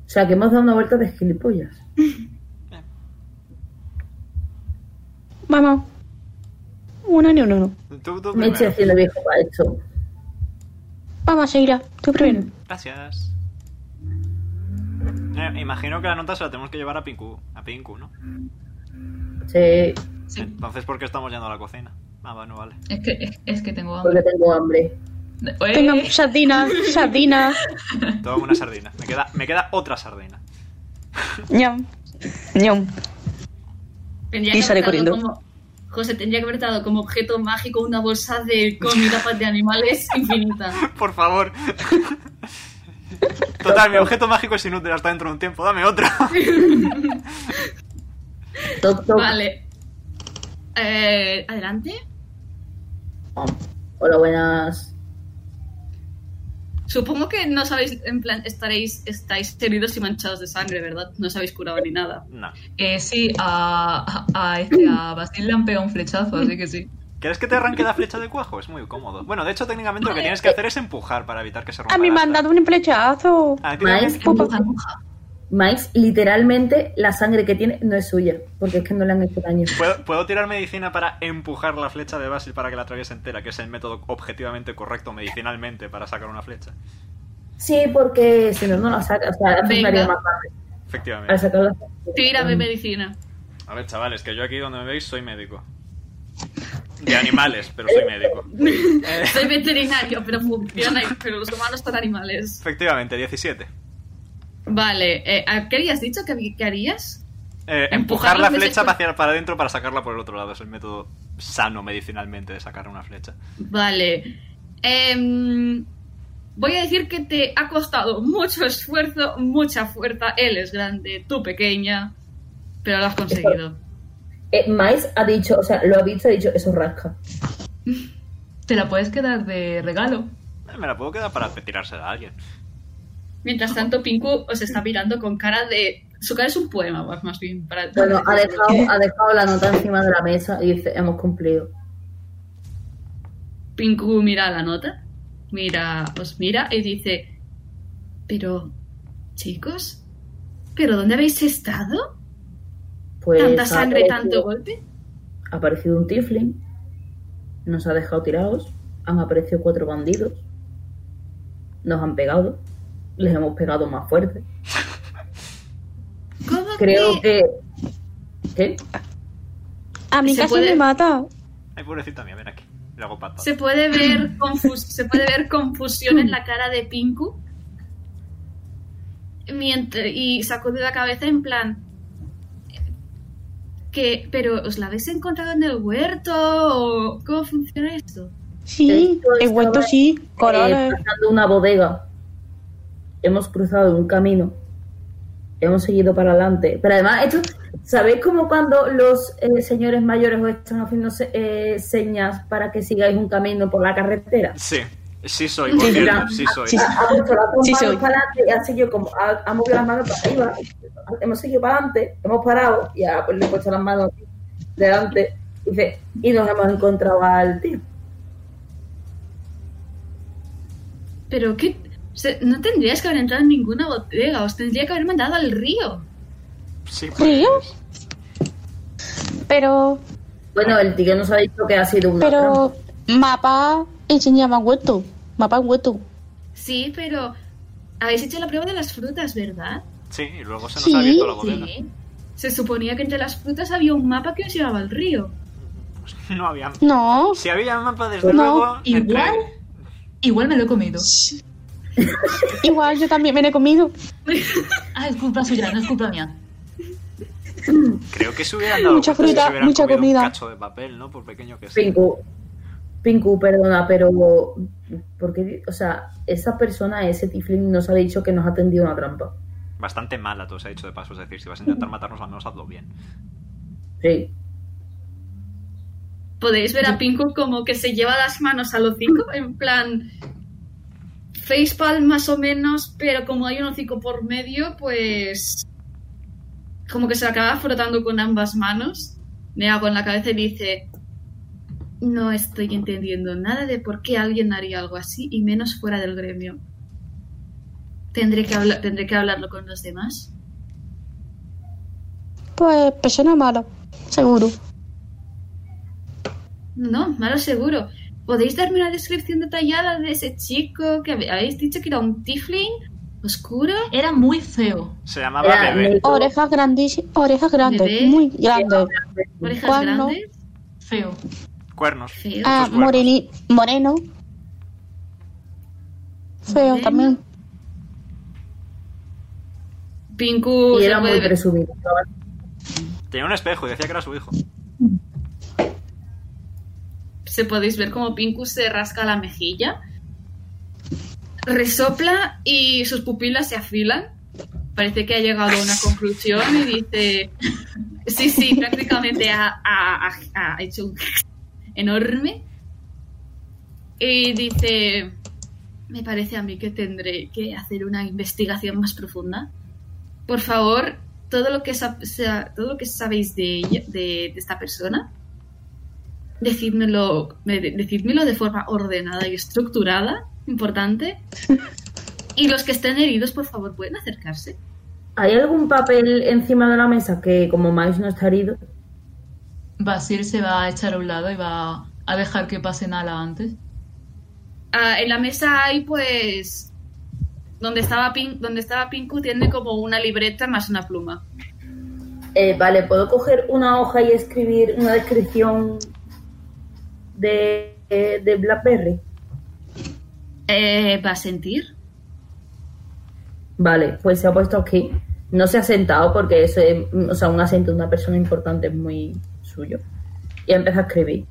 Speaker 3: O sea, que hemos dado una vuelta de gilipollas.
Speaker 4: Vamos. Uno, no, no, no.
Speaker 1: tú, tú
Speaker 3: Me eché
Speaker 1: primero.
Speaker 3: haciendo viejo para esto.
Speaker 4: Vamos, Seira. Tú primero.
Speaker 1: Gracias. Eh, imagino que la nota se la tenemos que llevar a Pinku, a Pinku ¿no?
Speaker 3: Sí,
Speaker 5: Sí,
Speaker 1: Entonces, ¿por qué estamos yendo a la cocina? Ah, bueno, vale.
Speaker 5: es que, es, es que tengo hambre.
Speaker 3: porque tengo hambre. Pues
Speaker 5: Eh,
Speaker 4: Venga, sardina, sardina.
Speaker 1: Toma una sardina. Me queda, me queda otra sardina.
Speaker 4: Ñam. Ñam.
Speaker 2: Tendría
Speaker 4: Y
Speaker 2: que
Speaker 4: sale
Speaker 2: haber dado
Speaker 4: corriendo.
Speaker 2: como- José, tendría que haber dado como objeto mágico una bolsa de comida pa- de animales infinita.
Speaker 1: Por favor. Total, mi objeto mágico es inútil hasta dentro de un tiempo. Dame otro.
Speaker 3: Toc, toc.
Speaker 2: Vale. Eh, Adelante.
Speaker 3: Hola, buenas.
Speaker 2: Supongo que no sabéis, en plan, estaréis, estáis heridos y manchados de sangre, ¿verdad? No os habéis curado ni nada.
Speaker 1: No.
Speaker 5: eh, sí, a, a, a este, a Basil le han pegado un flechazo, así que sí.
Speaker 1: ¿Quieres que te arranque la flecha de cuajo? Es muy cómodo. Bueno, de hecho, técnicamente lo que tienes que hacer es empujar para evitar que se rompa.
Speaker 4: A mí
Speaker 1: la
Speaker 4: me han
Speaker 1: asta.
Speaker 4: dado un flechazo.
Speaker 1: Ah, tío,
Speaker 3: Maes.
Speaker 5: Empuja, empuja.
Speaker 3: Max, literalmente la sangre que tiene no es suya, porque es que no le han hecho daño.
Speaker 1: ¿puedo, puedo tirar medicina para empujar la flecha de Basil para que la atraviese entera, que es el método objetivamente correcto medicinalmente para sacar una flecha.
Speaker 3: Sí, porque si no, no la saca. O sea, hace un
Speaker 2: Venga.
Speaker 3: área más fácil para
Speaker 1: Efectivamente.
Speaker 3: sacarla.
Speaker 2: Tírame medicina.
Speaker 1: A ver, chavales, que yo aquí donde me veis soy médico. De animales, pero soy médico. Eh,
Speaker 2: Soy veterinario, pero funciona, y- pero los humanos son animales.
Speaker 1: efectivamente, 17.
Speaker 2: Vale, eh, ¿a ¿qué habías dicho? ¿Qué, qué harías?
Speaker 1: Eh, empujar
Speaker 2: Empujar
Speaker 1: la
Speaker 2: las
Speaker 1: flecha
Speaker 2: flechas-
Speaker 1: para, hacia- para adentro para sacarla por el otro lado es el método sano medicinalmente de sacar una flecha.
Speaker 2: Vale. Em, voy a decir que te ha costado mucho esfuerzo, mucha fuerza. Él es grande, tú pequeña, pero lo has conseguido.
Speaker 3: Eh, Miles ha dicho, o sea, lo ha visto, ha dicho, eso rasca.
Speaker 5: Te la puedes quedar de regalo.
Speaker 1: Eh, Me la puedo quedar para tirársela a alguien.
Speaker 2: Mientras tanto, Pinku os está mirando con cara de... Su cara es un poema, más- más bien. Para...
Speaker 3: Bueno, ha dejado, ha dejado la nota encima de la mesa y dice, hemos cumplido.
Speaker 2: Pinku mira la nota, mira, os mira y dice, pero, chicos, ¿pero dónde habéis estado?
Speaker 3: Pues
Speaker 2: ¿Tanta
Speaker 3: ha
Speaker 2: sangre y tanto
Speaker 3: aparecido-
Speaker 2: golpe?
Speaker 3: Ha aparecido un tifling, nos ha dejado tirados, han aparecido cuatro bandidos, nos han pegado, les hemos pegado más fuerte.
Speaker 2: ¿Cómo
Speaker 3: Creo
Speaker 2: que-
Speaker 3: que... ¿Qué?
Speaker 4: A mí
Speaker 2: ¿Se
Speaker 4: casi
Speaker 2: puede?
Speaker 4: me mata.
Speaker 1: Ay, pobrecita mía, ven aquí. Le hago patada.
Speaker 2: Se puede, ver confus- se puede ver confusión en la cara de Pinku. Mientras, y sacude la cabeza en plan. eh, que, pero ¿os la habéis encontrado en el huerto? ¿O ¿Cómo funciona esto?
Speaker 3: Sí,
Speaker 6: Sí, he vuelto,
Speaker 3: estaba-
Speaker 6: sí.
Speaker 3: eh,
Speaker 6: Colores.
Speaker 3: pasando una bodega. Hemos cruzado un camino. Hemos seguido para adelante. Pero además, esto, ¿sabéis cómo cuando los eh, señores mayores os están haciendo se- eh, señas para que sigáis un camino por la carretera?
Speaker 1: Sí, sí soy, por cierto, sí soy.
Speaker 6: Sí, sí.
Speaker 3: Ha puesto las dos
Speaker 6: Sí,
Speaker 3: manos
Speaker 6: soy.
Speaker 3: para adelante y ha seguido como ha, ha movido las manos para arriba. Hemos seguido para adelante, hemos parado y ha pues, le he puesto las manos delante y, dice, y nos hemos encontrado al tío.
Speaker 2: Pero qué... se- no tendrías que haber entrado en ninguna bodega, os tendría que haber mandado al río.
Speaker 1: Sí, pues,
Speaker 6: ¿Río? Pero,
Speaker 3: Bueno, el tío nos ha dicho que ha sido un ladrón.
Speaker 6: pero, mapa enseñaba huerto. Mapa en huerto.
Speaker 2: Sí, pero habéis hecho la prueba de las frutas, ¿verdad?
Speaker 1: sí, y luego se nos
Speaker 6: Sí,
Speaker 1: ha abierto la bodega.
Speaker 2: Se suponía que entre las frutas había un mapa que os llevaba al río.
Speaker 1: No había...
Speaker 6: No.
Speaker 1: Si había mapa, desde
Speaker 6: No,
Speaker 1: luego... entre-
Speaker 5: igual. Igual me lo he comido.
Speaker 6: Igual yo también me lo he comido.
Speaker 5: Ah, es culpa suya, no es culpa mía.
Speaker 1: Creo que se hubieran dado
Speaker 6: Mucha
Speaker 1: cuenta si se
Speaker 6: fruta,
Speaker 1: hubieran
Speaker 6: mucha
Speaker 1: comido
Speaker 6: comida.
Speaker 1: un cacho de papel, ¿no? Por pequeño que sea.
Speaker 3: Pinku, Pinku, perdona, pero porque, o sea, esa persona, ese Tiflin nos ha dicho que nos ha tendido una trampa.
Speaker 1: Bastante mala, todo se ha dicho de paso. Es decir, si vas a intentar matarnos, al menos hazlo bien.
Speaker 3: Sí.
Speaker 2: Podéis ver a Pinku como que se lleva las manos al hocico, en plan facepalm más o menos, pero como hay un hocico por medio, pues como que se acaba frotando con ambas manos. Me hago en la cabeza y dice, no estoy entendiendo nada de por qué alguien haría algo así y menos fuera del gremio. Tendré que, habla- tendré que hablarlo con los demás.
Speaker 6: Pues persona mala, seguro.
Speaker 2: No, malo seguro. ¿Podéis darme una descripción detallada de ese chico que habe- habéis dicho que era un tifling oscuro?
Speaker 5: Era muy feo.
Speaker 1: Se llamaba
Speaker 3: Era
Speaker 1: bebé.
Speaker 3: negro,
Speaker 6: Orejas grandísimas, orejas grandes,
Speaker 2: Bebé.
Speaker 6: muy grandes.
Speaker 2: ¿Orejas
Speaker 6: ¿Cuál no?
Speaker 2: grandes?
Speaker 5: Feo.
Speaker 1: Cuernos.
Speaker 2: Feo.
Speaker 6: Ah,
Speaker 1: Muchos cuernos.
Speaker 6: moreni, moreno. Feo
Speaker 2: Moreno.
Speaker 6: también.
Speaker 2: Pinku
Speaker 3: y
Speaker 2: se
Speaker 3: era muy
Speaker 2: puede ver.
Speaker 3: presumido.
Speaker 1: Tenía un espejo y decía que era su hijo.
Speaker 2: Se podéis ver como Pinku se rasca la mejilla, resopla y sus pupilas se afilan. Parece que ha llegado a una conclusión y dice, sí, sí, prácticamente ha, ha- ha- ha hecho un enorme. Y dice, me parece a mí que tendré que hacer una investigación más profunda. Por favor, todo lo que, sab- sea- todo lo que sabéis de, ella- de- de esta persona, decídmelo, me- de- decídmelo de forma ordenada y estructurada, importante. Y los que estén heridos, por favor, pueden acercarse.
Speaker 3: ¿Hay algún papel encima de la mesa que, como Miles no está herido?
Speaker 5: Basil se va a echar a un lado y va a dejar que pase Nala antes.
Speaker 2: Ah, en la mesa hay, pues, donde estaba, Pin, donde estaba Pinku tiene como una libreta más una pluma.
Speaker 3: Eh, vale, ¿puedo coger una hoja y escribir una descripción de, eh, de Blackberry?
Speaker 2: Eh, ¿Va a sentir?
Speaker 3: Vale, pues se ha puesto aquí. No se ha sentado porque eso es, mm, o sea, un asiento de una persona importante es muy suyo. Y empieza a escribir.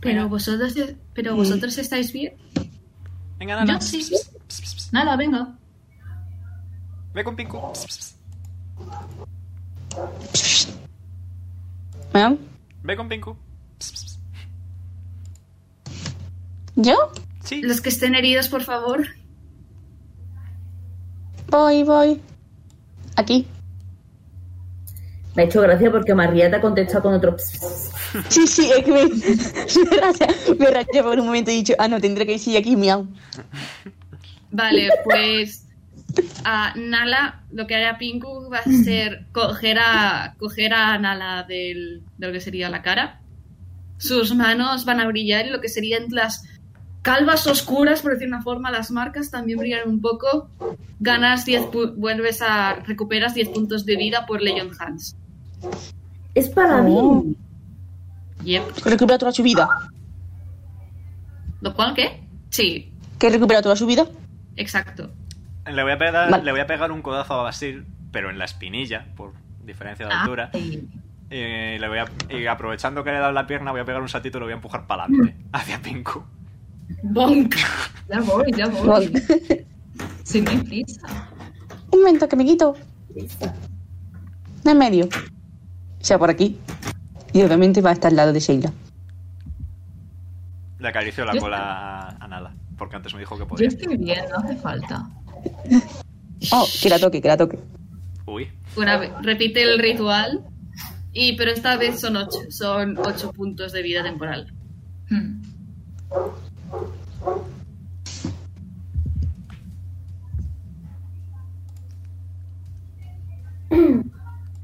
Speaker 2: Pero vosotros, pero vosotros estáis bien.
Speaker 1: Venga, Nana.
Speaker 5: Yo sí.
Speaker 1: Pss, pss, pss, pss.
Speaker 5: Nala, venga.
Speaker 1: Ve con Pinku. Pss, pss, pss.
Speaker 6: ¿Eh?
Speaker 1: Ve con Pinku. Pss, pss, pss.
Speaker 6: ¿Yo?
Speaker 1: Sí.
Speaker 2: Los que estén heridos, por favor.
Speaker 6: Voy, voy. Aquí.
Speaker 3: Me ha hecho gracia porque María te ha contestado con otro... "Pss".
Speaker 6: Sí, sí, es que me, me, rayé, me rayé por un momento y he dicho, ah, no, tendré que decir aquí, miau.
Speaker 2: Vale, pues a Nala, lo que haría Pinku va a ser coger a, coger a Nala del, de lo que sería la cara. Sus manos van a brillar y lo que serían las calvas oscuras, por decir una forma, las marcas también brillan un poco. Ganas 10 pu- vuelves a recuperas 10 puntos de vida por Legion Hands.
Speaker 3: Es para
Speaker 2: Ah,
Speaker 6: Oh.
Speaker 3: mí.
Speaker 2: Yep.
Speaker 6: Que recupera toda su vida.
Speaker 2: ¿Lo cual qué? Sí,
Speaker 6: Que recupera toda su vida.
Speaker 2: exacto.
Speaker 1: Le voy a pegar,
Speaker 6: Vale.
Speaker 1: le voy a pegar un codazo a Basil, pero en la espinilla, por diferencia
Speaker 2: Ah.
Speaker 1: de altura.
Speaker 5: Ay,
Speaker 1: Y, le voy a- y aprovechando que le he dado la pierna, voy a pegar un saltito y lo voy a empujar para adelante,
Speaker 2: Mm.
Speaker 1: hacia Pinku.
Speaker 2: Bonk.
Speaker 5: ya voy, ya voy.
Speaker 6: Voy.
Speaker 5: Sin mi prisa.
Speaker 6: Un momento que me quito. De en medio. O sea, por aquí. Y obviamente va a estar al lado de Sheila.
Speaker 1: Le acaricio la
Speaker 5: Yo
Speaker 1: cola a, a Nala, porque antes me dijo que
Speaker 5: Yo
Speaker 1: podía.
Speaker 5: estoy bien, no hace falta.
Speaker 6: Oh, que la toque, que la toque.
Speaker 1: Uy,
Speaker 2: Una vez- repite el ritual. Y, pero esta vez son ocho, son ocho puntos de vida temporal.
Speaker 5: Hmm.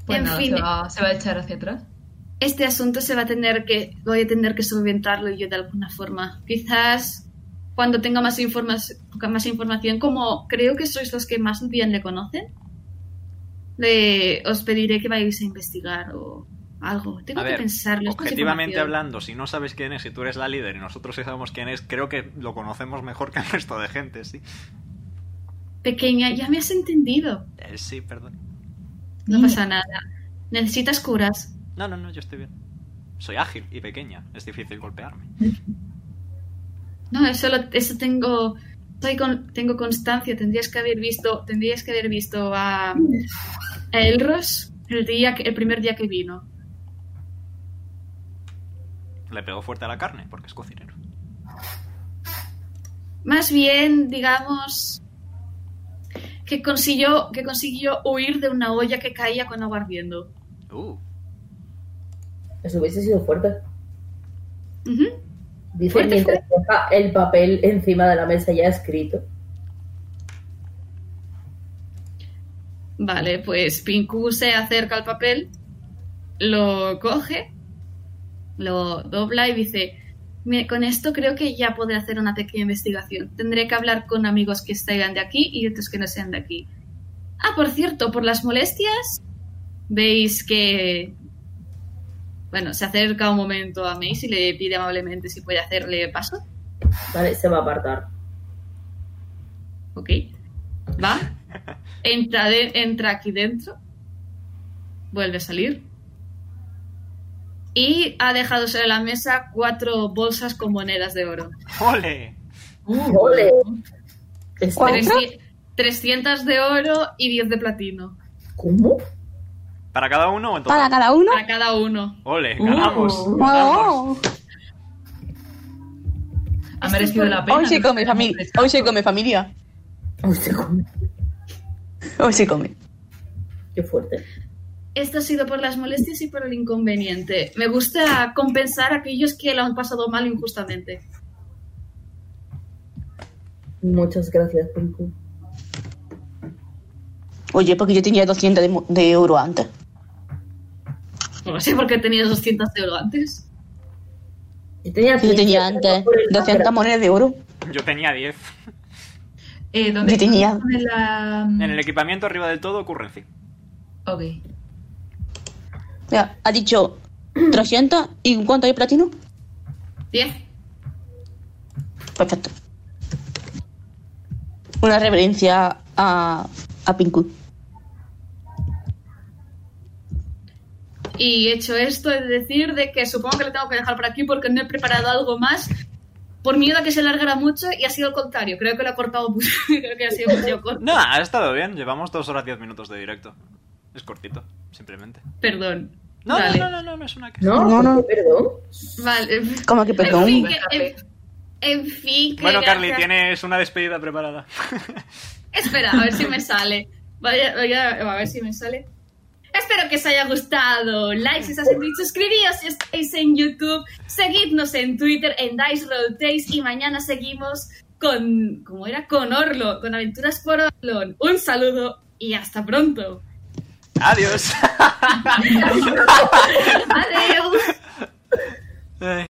Speaker 5: Pues
Speaker 2: En
Speaker 5: nada,
Speaker 2: fin.
Speaker 5: se, va, se va a echar hacia atrás.
Speaker 2: Este asunto se va a tener que, voy a tener que solventarlo yo de alguna forma. Quizás cuando tenga más, informas- más información, como creo que sois los que más bien le conocen, le, os pediré que vayáis a investigar o algo. Tengo
Speaker 1: a
Speaker 2: que
Speaker 1: ver,
Speaker 2: pensarlo. es más
Speaker 1: objetivamente
Speaker 2: información.
Speaker 1: hablando, si no sabes quién es y tú eres la líder y nosotros sí sabemos quién es, creo que lo conocemos mejor que el resto de gente, sí.
Speaker 2: Pequeña, ya me has entendido.
Speaker 1: Eh, sí, perdón.
Speaker 2: No
Speaker 5: Niña.
Speaker 2: pasa nada. Necesitas curas.
Speaker 1: No, no, no, yo estoy bien. Soy ágil y pequeña, es difícil golpearme.
Speaker 2: No, eso, lo, eso tengo, soy con- tengo constancia. Tendrías que haber visto, tendrías que haber visto a, a Elros el día, que- el primer día que vino.
Speaker 1: Le pegó fuerte a la carne, porque es cocinero.
Speaker 2: Más bien, digamos que consiguió, que consiguió huir de una olla que caía con agua ardiendo.
Speaker 1: Uh,
Speaker 3: Eso hubiese sido fuerte.
Speaker 2: Ujú.
Speaker 3: Dice
Speaker 2: Fuerte,
Speaker 3: mientras deja el papel encima de la mesa ya escrito.
Speaker 2: Vale, pues Pinku se acerca al papel, lo coge, lo dobla y dice, "Me- con esto creo que ya podré hacer una pequeña investigación. Tendré que hablar con amigos que estén de aquí y otros que no sean de aquí. Ah, por cierto, por las molestias, veis que... Bueno, se acerca un momento a Mace y le pide amablemente si puede hacerle paso.
Speaker 3: Vale, se va a apartar.
Speaker 2: Ok. Va. Entra, de- entra aquí dentro. Vuelve a salir. Y ha dejado sobre la mesa cuatro bolsas con monedas de oro.
Speaker 1: ¡Ole!
Speaker 2: Ah.
Speaker 3: ¡Ole!
Speaker 6: ¿Cuál? ¿Cuatro?
Speaker 2: Treci- 300 de oro y 10 de platino.
Speaker 3: ¿Cómo?
Speaker 1: ¿Para cada uno o en total?
Speaker 6: Para cada uno.
Speaker 2: Para cada uno.
Speaker 1: ¡Ole!
Speaker 5: Uh.
Speaker 1: ¡Ganamos! ganamos.
Speaker 6: Oh,
Speaker 5: Ha merecido la pena.
Speaker 6: hoy se
Speaker 5: ¿no?
Speaker 6: come familia. Hoy se come familia.
Speaker 3: Uy, se come.
Speaker 6: Hoy se come.
Speaker 3: Qué fuerte.
Speaker 2: Esto ha sido por las molestias y por el inconveniente. Me gusta compensar a aquellos que lo han pasado mal injustamente.
Speaker 3: Muchas gracias, Pinku.
Speaker 6: Oye, porque yo tenía 200 de, mo- de euro antes.
Speaker 2: No sé por qué tenías 200 de oro antes.
Speaker 3: Yo tenía,
Speaker 6: Yo
Speaker 3: 15,
Speaker 6: tenía antes
Speaker 3: por el
Speaker 6: 200
Speaker 3: papel.
Speaker 6: monedas de oro.
Speaker 1: Yo tenía 10.
Speaker 5: Eh, ¿Dónde
Speaker 6: Yo tenía-
Speaker 5: pone la-
Speaker 1: En el equipamiento arriba del todo, currency.
Speaker 5: Ok.
Speaker 6: Mira, ha dicho 300 y ¿cuánto hay platino?
Speaker 2: 10.
Speaker 6: Perfecto. Una reverencia a, a Pinku.
Speaker 2: Y hecho esto, es decir, de que supongo que lo tengo que dejar por aquí porque no he preparado algo más por miedo a que se alargara mucho y ha sido al contrario. Creo que lo ha cortado mucho. Creo que ha sido demasiado corto.
Speaker 1: No, ha estado bien. Llevamos 2 horas 10 minutos de directo. Es cortito, simplemente.
Speaker 2: Perdón.
Speaker 1: No,
Speaker 2: vale.
Speaker 1: no, no, no, no es una queja.
Speaker 3: No,
Speaker 6: No, no.
Speaker 3: perdón.
Speaker 2: Vale.
Speaker 6: ¿Cómo que
Speaker 2: En fin,
Speaker 6: perdón?
Speaker 2: que- en, en fin, que
Speaker 1: Bueno, Carly,
Speaker 2: gracias.
Speaker 1: tienes una despedida preparada.
Speaker 2: Espera, a ver si me sale. Vaya, vaya, a ver si me sale. Espero que os haya gustado. Like si os ha servido. Suscribíos si estáis en YouTube. Seguidnos en Twitter, en Dice Roll Tales. Y mañana seguimos con. ¿Cómo era? Con Orlo. Con Aventuras por Orlon. Un saludo y hasta pronto.
Speaker 1: Adiós.
Speaker 2: Adiós.
Speaker 1: Ay.